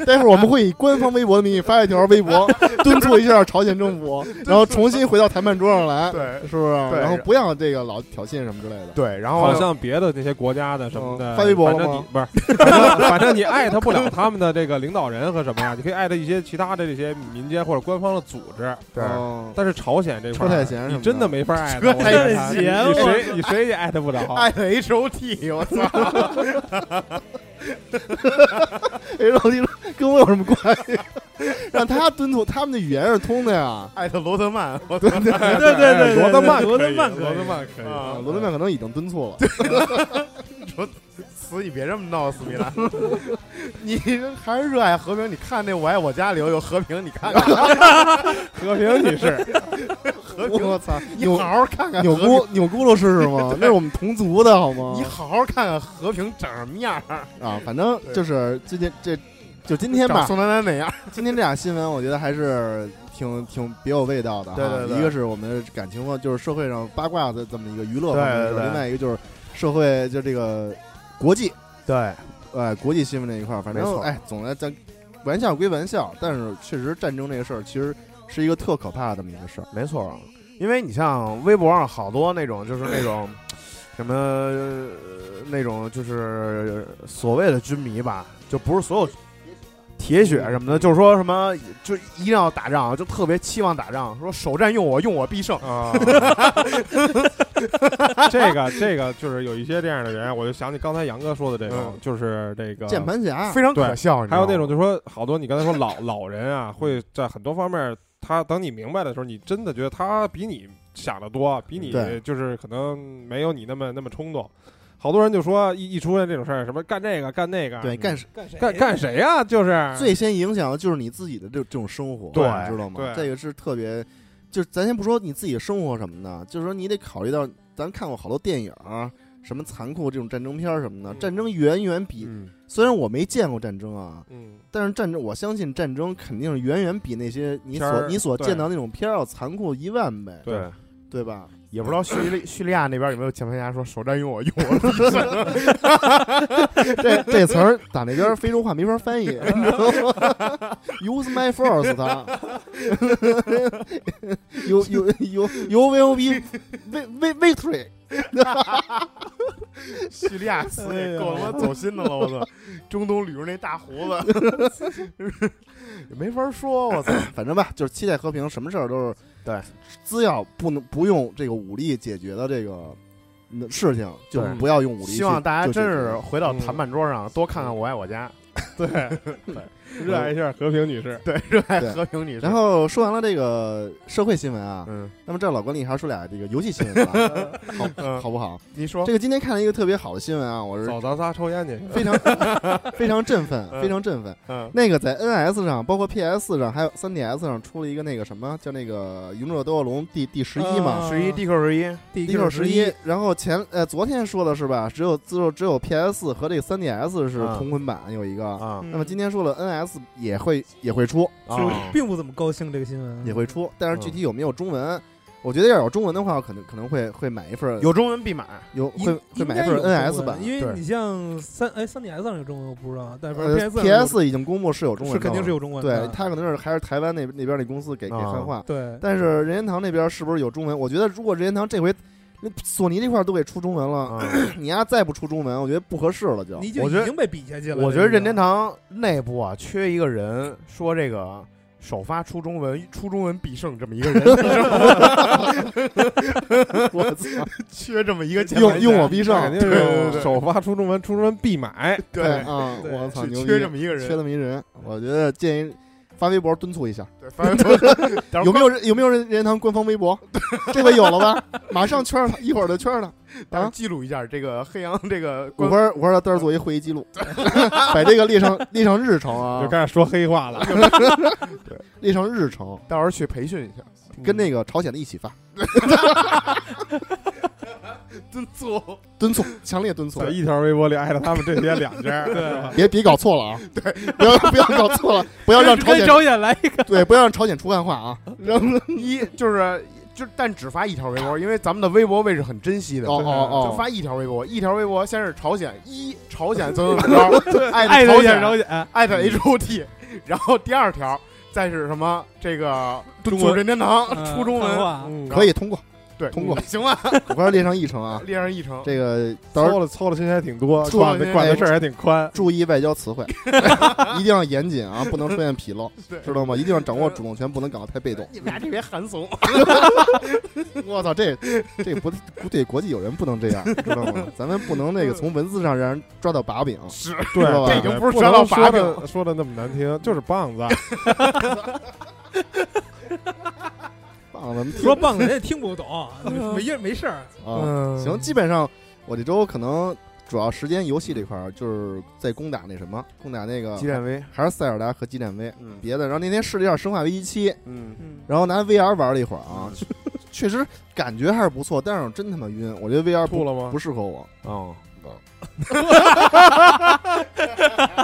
Speaker 1: 待会儿我们会以官方微博的名义发一条微 博，敦促一下朝鲜政府，然后重新回到谈判桌上来，
Speaker 2: 对
Speaker 1: 是不是？
Speaker 2: 对
Speaker 1: 然后不要这个老挑衅什么之类的。
Speaker 2: 对，然后
Speaker 3: 好像别的那些国家的什么的，
Speaker 1: 嗯发微博了
Speaker 3: 反正
Speaker 1: 吗
Speaker 3: 你不是，反正反正你艾特不了他们的这个领导人和什么呀，你可以艾特一些其他的这些民间或者官方的组织，啊
Speaker 2: 对
Speaker 1: 哦
Speaker 3: 但是朝鲜这块儿
Speaker 1: 车太贤什么的
Speaker 3: 你真的没法艾
Speaker 2: 车
Speaker 3: 特，
Speaker 2: 太
Speaker 3: 我跟你说
Speaker 4: 贤
Speaker 3: 你
Speaker 4: 我
Speaker 3: 谁你谁也艾特不了。
Speaker 2: 爱的 H O T，我操！
Speaker 1: 哎，老弟跟我有什么关系？让他敦促，他们的语言是通的呀。
Speaker 2: 艾特罗德曼，我对对
Speaker 4: 对对对对，
Speaker 3: 哎罗德曼可以，
Speaker 4: 罗德曼
Speaker 3: 罗德
Speaker 4: 可
Speaker 3: 曼可以
Speaker 2: 啊
Speaker 1: 啊，罗德曼可能已经敦促了。
Speaker 2: 死你别这么闹，斯密达， 你还是热爱和平。你看那《我爱我家》里头有和平，你看看
Speaker 3: 和平你是，
Speaker 2: 和平，
Speaker 1: 我操，
Speaker 2: 你
Speaker 1: 扭
Speaker 2: 好好看看
Speaker 1: 扭
Speaker 2: 和平
Speaker 1: 咕扭咕噜试试吗？那是我们同族的好吗
Speaker 2: 你？好好看看和平长什么样儿，
Speaker 1: 啊，反正就是最近这就今天
Speaker 2: 长
Speaker 1: 吧，
Speaker 2: 宋丹丹那样儿。
Speaker 1: 今天这俩新闻，我觉得还是挺挺别有味道的哈。
Speaker 2: 对对对
Speaker 1: 一个是我们感情方，就是社会上八卦的这么一个娱乐方面的事儿
Speaker 2: 对对对
Speaker 1: 另外一个就是社会就这个国际
Speaker 2: 对
Speaker 1: 呃国际新闻这一块儿，反
Speaker 2: 没
Speaker 1: 正
Speaker 2: 错
Speaker 1: 哎，总的咱玩笑归玩笑，但是确实战争这个事儿其实是一个特可怕的这么一个事儿。
Speaker 2: 没错，因为你像微博上好多那种，就是那种什么呃那种，就是所谓的军迷吧，就不是所有铁血什么的，就是说什么就一定要打仗，就特别期望打仗，说首战用我，用我必胜。
Speaker 3: 啊，这个这个就是有一些这样的人，我就想起刚才杨哥说的这种
Speaker 2: 嗯，
Speaker 3: 就是这个
Speaker 1: 键盘侠
Speaker 2: 非常
Speaker 3: 对
Speaker 2: 可笑，你知
Speaker 3: 还有那
Speaker 2: 道吗
Speaker 3: 种就说好多你刚才说老老人啊，会在很多方面，他等你明白的时候，你真的觉得他比你想的多，比
Speaker 1: 对
Speaker 3: 你就是可能没有你那么那么冲动。好多人就说一一出现这种事儿，什么干这个干那个，
Speaker 1: 对干是
Speaker 4: 以，
Speaker 3: 干干谁呀、就是
Speaker 1: 最先影响的就是你自己的这这种生活，
Speaker 2: 对
Speaker 1: 你知道吗？
Speaker 3: 对
Speaker 1: 这个是特别，就是咱先不说你自己的生活什么的，就是说你得考虑到，咱看过好多电影儿，什么残酷这种战争片儿什么的，
Speaker 3: 嗯
Speaker 1: 战争远远比、
Speaker 3: 嗯
Speaker 1: 虽然我没见过战争啊，
Speaker 3: 嗯，
Speaker 1: 但是战争我相信战争肯定是远远比那些你
Speaker 3: 片
Speaker 1: 所
Speaker 3: 儿
Speaker 1: 你所
Speaker 3: 对
Speaker 1: 见到那种片儿要残酷一万倍，
Speaker 3: 对，
Speaker 1: 对吧？
Speaker 2: 也不知道叙利叙利亚那边有没有键盘侠说首战用我，用我必胜。
Speaker 1: 这这词儿打那边儿非洲话没法翻译， 你知道吗？Use my force，他 ，you you you you will be vi- vi- victory。
Speaker 2: 叙利亚词也够他妈走心的了，我操！中东捋着那大胡子， 也没法说，我操！
Speaker 1: 反正吧，就是期待和平，什么事儿都是
Speaker 2: 对，
Speaker 1: 只要不能不用这个武力解决的这个嗯事情，就
Speaker 3: 对
Speaker 1: 不要用武力去。
Speaker 2: 希望大家
Speaker 1: 就解
Speaker 2: 真
Speaker 1: 决
Speaker 2: 是回到
Speaker 3: 嗯
Speaker 2: 谈判桌上多看看《我爱我家》
Speaker 3: 热爱一下和平女士，
Speaker 2: 对，热爱
Speaker 1: 对
Speaker 2: 和平女士。
Speaker 1: 然后说完了这个社会新闻啊，
Speaker 2: 嗯，
Speaker 1: 那么这老关你还说俩这个游戏新 闻吧，
Speaker 2: 嗯
Speaker 1: 好不好？
Speaker 2: 你说
Speaker 1: 这个今天看了一个特别好的新闻啊，我是
Speaker 3: 走，咱仨抽烟去。
Speaker 1: 非常非常振奋，
Speaker 2: 嗯
Speaker 1: 非常振奋。
Speaker 2: 嗯
Speaker 1: 那个在 NS 上，包括 PS 上，还有 3DS 上出了一个那个什么叫那个《勇者斗恶龙》第第十一嘛，
Speaker 2: 十一 DQ 十
Speaker 1: 嗯
Speaker 2: 一，
Speaker 4: 第
Speaker 1: 第手十一。然后前呃昨天说的是吧，只有只有只有 PS 和这个 3DS 是
Speaker 4: 嗯
Speaker 2: 啊
Speaker 1: 同捆版有一个。
Speaker 2: 啊
Speaker 1: 那么今天说了，NS 也会也会出，
Speaker 2: 啊
Speaker 4: 就并不怎么高兴这个新闻，啊
Speaker 1: 也会出，
Speaker 4: 嗯
Speaker 1: 但是具体有没有中文，我觉得要有中文的话，我可能可能会会买一份，
Speaker 2: 有中文必买，
Speaker 1: 有
Speaker 4: 应
Speaker 1: 会会
Speaker 4: 应
Speaker 1: 买
Speaker 4: 该
Speaker 1: 一
Speaker 4: 有
Speaker 1: 份
Speaker 4: 中文
Speaker 1: NS 版，
Speaker 4: 因为
Speaker 1: 对
Speaker 4: 你像三哎三 DS 上有中文我不知道，但是
Speaker 1: 呃
Speaker 4: PS
Speaker 1: PS 已经公布是有中文
Speaker 4: 是
Speaker 1: 的，
Speaker 4: 肯定是有中文
Speaker 1: 对
Speaker 4: 的，啊
Speaker 1: 他可能是还是台湾那那边那公司给给
Speaker 2: 啊
Speaker 1: 汉化，
Speaker 4: 对
Speaker 1: 但是任天堂那边是不是有中文？我觉得如果任天堂这回，那索尼这块都给出中文了，
Speaker 2: 啊
Speaker 1: 你丫再不出中文，我觉得不合适了 就。
Speaker 4: 你就
Speaker 2: 我
Speaker 4: 已
Speaker 2: 觉得
Speaker 4: 经被比下去了。
Speaker 2: 我觉得任天
Speaker 4: 堂
Speaker 2: 堂内部啊缺一个人，说这个首发出中文，出中文必胜这么一个人，
Speaker 1: 我操，
Speaker 2: 缺这么一个键盘
Speaker 1: 用
Speaker 2: 侠
Speaker 1: 用我必胜
Speaker 3: 那，肯定
Speaker 2: 啊对对对对
Speaker 3: 是首发出中文，出中文必买。
Speaker 1: 对
Speaker 2: 对，
Speaker 1: 啊，我操，牛逼，
Speaker 2: 缺缺这么一个人，
Speaker 1: 缺这么一人，我觉得建议发微博敦促一下，
Speaker 2: 对反 正
Speaker 1: 有没有人有没有任任天堂官方微 博？这回有了吧？马上圈他，一会儿就圈他。
Speaker 2: 到时候记录一下这个黑羊这个
Speaker 1: 五
Speaker 2: 官
Speaker 1: 花五花单儿作为会议 记录，把这个列上列上日程啊
Speaker 3: 就，开始说黑话 了，
Speaker 1: 列上日程，
Speaker 2: 到时候去培训一下，
Speaker 3: 嗯
Speaker 1: 跟那个朝鲜的一起发，
Speaker 2: 真做
Speaker 1: 敦促，强烈敦促
Speaker 3: 在。一条微博里挨着他们这些两家，是吧
Speaker 1: 别别搞错了啊！对，不要不要搞错了，不要让朝鲜
Speaker 4: 朝鲜来一个，
Speaker 1: 对，不要让朝鲜出汉化啊！
Speaker 2: 然后一就是就但只发一条微博，因为咱们的微博位是很珍惜的
Speaker 1: 哦。
Speaker 2: 就
Speaker 1: 哦哦，
Speaker 2: 发一条微博，一条微博先是朝鲜一朝鲜怎么怎么着，艾
Speaker 4: 爱
Speaker 2: 特朝
Speaker 4: 鲜
Speaker 2: 鲜，
Speaker 4: 朝鲜，啊
Speaker 2: 艾特 H O T，然后第二条再是什么？这个
Speaker 3: 中文
Speaker 2: 组任天堂
Speaker 4: 嗯
Speaker 2: 出中
Speaker 4: 汉
Speaker 2: 文，
Speaker 4: 化
Speaker 3: 嗯
Speaker 1: 可以通过，
Speaker 2: 对，
Speaker 1: 通过
Speaker 2: 行吧，
Speaker 1: 五花列上议程啊！
Speaker 2: 列上议程。
Speaker 1: 这个到时
Speaker 3: 操
Speaker 1: 候
Speaker 3: 了操了心还挺多，
Speaker 2: 操了
Speaker 3: 管
Speaker 2: 心
Speaker 3: 的管的事儿还挺宽。
Speaker 1: 注意外交词汇，一定要严谨啊，不能出现纰漏，
Speaker 2: 对，
Speaker 1: 知道吗？一定要掌握主动权，不能搞得太被动。
Speaker 2: 你们俩这别寒怂，
Speaker 1: 我操，这这不不对，国际友人不能这样，知道吗？咱们不能那个从文字上让人抓到把柄。
Speaker 2: 是
Speaker 3: 对，
Speaker 1: 知道吧这
Speaker 3: 对
Speaker 1: 已
Speaker 2: 经不是
Speaker 3: 能
Speaker 2: 说到把
Speaker 3: 说
Speaker 2: 柄
Speaker 3: 的说的那么难听，就是棒 子。
Speaker 1: 啊，咱们听
Speaker 4: 说棒子人家听不懂，没事没事儿，
Speaker 1: 啊，
Speaker 2: 嗯
Speaker 1: 行，基本上我这周可能主要时间游戏这块儿就是在攻打那什么，攻打那个
Speaker 2: 鸡战威，
Speaker 1: 还是塞尔达和激战威，
Speaker 2: 嗯
Speaker 1: 别的。然后那天试了一下《生化危机七》，
Speaker 2: 嗯，
Speaker 4: 嗯，
Speaker 1: 然后拿 VR 玩了一会儿啊，确实感觉还是不错，但是我真他妈晕，我觉得 VR
Speaker 3: 吐
Speaker 1: 不
Speaker 3: 了吗？
Speaker 1: 不适合我。
Speaker 2: 哦，啊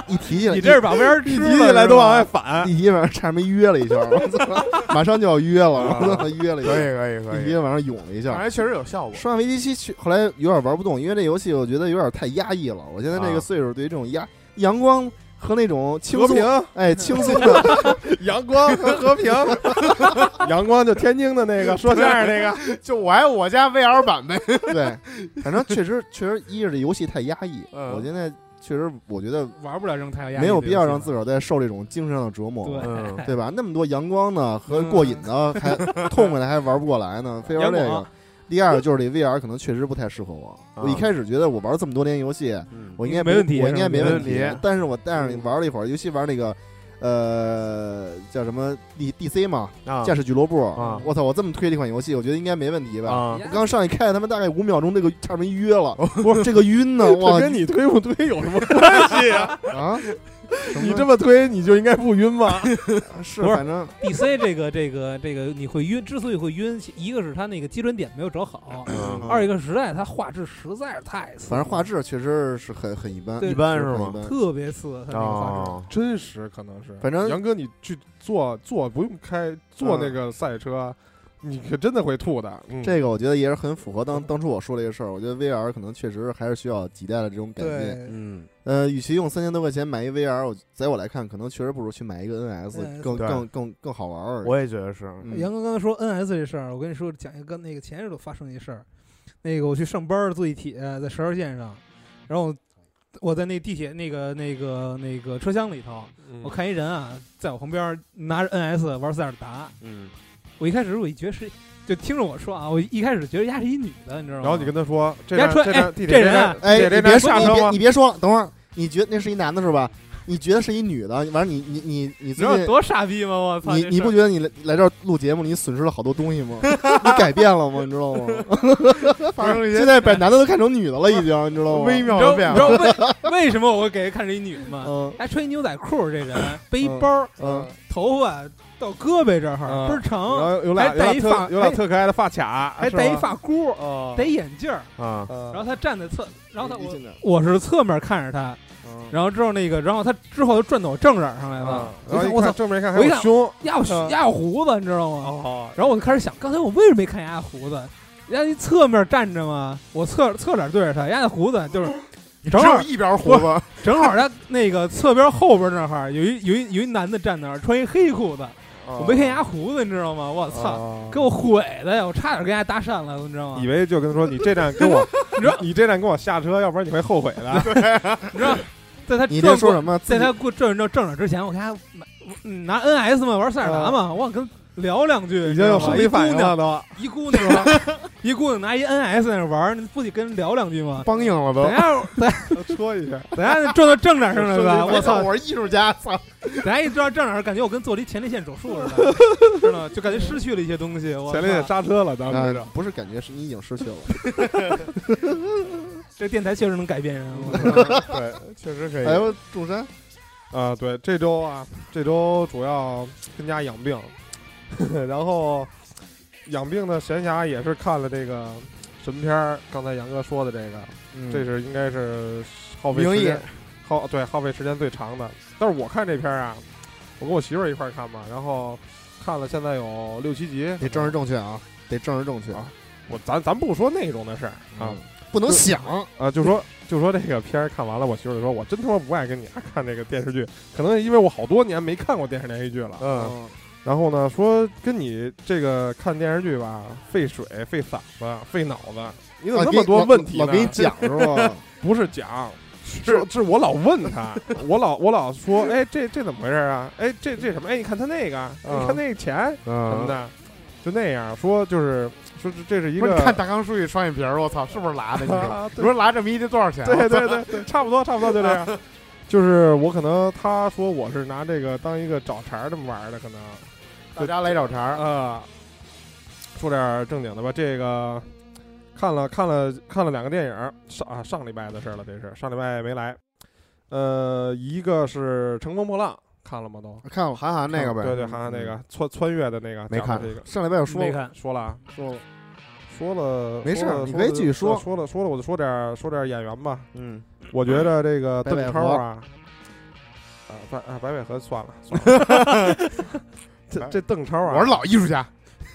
Speaker 1: 一提起来，
Speaker 4: 你这是把 VR
Speaker 3: 一
Speaker 4: 吃
Speaker 3: 提
Speaker 4: 了
Speaker 3: 起来都往外
Speaker 4: 是吧
Speaker 3: 反
Speaker 1: 一，一提起来差点没约了一下，我操马上就要约了，我操约了一
Speaker 2: 可以
Speaker 1: 下，
Speaker 2: 可以啊可
Speaker 1: 一提
Speaker 2: 以，
Speaker 1: 往上涌了一
Speaker 2: 反
Speaker 1: 下。
Speaker 2: 正确实有效果。
Speaker 1: 生化危机七去后来有点玩不动，因为这游戏我觉得有点太压抑了。我现在这个
Speaker 2: 啊
Speaker 1: 岁数，对于这种压 阳光和那种轻
Speaker 3: 和
Speaker 1: 松，
Speaker 3: 平
Speaker 1: 哎，轻松的
Speaker 3: 阳光和和平，阳光就天津的那个说相声那个，
Speaker 2: 就我爱我家 VR 版呗，
Speaker 1: 对，反正确实确实，一是这游戏太压抑，
Speaker 2: 嗯
Speaker 1: 我现在确实我觉得
Speaker 4: 玩不了扔太阳压力
Speaker 1: 没有必要让
Speaker 4: 己
Speaker 1: 自个儿再受这种精神上的折磨，
Speaker 4: 对 嗯
Speaker 2: 嗯
Speaker 1: 对吧？那么多阳光呢 和过瘾的，还痛快的还玩不过来呢，非玩这
Speaker 4: 阳
Speaker 1: 个
Speaker 4: 光。
Speaker 1: 第二就是这 VR 可能确实不太适合我，
Speaker 2: 啊
Speaker 1: 我一开始觉得我玩这么多年游戏，
Speaker 3: 嗯
Speaker 1: 我应该不
Speaker 4: 没问题
Speaker 1: 我应该没问
Speaker 2: 没
Speaker 3: 啊
Speaker 2: 问题
Speaker 1: 但是我带上玩了一会儿，尤其玩那个。呃，叫什么 D D C 嘛，
Speaker 2: 啊
Speaker 1: 驾驶俱乐部。
Speaker 2: 啊
Speaker 1: 我操，我这么推这款游戏，我觉得应该没问题吧？
Speaker 2: 啊，
Speaker 1: 我刚上一开，他们大概五秒钟，这个差点没约了，不是这个晕呢，
Speaker 3: 这
Speaker 1: 哇
Speaker 3: 跟你推不推有什么关系啊？
Speaker 1: 啊！什
Speaker 3: 你这么推你就应该不晕吧？
Speaker 1: 是
Speaker 4: 不是
Speaker 1: 反正
Speaker 4: DC 这个这个这个你会晕，之所以会晕，一个是它那个基准点没有找好，
Speaker 2: 嗯
Speaker 4: 二一个时代它画质实在是太次，
Speaker 1: 反正画质确实是很很一般，
Speaker 4: 对一
Speaker 2: 般是
Speaker 1: 很
Speaker 2: 吗
Speaker 1: 一般
Speaker 4: 特别次，它那个画
Speaker 1: 哦
Speaker 4: 质。
Speaker 2: 啊，
Speaker 3: 真实可能是，
Speaker 1: 反正嗯
Speaker 3: 杨哥你去坐坐不用开坐那个赛车，你可真的会吐的。嗯
Speaker 1: 这个我觉得也是很符合当当初我说这个事儿。我觉得 VR 可能确实还是需要几代的这种改进。
Speaker 4: 对，
Speaker 2: 嗯，
Speaker 1: 呃，与其用三千多块钱买一 VR，我在我来看，可能确实不如去买一个 NS
Speaker 4: NS
Speaker 1: 更
Speaker 2: 对
Speaker 1: 更更更好玩儿。
Speaker 2: 我也觉得是，
Speaker 1: 嗯
Speaker 4: 杨哥刚才说 NS 这事儿，我跟你说讲一个跟那个前日都发生一事儿，那个我去上班儿坐地铁在十号线上，然后我在那地铁那个那个那个车厢里头，
Speaker 3: 嗯
Speaker 4: 我看一人啊在我旁边儿拿着 NS 玩塞尔达，
Speaker 2: 嗯，
Speaker 4: 我一开始我一觉得是就听着我说啊，我一开始觉得丫是一女的，你知道吗？
Speaker 3: 然后你跟他说，这
Speaker 4: 人家
Speaker 3: 站
Speaker 4: 说
Speaker 3: 这站
Speaker 4: 哎
Speaker 3: 地铁
Speaker 4: 这人
Speaker 3: 站
Speaker 4: 啊
Speaker 3: 地
Speaker 1: 哎，
Speaker 3: 铁
Speaker 1: 你
Speaker 3: 这
Speaker 1: 别
Speaker 3: 站
Speaker 1: 说，
Speaker 3: 下
Speaker 1: 你
Speaker 3: 车
Speaker 1: 别
Speaker 3: 吗
Speaker 1: 你？别说了，等会儿你觉得那是一男的是吧？你觉得是一女的，完了你你你你
Speaker 5: 你知
Speaker 1: 最
Speaker 5: 道
Speaker 1: 近
Speaker 5: 多傻逼吗？我操！
Speaker 1: 你
Speaker 5: 这
Speaker 1: 你不
Speaker 5: 事
Speaker 1: 觉得你来来这儿录节目，你损失了好多东西吗？ 你改变了吗？你知道吗？
Speaker 2: 发生了一些
Speaker 1: 现在把男的都看成女的了，已经，嗯你知道吗？
Speaker 2: 微妙
Speaker 5: 儿
Speaker 2: 的
Speaker 5: 你知
Speaker 2: 变
Speaker 5: 道
Speaker 2: 化。
Speaker 5: 你知道为为什么我会给他看成一女的吗？
Speaker 1: 嗯
Speaker 4: 还哎穿一牛仔裤，这 人背一
Speaker 1: 嗯
Speaker 4: 包，
Speaker 1: 嗯，
Speaker 4: 头发到胳膊这儿
Speaker 3: 嗯
Speaker 4: 倍儿
Speaker 3: 然
Speaker 4: 长，
Speaker 3: 后有俩
Speaker 4: 还
Speaker 3: 有
Speaker 4: 戴
Speaker 3: 俩
Speaker 4: 一发
Speaker 3: 特有俩
Speaker 4: 还
Speaker 3: 特可爱的发卡，
Speaker 4: 还
Speaker 3: 是
Speaker 4: 戴一
Speaker 3: 吧嗯
Speaker 4: 发箍，
Speaker 3: 哦
Speaker 4: 戴眼镜儿。
Speaker 2: 啊，
Speaker 1: 然
Speaker 4: 嗯然后他站在侧，然后他我
Speaker 1: 进来，
Speaker 4: 我是侧面看着他，
Speaker 3: 嗯
Speaker 4: 然后之后那个，然后他之后就转到我正脸儿上来了
Speaker 3: 啊，
Speaker 4: 我
Speaker 3: 然后
Speaker 4: 看
Speaker 3: 一
Speaker 4: 我
Speaker 3: 看
Speaker 4: 操，
Speaker 3: 正面看还
Speaker 4: 我一
Speaker 3: 有
Speaker 4: 看
Speaker 3: 胸，
Speaker 4: 压我
Speaker 3: 嗯
Speaker 4: 压我胡子，你知道吗？
Speaker 5: 哦，
Speaker 4: 然后我就开始想，刚才我为什么没看压胡子？人家一侧面站着嘛，我侧侧脸对着他，压那胡子就是正
Speaker 2: 只有
Speaker 4: 好
Speaker 2: 一边胡子，
Speaker 4: 正好他那个侧边后边那块儿有一有一有一男的站那儿，穿一黑裤子，我
Speaker 3: 哦啊
Speaker 2: 我
Speaker 4: 没看压胡子，你知道吗？我操！
Speaker 2: 啊
Speaker 3: 操
Speaker 4: 给我毁的呀！我差点跟人家搭讪了，你知道吗
Speaker 3: 啊以？为就跟他说你这站 跟我，
Speaker 4: 你知道
Speaker 3: 你这站跟我下车，要不然你会后悔的。
Speaker 4: 你 知道，在他转
Speaker 1: 你这
Speaker 4: 过
Speaker 1: 说什么？自
Speaker 4: 在
Speaker 1: 己
Speaker 4: 他过正正正脸之前，我跟他买嗯拿 NS 嘛，玩塞尔达嘛，我想跟聊两句，
Speaker 3: 啊已经有生理反
Speaker 4: 一
Speaker 3: 应
Speaker 4: 姑娘
Speaker 3: 了都，
Speaker 4: 一姑娘，一姑娘拿一 NS 在那玩，你不得跟人聊两句吗？
Speaker 2: 梆硬了都
Speaker 4: 等。下，等下
Speaker 3: 戳一下，
Speaker 4: 等下转到正脸上来 吧！
Speaker 1: 我
Speaker 4: 我操！
Speaker 1: 我是艺术家，操！
Speaker 4: 等下一转到正脸上，感觉我跟做了一前列腺手术似的， 知道吗？就感觉失去了一些东西。我
Speaker 3: 前列腺
Speaker 4: 操
Speaker 3: 刹车了，当
Speaker 1: 啊
Speaker 3: 时就。
Speaker 1: 不是，感觉是你已经失去了。
Speaker 4: 这电台确实能改变人。我操
Speaker 3: 对，确实可以。
Speaker 1: 哎呦，众山，
Speaker 3: 啊，对，这周啊，这周主要跟家养病， 然后养病的闲暇也是看了这个什么片儿，刚才杨哥说的这个，
Speaker 2: 嗯
Speaker 1: 嗯
Speaker 3: 这是应该是耗费
Speaker 2: 名
Speaker 3: 时
Speaker 2: 义
Speaker 3: 间耗对耗费时间最长的。但是我看这片儿啊，我跟我媳妇儿一块儿看嘛，然后看了现在有六七集，
Speaker 1: 得政治正确啊，得政治正确
Speaker 3: 啊我咱咱不说内容的事儿啊
Speaker 1: 嗯，不能
Speaker 3: 就
Speaker 1: 想。
Speaker 3: 啊，就说就说这个片儿看完了，我媳妇儿就说，我真他妈不爱跟你俩看这个电视剧，可能因为我好多年没看过电视连续剧了，啊
Speaker 2: 嗯，
Speaker 1: 嗯
Speaker 3: 然后呢，说跟你这个看电视剧吧，费水、费嗓子、费脑子，你怎么
Speaker 1: 啊
Speaker 3: 那
Speaker 1: 给
Speaker 3: 么多
Speaker 1: 老
Speaker 3: 问题呢？
Speaker 1: 老给你讲是 吧？
Speaker 3: 不是讲，是是我老问他，我老我老说，哎，这这怎么回事啊？哎，这这什么？哎，你看他那个，
Speaker 2: 嗯
Speaker 3: 你看那个钱什么
Speaker 2: 嗯，
Speaker 3: 的，就那样说，就是说这这是一
Speaker 2: 不是
Speaker 3: 个
Speaker 2: 你看大刚叔一双眼皮儿，我操，是不是拉 的？你说，
Speaker 3: 啊
Speaker 2: 你说拉这么一得多少钱？啊
Speaker 3: 对对对对，差不多差不多就这样。 就是我可能他说我是拿这个当一个找茬儿这么玩儿的，可能
Speaker 2: 大家来找茬儿，
Speaker 3: 啊，说点儿正经的吧。这个看了看了看了两个电影儿，上啊上礼拜的事儿了，这是上礼拜没来。呃，一个是《乘风破浪》，看了吗都？
Speaker 1: 看我韩寒那个呗，嗯
Speaker 3: 对对，韩寒那个穿穿越的那个，
Speaker 1: 没
Speaker 3: 讲
Speaker 1: 看
Speaker 3: 的这个。
Speaker 1: 上礼拜有说
Speaker 4: 没看，
Speaker 3: 说了啊，
Speaker 1: 说了，
Speaker 3: 说了，
Speaker 1: 没事
Speaker 3: 说了
Speaker 1: 你
Speaker 3: 说
Speaker 1: 可以
Speaker 3: 了
Speaker 1: 继续说
Speaker 3: 说了说了，我就说点儿说点儿演员吧。
Speaker 1: 嗯，
Speaker 3: 我觉得这个
Speaker 1: 白百
Speaker 3: 邓超
Speaker 1: 合
Speaker 3: 啊，啊白啊白百合算了算了， 这这邓超啊，
Speaker 2: 我是老艺术家，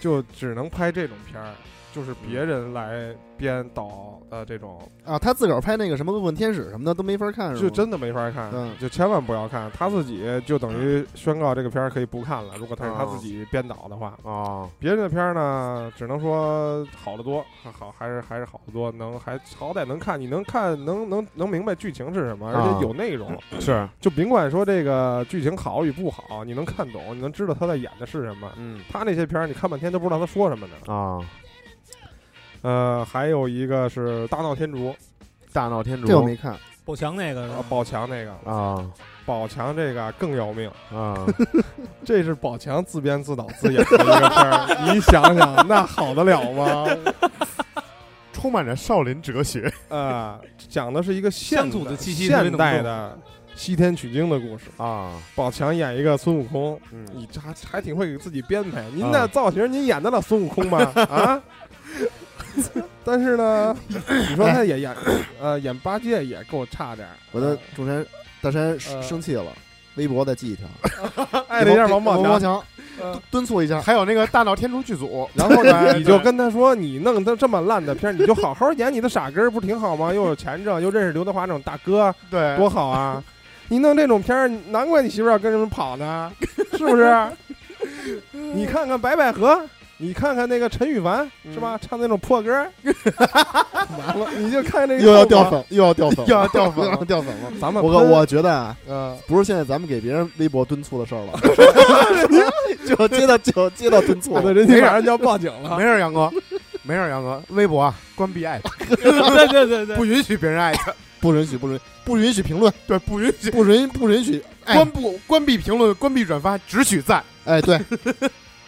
Speaker 3: 就只能拍这种片儿，就是
Speaker 2: 嗯
Speaker 3: 别人来编导呃这种，
Speaker 1: 啊，他自个儿拍那个什么《恶棍天使》什么的都没法看，是
Speaker 3: 就
Speaker 1: 吗
Speaker 3: 真的没法看，
Speaker 1: 嗯
Speaker 3: 就千万不要看。他自己就等
Speaker 2: 嗯
Speaker 3: 于宣告这个片儿可以不看了，如果他是他自己编导的话，
Speaker 2: 哦，
Speaker 3: 别人的片儿呢，只能说好得多，还好还是还是好得多，能还好歹能看，你能看能能能明白剧情是什么，而
Speaker 2: 啊
Speaker 3: 且有内容，
Speaker 2: 是，
Speaker 3: 就甭管说这个剧情好与不好，你能看懂，你能知道他在演的是什么。
Speaker 2: 嗯
Speaker 3: 他那些片儿你看半天都不知道他说什么呢。
Speaker 2: 啊，
Speaker 3: 呃，还有一个是《大闹天竺》。
Speaker 2: 大闹天竺，
Speaker 1: 这我没看，
Speaker 4: 宝强那个是
Speaker 3: 啊，
Speaker 4: 吧
Speaker 3: 宝强那个，
Speaker 2: 啊
Speaker 3: 宝强这个更要命，
Speaker 2: 啊，
Speaker 3: 这是宝强自编自导自演的一个片 儿，你想想，那好得了吗？
Speaker 2: 充满着少林哲学，
Speaker 3: 啊、讲的是一个现
Speaker 4: 乡土的气息特别
Speaker 3: 现
Speaker 4: 浓
Speaker 3: 代
Speaker 4: 重
Speaker 3: 的西天取经的故事。
Speaker 2: 啊，
Speaker 3: 宝强演一个孙悟空，
Speaker 2: 嗯，
Speaker 3: 你这还还挺会给自己编排。您
Speaker 2: 啊
Speaker 3: 那造型，您演得了孙悟空 吗？啊？但是呢，你说他也 演，呃，演八戒也够差点儿。
Speaker 1: 我的众山大山
Speaker 3: 呃
Speaker 1: 生生气了，微博再记一条，
Speaker 3: 爱了一哎下王
Speaker 1: 王
Speaker 3: 宝
Speaker 1: 宝
Speaker 3: 强，
Speaker 1: 强
Speaker 3: 呃
Speaker 1: 敦促一下，
Speaker 2: 还有那个大闹天竺剧组，
Speaker 3: 然后呢，你就
Speaker 2: 对
Speaker 3: 跟他说，你弄的这么烂的片儿，你就好好演你的傻根儿，不挺好吗？又有钱挣，又认识刘德华这种大哥，
Speaker 2: 对，
Speaker 3: 多好啊！你弄这种片儿，难怪你媳妇儿要跟人跑呢，是不是？你看看白百合，你看看那个陈羽凡，是吧？唱那种破歌儿，完了你就看这个
Speaker 1: 又要
Speaker 3: 后果
Speaker 1: 掉。粉，又要掉 粉，
Speaker 2: 又要掉粉
Speaker 1: 又要掉粉了。
Speaker 3: 咱们
Speaker 1: 我
Speaker 3: 喷
Speaker 1: 我觉得啊，
Speaker 3: 呃，
Speaker 1: 不是现在咱们给别人微博敦促的事儿了， 就接到就接到敦促
Speaker 3: 我
Speaker 1: 了
Speaker 3: 的。人家马上就要报警了
Speaker 2: 没。事儿， 杨哥，没事儿，杨哥，微博啊，关闭艾特，
Speaker 4: 对对对对，
Speaker 2: 不允许别人艾特，
Speaker 1: 不允许，不允不允许评 论，
Speaker 2: 对，不允许
Speaker 1: 不允不允许，哎
Speaker 2: 关不关闭评论，关闭转发，只许赞。
Speaker 1: 哎，对，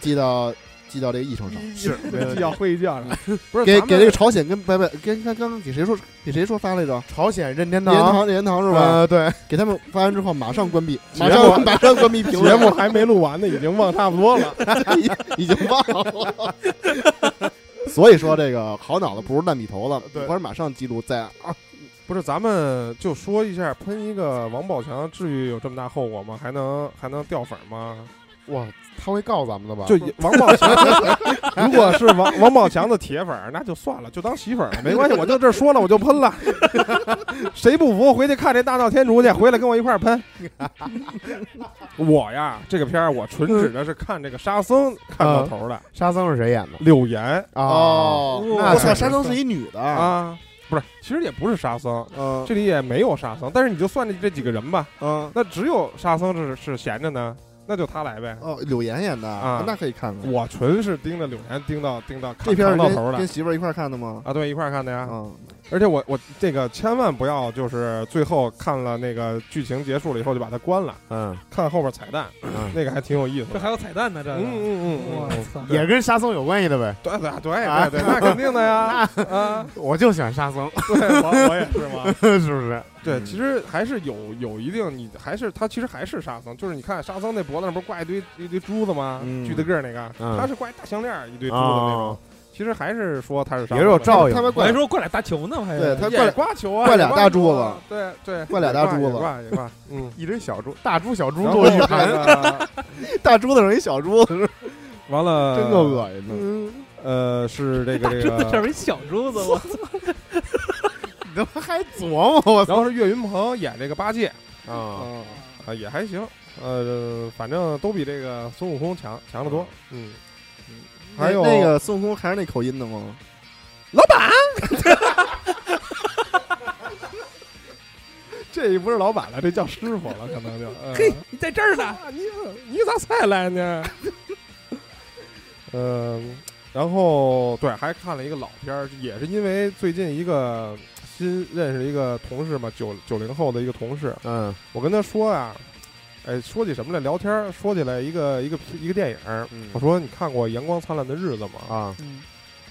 Speaker 1: 记到记到这个议程上，
Speaker 2: 是没问题
Speaker 3: 要会议叫上，不是
Speaker 1: 给
Speaker 3: 咱们
Speaker 1: 给这个朝鲜跟白白跟刚刚给谁说给谁说发来着？
Speaker 2: 朝鲜任天
Speaker 1: 任天
Speaker 2: 堂
Speaker 1: 堂任天堂是吧？
Speaker 2: 呃，对，
Speaker 1: 给他们发完之后，马上关闭，
Speaker 3: 节
Speaker 1: 马
Speaker 3: 目
Speaker 1: 上马上关闭评
Speaker 3: 节
Speaker 1: 论，
Speaker 3: 目还没录完呢，已经忘差不多了。
Speaker 1: 已已经忘了。 所以说，这个好脑子不如烂笔头子，
Speaker 2: 对
Speaker 1: 我是马上记录在啊，
Speaker 3: 不是，咱们就说一下，喷一个王宝强，至于有这么大后果吗？还能还能掉粉吗？
Speaker 2: 哇，他会告咱们的吧？
Speaker 3: 就王宝强，如果是王王宝强的铁粉儿，那就算了，就当媳妇儿了， 没关系，我就这说了，我就喷了， 谁不服回去看这大闹天竺去，回来跟我一块儿喷。我呀，这个片儿我纯指的是看这个沙僧看到头儿的，
Speaker 2: 沙僧是谁演的？啊
Speaker 3: 柳岩
Speaker 1: 哦，
Speaker 2: 那
Speaker 1: 我操，
Speaker 2: 是
Speaker 1: 沙僧是一女的啊，
Speaker 3: 啊，不是，其实也不是沙僧，
Speaker 1: 嗯
Speaker 3: 这里也没有沙僧，但是你就算这这几个人吧，
Speaker 1: 嗯，
Speaker 3: 那只有沙僧是是闲着呢，那就他来呗。
Speaker 1: 哦，柳岩演的
Speaker 3: 啊
Speaker 1: 那可以看看。
Speaker 3: 我纯是盯着柳岩盯到盯到看
Speaker 1: 这片儿
Speaker 3: 看到
Speaker 1: 跟
Speaker 3: 头
Speaker 1: 跟
Speaker 3: 的
Speaker 1: 媳妇儿一块儿看的吗？
Speaker 3: 啊，对，一块儿看的呀。
Speaker 1: 嗯，
Speaker 3: 而且我我这个千万不要就是最后看了那个剧情结束了以后就把它关了，
Speaker 2: 嗯，
Speaker 3: 看后边彩蛋，那个还挺有意思
Speaker 5: 这
Speaker 3: 的。
Speaker 5: 还有彩蛋呢，这
Speaker 3: 嗯
Speaker 5: 个
Speaker 3: 嗯嗯
Speaker 5: 我
Speaker 3: 嗯，
Speaker 5: 操！
Speaker 2: 也跟沙僧有关系的呗。
Speaker 3: 对对对
Speaker 2: 啊
Speaker 3: 对对，那肯定的 呀。啊，
Speaker 2: 我就喜欢沙 僧，
Speaker 3: 对，我我也是嘛。
Speaker 2: 是不是？
Speaker 3: 对，
Speaker 2: 嗯
Speaker 3: 其实还是有有一定，你还是他其实还是沙僧，就是你看沙僧那脖子上不是挂一堆一堆珠子吗？
Speaker 2: 嗯
Speaker 3: 巨大个儿那个，
Speaker 2: 嗯
Speaker 3: 他是挂一大项链儿一堆珠子那种
Speaker 2: 哦。
Speaker 3: 其实还是说他是沙
Speaker 2: 也
Speaker 3: 僧
Speaker 2: 是有
Speaker 3: 的
Speaker 2: 照应
Speaker 1: 他。们
Speaker 5: 我
Speaker 1: 怪
Speaker 5: 还说过来打球呢，我还
Speaker 1: 对他
Speaker 3: 也挂球啊，
Speaker 1: 挂
Speaker 3: 也
Speaker 1: 俩
Speaker 3: 挂
Speaker 1: 大
Speaker 3: 球
Speaker 1: 珠子
Speaker 3: 啊对对，
Speaker 1: 挂俩大珠
Speaker 3: 也
Speaker 1: 子
Speaker 3: 挂也挂，嗯。
Speaker 2: 一堆小猪，大猪小猪
Speaker 3: 然后
Speaker 2: 落一
Speaker 3: 那
Speaker 2: 盘，
Speaker 3: 个
Speaker 1: 大珠子上一小珠子，
Speaker 3: 完了，
Speaker 1: 真够恶心的。
Speaker 5: 嗯，
Speaker 3: 呃，是这个
Speaker 5: 大
Speaker 3: 这
Speaker 5: 珠子 上
Speaker 3: 个，
Speaker 5: 面一小珠子，我
Speaker 2: 你他妈还琢磨我
Speaker 3: 然后是岳云鹏演这个八戒，
Speaker 2: 啊！
Speaker 1: 嗯
Speaker 3: 啊啊也还行，呃，反正都比这个孙悟空强强得多，嗯。还有
Speaker 1: 那个孙悟空还是那口音的吗？
Speaker 3: 这不是老板了，这叫师傅了，可能就。呃
Speaker 5: 嘿，你在这儿呢，
Speaker 3: 啊你你咋才来呢？ 嗯，然后对，还看了一个老片儿，也是因为最近一个新认识一个同事嘛，九九零后的一个同事，
Speaker 2: 嗯
Speaker 3: 我跟他说啊，哎，说起什么来聊天儿，说起来一个一个一个电影儿，
Speaker 2: 嗯
Speaker 3: 我说你看过《阳光灿烂的日子》吗？
Speaker 2: 啊，
Speaker 5: 嗯，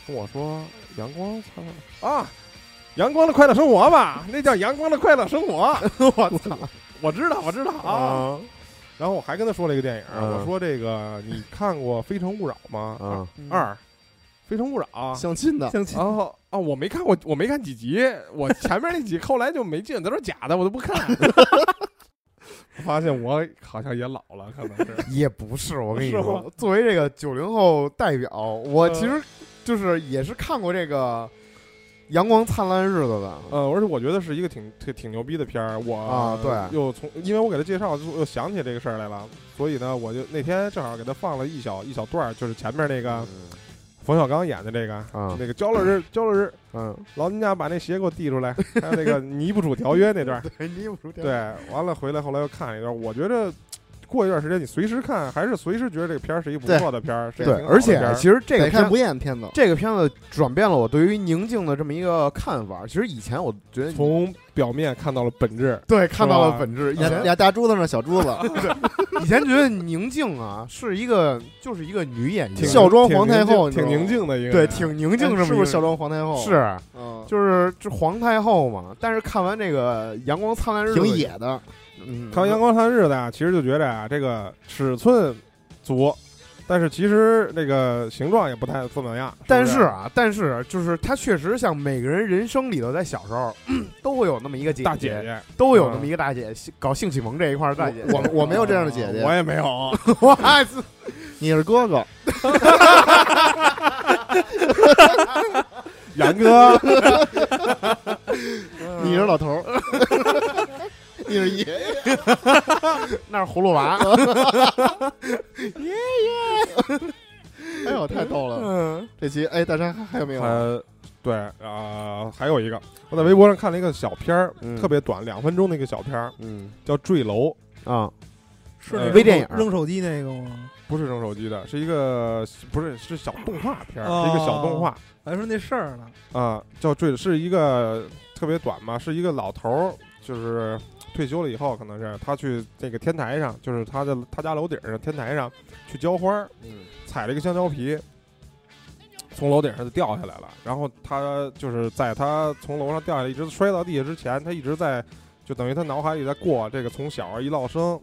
Speaker 3: 跟我说阳光灿烂啊，阳光的快乐生活吧，那叫阳光的快乐生活。 我操，我知道，我知道啊。
Speaker 2: 啊
Speaker 3: 然后我还跟他说了一个电影，
Speaker 2: 嗯
Speaker 3: 我说这个你看过《非诚勿扰》吗？
Speaker 2: 啊！
Speaker 3: 二，《非诚勿扰》
Speaker 1: 相亲的，
Speaker 5: 相亲
Speaker 3: 然后啊，我没看过，我没看几集，我前面那集后来就没进，都是假的，我都不 看。我发现我好像也老了，可能是。
Speaker 2: 也不是，我跟你
Speaker 3: 是吗
Speaker 2: 说，作为这个九零后代表，我
Speaker 3: 嗯
Speaker 2: 其实就是也是看过这个《阳光灿烂日子》的。
Speaker 3: 呃，而且我觉得是一个挺挺挺牛逼的片儿。我
Speaker 2: 啊对
Speaker 3: 又从因为我给他介绍，就又想起这个事儿来了，所以呢，我就那天正好给他放了一小一小段儿，就是前面那个
Speaker 2: 嗯
Speaker 3: 冯小刚演的这个，
Speaker 2: 啊
Speaker 3: 那个焦老师，焦老师，
Speaker 2: 嗯，
Speaker 3: 劳您家把那鞋给我递出来，还有 那个《尼布楚条约》那段儿，
Speaker 2: 对，你不
Speaker 3: 对，完了回来后来又看了一段儿，我觉得。过一段时间，你随时看，还是随时觉得这个片儿是一不错的片儿，是一
Speaker 2: 对
Speaker 3: 个挺好的
Speaker 2: 而且
Speaker 3: 片儿
Speaker 2: 其实这个
Speaker 1: 得看
Speaker 2: 片
Speaker 1: 不厌的片子。
Speaker 2: 这个片子转变了我对于宁静的这么一个看法。其实以前我觉得
Speaker 3: 从表面看到了本质，
Speaker 2: 对看到
Speaker 3: 是吧嗯
Speaker 2: 了本质，以
Speaker 1: 俩
Speaker 2: 前
Speaker 1: 俩大珠子上小哎珠子，
Speaker 2: 以前觉得宁静啊是一个就是一个女演员，
Speaker 3: 挺
Speaker 1: 孝庄皇太后
Speaker 3: 挺哎宁静的一个人，
Speaker 2: 对挺宁静这么一
Speaker 1: 是不
Speaker 2: 个人
Speaker 1: 是孝庄皇太
Speaker 3: 啊
Speaker 1: 后？，
Speaker 2: 是啊
Speaker 1: 嗯，
Speaker 2: 就是这皇太后嘛。但是看完这个《阳光灿烂日子》，
Speaker 1: 挺野的。
Speaker 2: 嗯，
Speaker 3: 看完《阳光灿烂日子》啊，其实就觉得啊，这个尺寸足，但是其实那个形状也不太不怎么样。不
Speaker 2: 但是啊，但是就是她确实像每个人人生里头，在小时候嗯都会有那么一个姐
Speaker 3: 大姐啊嗯姐，
Speaker 2: 都会有那么一个大姐，搞性启蒙这一块儿的大姐姐。
Speaker 1: 我啊我没有这样的姐
Speaker 3: 我
Speaker 1: 姐，
Speaker 3: 也没有。
Speaker 2: 我
Speaker 1: 你是哥哥。
Speaker 3: 杨哥，
Speaker 1: 你是老 头儿，你是爷爷，
Speaker 2: 那是葫芦 娃，
Speaker 1: 哎呦，太逗了！
Speaker 2: 嗯
Speaker 1: 这期哎，大家还还有没有？
Speaker 3: 呃，对啊、还有一个，我在微博上看了一个小片儿，
Speaker 2: 嗯
Speaker 3: 特别短，两分钟的一个小片儿，
Speaker 2: 嗯
Speaker 3: 叫《坠楼》。
Speaker 2: 啊
Speaker 4: 是那
Speaker 3: 呃
Speaker 4: 个
Speaker 1: 微电影
Speaker 4: 扔手机那个吗？
Speaker 3: 不是扔手机的，是一个不是是小动画片儿，
Speaker 4: 哦
Speaker 3: 是一个小动画
Speaker 4: 我还说那事儿呢，
Speaker 3: 啊，叫《坠》，是一个特别短嘛，是一个老头儿，就是退休了以后，可能是他去这个天台上，就是他的他家楼顶上天台上去浇花儿，
Speaker 1: 嗯，
Speaker 3: 踩了一个香蕉皮，从楼顶上就掉下来了。然后他就是在他从楼上掉下来，一直摔到地下之前，他一直在，就等于他脑海里在过这个从小一落生。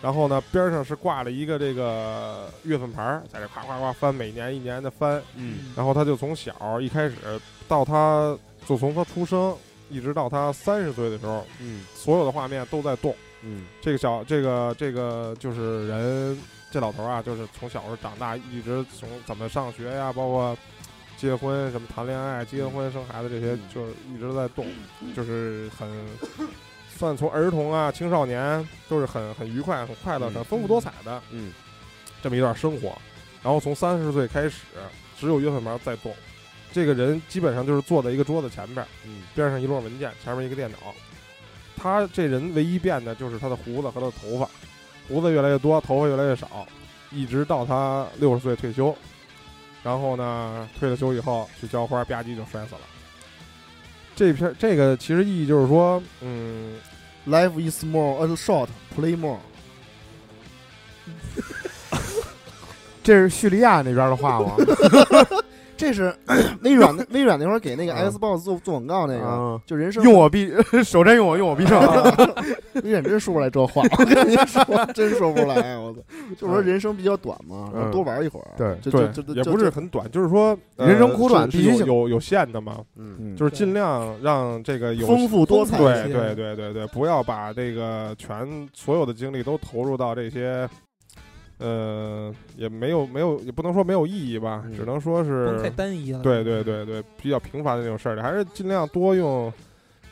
Speaker 3: 然后呢，边上是挂了一个这个月份牌儿，在这夸夸夸翻，每年一年的翻。
Speaker 2: 嗯
Speaker 3: 然后他就从小一开始到他，就从他出生一直到他三十岁的时候，
Speaker 2: 嗯
Speaker 3: 所有的画面都在动。
Speaker 2: 嗯
Speaker 3: 这个小这个这个就是人这老头儿啊，就是从小时候长大，一直从怎么上学呀，包括结婚什么谈恋爱、结婚生孩子这些
Speaker 2: 嗯，
Speaker 3: 就是一直在动，就是很算从儿童啊、青少年都是很很愉快、很快乐、
Speaker 2: 嗯
Speaker 3: 很丰富多彩的
Speaker 2: 嗯
Speaker 3: 这么一段生活。然后从三十岁开始，只有月份牌在动，这个人基本上就是坐在一个桌子前边儿，
Speaker 2: 嗯
Speaker 3: 边上一摞文件，前面一个电脑。他这人唯一变的就是他的胡子和他的头发，胡子越来越多，头发越来越少，一直到他六十岁退休。然后呢，退了休以后去浇花，吧唧就摔死了。这篇这个其实意义就是说，嗯，
Speaker 1: Life is more a short, play more。
Speaker 2: 这是叙利亚那边的话吗？
Speaker 1: 这是 微软的微软那会儿给那个
Speaker 3: 嗯
Speaker 1: Xbox 做做广告那个，
Speaker 3: 嗯
Speaker 1: 就人生
Speaker 2: 用我 必首战用我用我必胜。
Speaker 1: 微软真说不出来这话，我跟您 说，真说不出来，啊我操！就是说人生比较短嘛，然后多玩一会儿，
Speaker 2: 对
Speaker 1: 就就就
Speaker 3: 嗯对，
Speaker 1: 就
Speaker 3: 也
Speaker 1: 就
Speaker 3: 不是很短，就是说呃
Speaker 2: 人生苦短
Speaker 3: 是
Speaker 2: 必须
Speaker 3: 是有
Speaker 2: 性
Speaker 3: 有有限的嘛，
Speaker 2: 嗯
Speaker 1: 嗯
Speaker 3: 就是尽量让这个有
Speaker 1: 丰富多彩
Speaker 4: 丰富一
Speaker 3: 对
Speaker 4: 些
Speaker 3: 对对对对，不要把这个全所有的精力都投入到这些，呃，也没有没有，也不能说没有意义吧，
Speaker 2: 嗯
Speaker 3: 只能说
Speaker 4: 不能太
Speaker 3: 是，
Speaker 4: 单一了。
Speaker 3: 对对对对，比较平凡的那种事儿，还是尽量多用，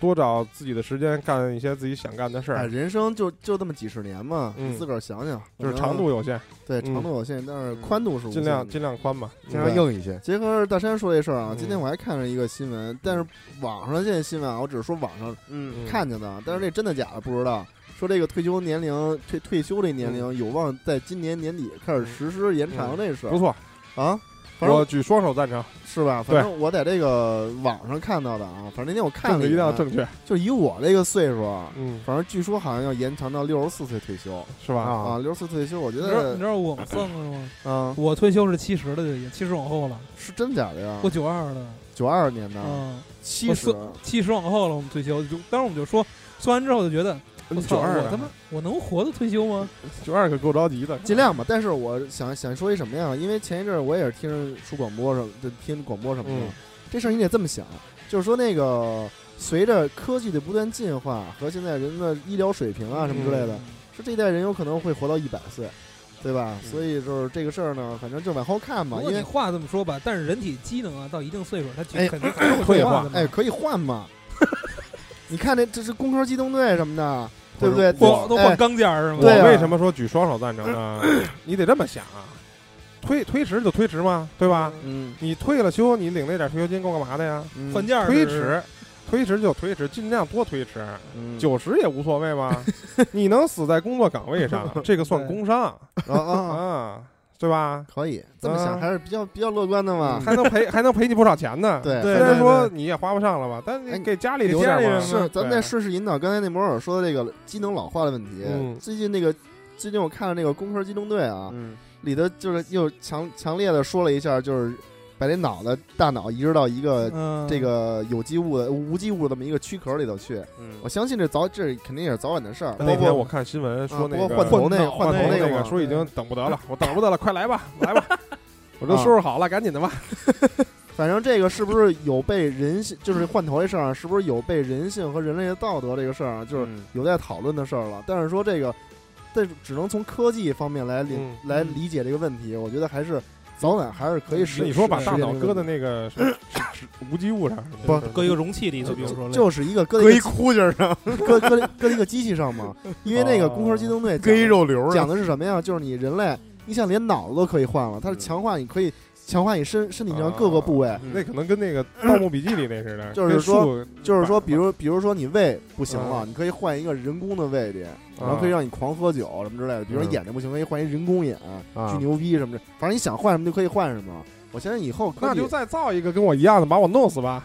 Speaker 3: 多找自己的时间干一些自己想干的事
Speaker 1: 哎，
Speaker 3: 儿，
Speaker 1: 人生就就这么几十年嘛，
Speaker 3: 嗯
Speaker 1: 你自个儿想想，
Speaker 3: 就是
Speaker 1: 可能
Speaker 3: 长度有限，
Speaker 1: 对
Speaker 3: 嗯
Speaker 1: 长度有限，但是宽度是无
Speaker 3: 尽
Speaker 1: 限
Speaker 3: 量
Speaker 1: 的。
Speaker 3: 尽量宽吧，
Speaker 2: 经
Speaker 3: 嗯
Speaker 2: 常硬一些。
Speaker 1: 结合大山说这事儿啊，
Speaker 3: 嗯
Speaker 1: 今天我还看了一个新闻，但是网上现在新闻啊，我只是说网上
Speaker 2: 嗯
Speaker 1: 看见的，但是这真的假的不知道。说这个退休年龄退退休这年
Speaker 4: 嗯
Speaker 1: 龄有望在今年年底开始实施延长这事儿
Speaker 3: 不错，
Speaker 1: 啊，反
Speaker 3: 我
Speaker 1: 正
Speaker 3: 举双手赞成，
Speaker 1: 是吧？反正我在这个网上看到的啊，反正那天我看
Speaker 3: 政
Speaker 1: 了
Speaker 3: 治一
Speaker 1: 一
Speaker 3: 定要
Speaker 1: 眼，
Speaker 3: 正确，
Speaker 1: 就以我这个岁数啊，
Speaker 3: 嗯，
Speaker 1: 反正据说好像要延长到六十四岁退休
Speaker 3: 是吧？
Speaker 1: 啊，
Speaker 2: 啊，
Speaker 1: 六十四退休，我觉
Speaker 4: 你知道你
Speaker 1: 得
Speaker 4: 知道我们算过吗？
Speaker 1: 嗯
Speaker 4: 我退休是七十的，就已经七十往后了，
Speaker 1: 是真假的呀
Speaker 4: 我？九二的，
Speaker 1: 九二年的，
Speaker 4: 嗯，
Speaker 1: 七
Speaker 4: 我
Speaker 1: 十
Speaker 4: 四七十往后了，我们退休就，当时我们就说，算完之后就觉得，我操，
Speaker 3: 九二
Speaker 4: 我他妈我能活到退休吗？
Speaker 3: 九二可够着急的，
Speaker 1: 尽量吧。但是我想想说一什么呀？因为前一阵儿我也是听说广播什么，就听广播什么的。
Speaker 3: 嗯
Speaker 1: 这事儿你得这么想，就是说那个随着科技的不断进化和现在人的医疗水平啊什么之类
Speaker 4: 嗯
Speaker 1: 的，说这代人有可能会活到一百岁，对吧？
Speaker 3: 嗯
Speaker 1: 所以就是这个事儿呢，反正就往后看
Speaker 4: 不
Speaker 1: 嘛，
Speaker 4: 过
Speaker 1: 因
Speaker 4: 你
Speaker 1: 为
Speaker 4: 话这么说吧，但是人体机能啊，到一定岁数，它
Speaker 1: 哎
Speaker 4: 肯定还是会
Speaker 3: 退
Speaker 4: 退
Speaker 3: 化
Speaker 4: 的嘛。
Speaker 1: 哎可以换嘛。 你看这这是工科机动队什么的，对不对？
Speaker 3: 或者
Speaker 4: 换
Speaker 3: 我
Speaker 4: 都换钢尖儿是吗？
Speaker 1: 对啊
Speaker 3: 我为什么说举双手赞成呢？ 你得这么想啊，推推迟就推迟嘛，对吧？
Speaker 1: 嗯
Speaker 3: 你退了休，你领那点退休金够干嘛的呀？
Speaker 1: 嗯
Speaker 4: 换件儿
Speaker 3: 推
Speaker 4: 是
Speaker 3: 迟，推迟就推迟，尽量多推迟，
Speaker 1: 嗯
Speaker 3: 九十也无所谓 嘛。你能死在工作岗位上，这个算工伤
Speaker 1: 啊啊，
Speaker 3: 啊，对吧？
Speaker 1: 可以这么
Speaker 3: 啊
Speaker 1: 想还是比较比较乐观的
Speaker 4: 嗯
Speaker 1: 嘛。
Speaker 3: 还能赔，还能赔你不少钱呢。
Speaker 1: 啊对
Speaker 3: 虽
Speaker 4: 对
Speaker 3: 然
Speaker 4: 对
Speaker 3: 说
Speaker 4: 对
Speaker 3: 你也花不上了吧，但
Speaker 1: 哎
Speaker 3: 你给家里
Speaker 4: 给
Speaker 3: 留
Speaker 4: 家
Speaker 3: 点
Speaker 4: 里
Speaker 3: 嘛。
Speaker 4: 人
Speaker 1: 是，咱们再
Speaker 3: 对
Speaker 1: 顺势引导刚才那摩尔说的这个机能老化的问题。
Speaker 3: 嗯
Speaker 1: 最近那个，最近我看了那个《工科机动队》啊，
Speaker 2: 嗯
Speaker 1: 里头就是又强强烈的说了一下，就是把这脑袋大脑移植到一个
Speaker 4: 嗯，
Speaker 1: 呃这个有机物的无机物的这么一个躯壳里头去。我
Speaker 2: 嗯，
Speaker 1: 相信这早这肯定也是早晚的事儿。
Speaker 3: 那
Speaker 1: 包
Speaker 3: 天
Speaker 1: 括
Speaker 3: 我看新闻
Speaker 1: 啊
Speaker 3: 说那
Speaker 1: 包
Speaker 3: 个
Speaker 1: 括换头那个
Speaker 4: 换
Speaker 1: 头
Speaker 4: 头
Speaker 1: 那
Speaker 3: 那
Speaker 1: 个嗯
Speaker 4: 嘛
Speaker 1: 嘛
Speaker 3: 说已经等不得了，我等不得了，快 来吧，来吧，我都
Speaker 1: 啊
Speaker 3: 收拾好了，赶紧的吧。
Speaker 1: 反正这个是不是有被人性，就是换头这事儿啊，是不是有被人性和人类的道德这个事儿啊，就是
Speaker 2: 嗯
Speaker 1: 有待讨论的事儿了。但是说这个，但是只能从科技方面来理、
Speaker 3: 嗯嗯
Speaker 1: 来理解这个问题，我觉得还是早晚还是可以实。
Speaker 3: 你说把
Speaker 1: 实
Speaker 3: 大
Speaker 1: 现
Speaker 3: 脑
Speaker 1: 这个
Speaker 3: 搁在
Speaker 1: 问题
Speaker 3: 那个 什么是是无机物上，
Speaker 1: 不
Speaker 3: 是
Speaker 5: 搁一个容器里头，比如说
Speaker 1: 就
Speaker 5: 类似
Speaker 1: 就是一个搁
Speaker 2: 搁
Speaker 1: 在
Speaker 2: 一
Speaker 1: 一
Speaker 2: 哭劲儿啊上，
Speaker 1: 个搁搁搁在一个机器上嘛，因为那个
Speaker 3: 哦
Speaker 1: 工科机动队
Speaker 2: 搁一
Speaker 1: 讲
Speaker 3: 啊
Speaker 2: 肉瘤儿啊
Speaker 1: 讲
Speaker 2: 上。
Speaker 1: 的是什么呀？就是你人类，你想连脑子都可以换了，它是
Speaker 2: 嗯
Speaker 1: 强化你可以强化你身身体上各
Speaker 3: 哦
Speaker 1: 个部位。
Speaker 3: 那可能跟那个《盗墓笔记》里那似的，
Speaker 1: 就是
Speaker 3: 跟
Speaker 1: 说
Speaker 3: 树
Speaker 1: 就是说，
Speaker 3: 摆
Speaker 1: 比如比如说你胃不行了，
Speaker 3: 嗯
Speaker 1: 你可以换一个人工的胃里，然
Speaker 3: 啊
Speaker 1: 后可以让你狂喝酒什么之类的。比如说
Speaker 3: 嗯
Speaker 1: 眼睛不行，可以换一人工眼，
Speaker 3: 啊
Speaker 1: 巨牛逼什么的。反正你想换什么就可以换什么。我相信以后科
Speaker 3: 那
Speaker 1: 技
Speaker 3: 就再造一个跟我一样的，把我弄死 吧，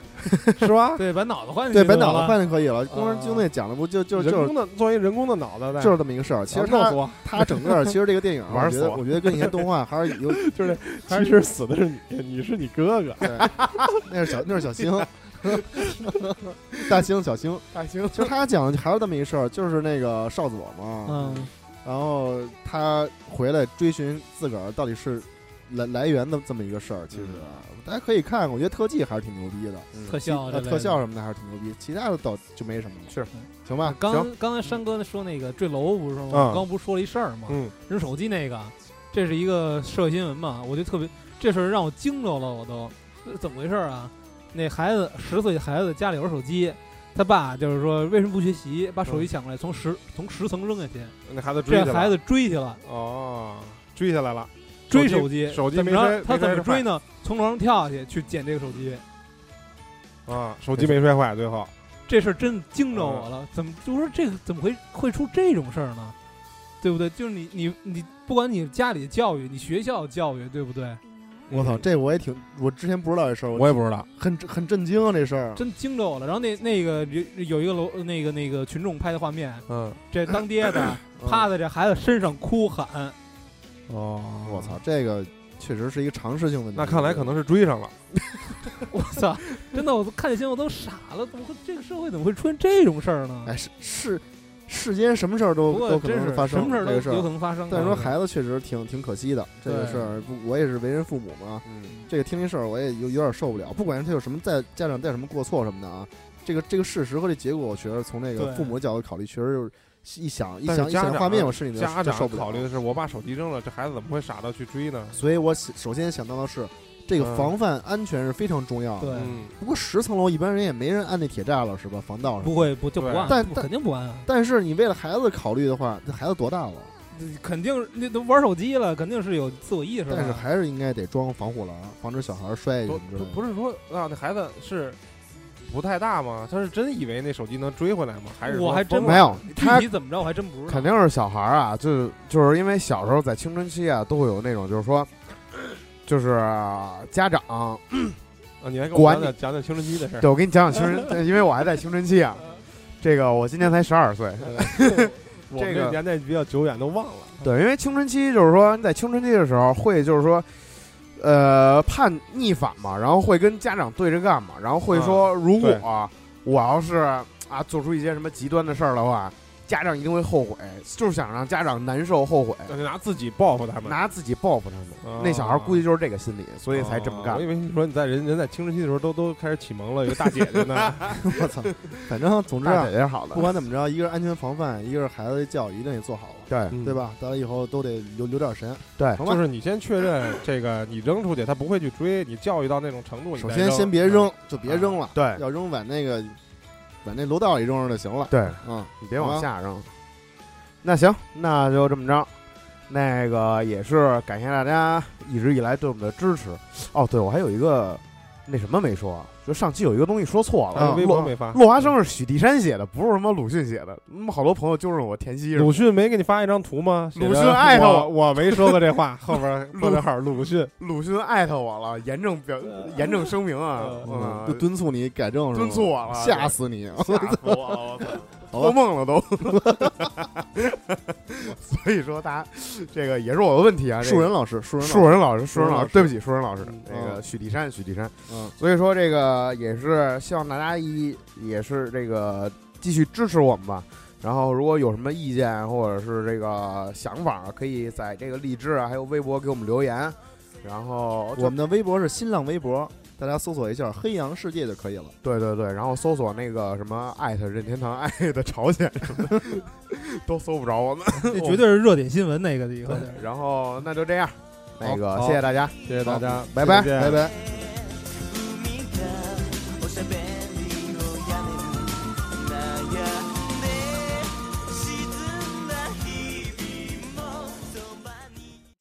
Speaker 3: 是吧？
Speaker 4: 对，把脑子换进
Speaker 1: 对
Speaker 4: 去
Speaker 1: 把
Speaker 4: 就
Speaker 1: 脑
Speaker 4: 完
Speaker 1: 子
Speaker 4: 了
Speaker 1: 换就可以了。《工人
Speaker 3: 啊
Speaker 1: 精卫》讲的不就就
Speaker 3: 人
Speaker 1: 就是
Speaker 3: 工的作为人工的脑袋在，
Speaker 1: 就是这么一个事儿。其实
Speaker 4: 啊
Speaker 3: 然后弄
Speaker 1: 它
Speaker 3: 死我，
Speaker 1: 它整个其实这个电影 啊，我
Speaker 3: 玩
Speaker 1: 觉
Speaker 3: 死
Speaker 1: 得
Speaker 3: 我
Speaker 1: 我觉得跟以前动画还是有
Speaker 3: 就是其实死的是你，你是你哥哥，
Speaker 1: 那是小那是小 星，大星小星。
Speaker 3: 大兴
Speaker 1: 其实他讲的还是这么一事儿，就是那个少佐嘛，
Speaker 6: 嗯，
Speaker 1: 然后他回来追寻自个儿到底是来来源的这么一个事儿。其实、啊
Speaker 3: 嗯
Speaker 1: 大家可以看，我觉得特技还是挺牛逼的，
Speaker 4: 特效啊
Speaker 1: 呃
Speaker 4: 之类的
Speaker 1: 特效什么的还是挺牛逼，其他的倒就没什么了。
Speaker 3: 是，
Speaker 1: 行
Speaker 3: 啊
Speaker 1: 吧，
Speaker 4: 刚刚才山哥说那个坠楼不是吗？
Speaker 3: 嗯
Speaker 4: 我刚不是说了一事儿吗？
Speaker 3: 嗯
Speaker 4: 扔手机那个，这是一个社会新闻嘛，我就特别这事儿让我惊着了，我都呃怎么回事儿啊？那孩子十岁的孩子家里有手机，他爸就是说为什么不学习，把手机抢过来从十从十层扔下去，
Speaker 3: 那孩子嗯追
Speaker 4: 这
Speaker 3: 去了
Speaker 4: 孩子追去了，
Speaker 3: 哦，追下来了，
Speaker 4: 追
Speaker 3: 手
Speaker 4: 手机，
Speaker 3: 手机
Speaker 4: 怎
Speaker 3: 没
Speaker 4: 么
Speaker 3: 摔
Speaker 4: 着？
Speaker 3: 没
Speaker 4: 他
Speaker 3: 摔
Speaker 4: 怎么
Speaker 3: 着
Speaker 4: 追呢？从楼上跳下去去捡这个手机，
Speaker 3: 啊，手机没摔坏，最后
Speaker 4: 这事儿真惊着
Speaker 1: 嗯
Speaker 4: 我了，怎么就说这个怎么会会出这种事儿呢？对不对？就是你你你，不管你家里教育，你学校教育，对不对？
Speaker 1: 我操，这我也挺，我之前不知道这事儿，
Speaker 3: 我也不知道，
Speaker 1: 很很震惊啊，这事儿。
Speaker 4: 真惊着我了。然后那那个有有一个楼那个那个群众拍的画面，
Speaker 3: 嗯，
Speaker 4: 这当爹的
Speaker 1: 嗯
Speaker 4: 趴在这孩子身上哭喊，
Speaker 3: 哦，
Speaker 1: 我操，，这个确实是一个常识性的。
Speaker 3: 那看来可能是追上了，
Speaker 4: 我操！真的，我都看见新闻我都傻了，怎么会这个社会怎么会出现这种事儿呢？
Speaker 1: 哎，是是，世间什么事儿都
Speaker 4: 不
Speaker 1: 都
Speaker 4: 过
Speaker 1: 可
Speaker 4: 真
Speaker 1: 能
Speaker 4: 是
Speaker 1: 发生，
Speaker 4: 什么事儿
Speaker 1: 这
Speaker 4: 都
Speaker 1: 个事
Speaker 4: 有可
Speaker 1: 儿。
Speaker 4: 能发生。啊
Speaker 1: 但是说孩子确实挺挺可惜的，这个
Speaker 4: 对
Speaker 1: 事儿不，我也是为人父母嘛，
Speaker 3: 嗯，
Speaker 1: 这个听这事儿我也有有点受不了。不管是他有什么在家长带什么过错什么的啊，这个这个事实和这结果，我觉得从那个
Speaker 4: 对
Speaker 1: 父母的角度考虑，确实就是一想一
Speaker 3: 但是
Speaker 1: 想一
Speaker 3: 家
Speaker 1: 想
Speaker 3: 长
Speaker 1: 画面，我是你
Speaker 3: 家
Speaker 1: 的就受
Speaker 3: 长
Speaker 1: 不
Speaker 3: 考虑
Speaker 1: 了
Speaker 3: 的。是，我把手机扔了，这孩子怎么会傻到去追呢？
Speaker 1: 所以我想首先想到的是，这个
Speaker 3: 嗯
Speaker 1: 防范安全是非常重要的。
Speaker 4: 对
Speaker 3: 嗯，
Speaker 1: 不过十层楼一般人也没人按那铁栅了，是吧？防盗什么的
Speaker 4: 不会不就不
Speaker 3: 对
Speaker 4: 按，
Speaker 1: 但
Speaker 4: 不
Speaker 1: 但
Speaker 4: 肯定不按，啊
Speaker 1: 但是你为了孩子考虑的话，这孩子多大了？
Speaker 4: 肯定那都玩手机了，肯定是有自我意识了。
Speaker 1: 但是还是应该得装防护栏，防止小孩摔
Speaker 2: 哎
Speaker 1: 下去
Speaker 3: 不
Speaker 1: 什么之类
Speaker 3: 不
Speaker 1: 的。
Speaker 3: 不是说啊，那孩子是不太大吗？他是真以为那手机能追回来吗？还是
Speaker 4: 我还真
Speaker 1: 没有，
Speaker 4: 具体怎么着我还真不知道
Speaker 2: 肯。定是小孩儿啊，就是就是因为小时候在青春期啊，都会有那种就是说，就是家长，
Speaker 3: 啊，你还给我
Speaker 2: 管
Speaker 3: 讲
Speaker 2: 你
Speaker 3: 讲讲讲青春期的事儿
Speaker 2: 对我给你讲讲青春，因 为我还在青春期啊，这个我今年才十二岁，
Speaker 3: 我
Speaker 2: 这
Speaker 3: 们
Speaker 2: 个
Speaker 3: 年代比较久远，都忘了。
Speaker 2: 对，因为青春期就是说你在青春期的时候会就是说，呃，怕逆反嘛，然后会跟家长对着干嘛，然后会说，如果、
Speaker 3: 嗯对
Speaker 2: 我要是啊做出一些什么极端的事儿的话，家长一定会后悔，就是想让家长难受后悔，
Speaker 3: 那就拿自己报复他们，
Speaker 2: 拿自己报复他们。
Speaker 3: 啊
Speaker 2: 那小孩估计就是这个心理，所以才这么
Speaker 3: 啊
Speaker 2: 干。
Speaker 3: 我以为你说你在人人在青春期的时候都都开始启蒙了，有大姐 姐呢。
Speaker 1: 我操！反正总之
Speaker 2: 大
Speaker 1: 啊
Speaker 2: 姐，姐好的，
Speaker 1: 不管怎么着，一个是安全防范，一个是孩子的教育一定得做好了，
Speaker 2: 对
Speaker 3: 嗯
Speaker 1: 对吧？大家以后都得留留点神。
Speaker 2: 对
Speaker 1: 行吧
Speaker 3: 就是你先确认这个，你扔出去他不会去追，你教育到那种程度，你
Speaker 1: 首
Speaker 3: 再
Speaker 1: 先先别扔，，就别
Speaker 3: 啊
Speaker 1: 扔了，
Speaker 2: 对
Speaker 1: 要扔往那个往那楼道里扔上就行了。
Speaker 2: 对，
Speaker 1: 嗯，
Speaker 2: 你别往下扔。那行，那就这么着。那个也是感谢大家一直以来对我们的支持。哦，对，我还有一个那什么没说，啊就上期有一个东西说错
Speaker 3: 啊
Speaker 2: 了。
Speaker 3: 微博
Speaker 2: 落
Speaker 3: 没发，
Speaker 2: 落花生是许地山写的，不是什么鲁迅写的。他妈好多朋友纠正我填西是
Speaker 3: 鲁迅没给你发一张图吗？
Speaker 2: 鲁迅
Speaker 3: 写着
Speaker 2: 爱上
Speaker 3: 我，我没说过 这话，后边
Speaker 2: 鲁
Speaker 3: 后边号 鲁迅，
Speaker 2: 鲁迅艾特我了，严正表严正声明啊，
Speaker 1: 嗯
Speaker 2: 嗯
Speaker 1: 就敦促你改正，是吗
Speaker 2: 敦促我啊了，
Speaker 1: 吓死你！啊
Speaker 2: 吓死我了，我操！
Speaker 1: 好
Speaker 2: 做
Speaker 1: 吧，
Speaker 2: 梦了都。 所以说，大家这个也是我的问题啊。这个
Speaker 1: 树人老师，树人老
Speaker 2: 树
Speaker 1: 师，
Speaker 2: 人老师，树人老
Speaker 1: 树人老
Speaker 2: 师
Speaker 1: 师，
Speaker 2: 对不起，树人老师
Speaker 3: 嗯，
Speaker 2: 那个
Speaker 1: 嗯
Speaker 2: 许地山，许地山。
Speaker 1: 嗯，
Speaker 2: 所以说，这个也是希望大家一也是这个继续支持我们吧。然后，如果有什么意见或者是这个想法，可以在这个荔枝啊，还有微博给我们留言。然后就
Speaker 1: 我们的微博是新浪微博，大家搜索一下“黑羊世界”就可以了。
Speaker 2: 对对对，然后搜索那个什么艾特任天堂、艾特朝鲜什么的， 都搜不着我们。
Speaker 4: 这绝对是热点新闻那个的以后。
Speaker 2: 然后那就这样，那个
Speaker 1: 好
Speaker 2: 谢谢大家。
Speaker 3: 谢谢大家，
Speaker 2: 拜拜
Speaker 3: 再见
Speaker 1: 拜拜。
Speaker 7: 「君の声が聞こえてる」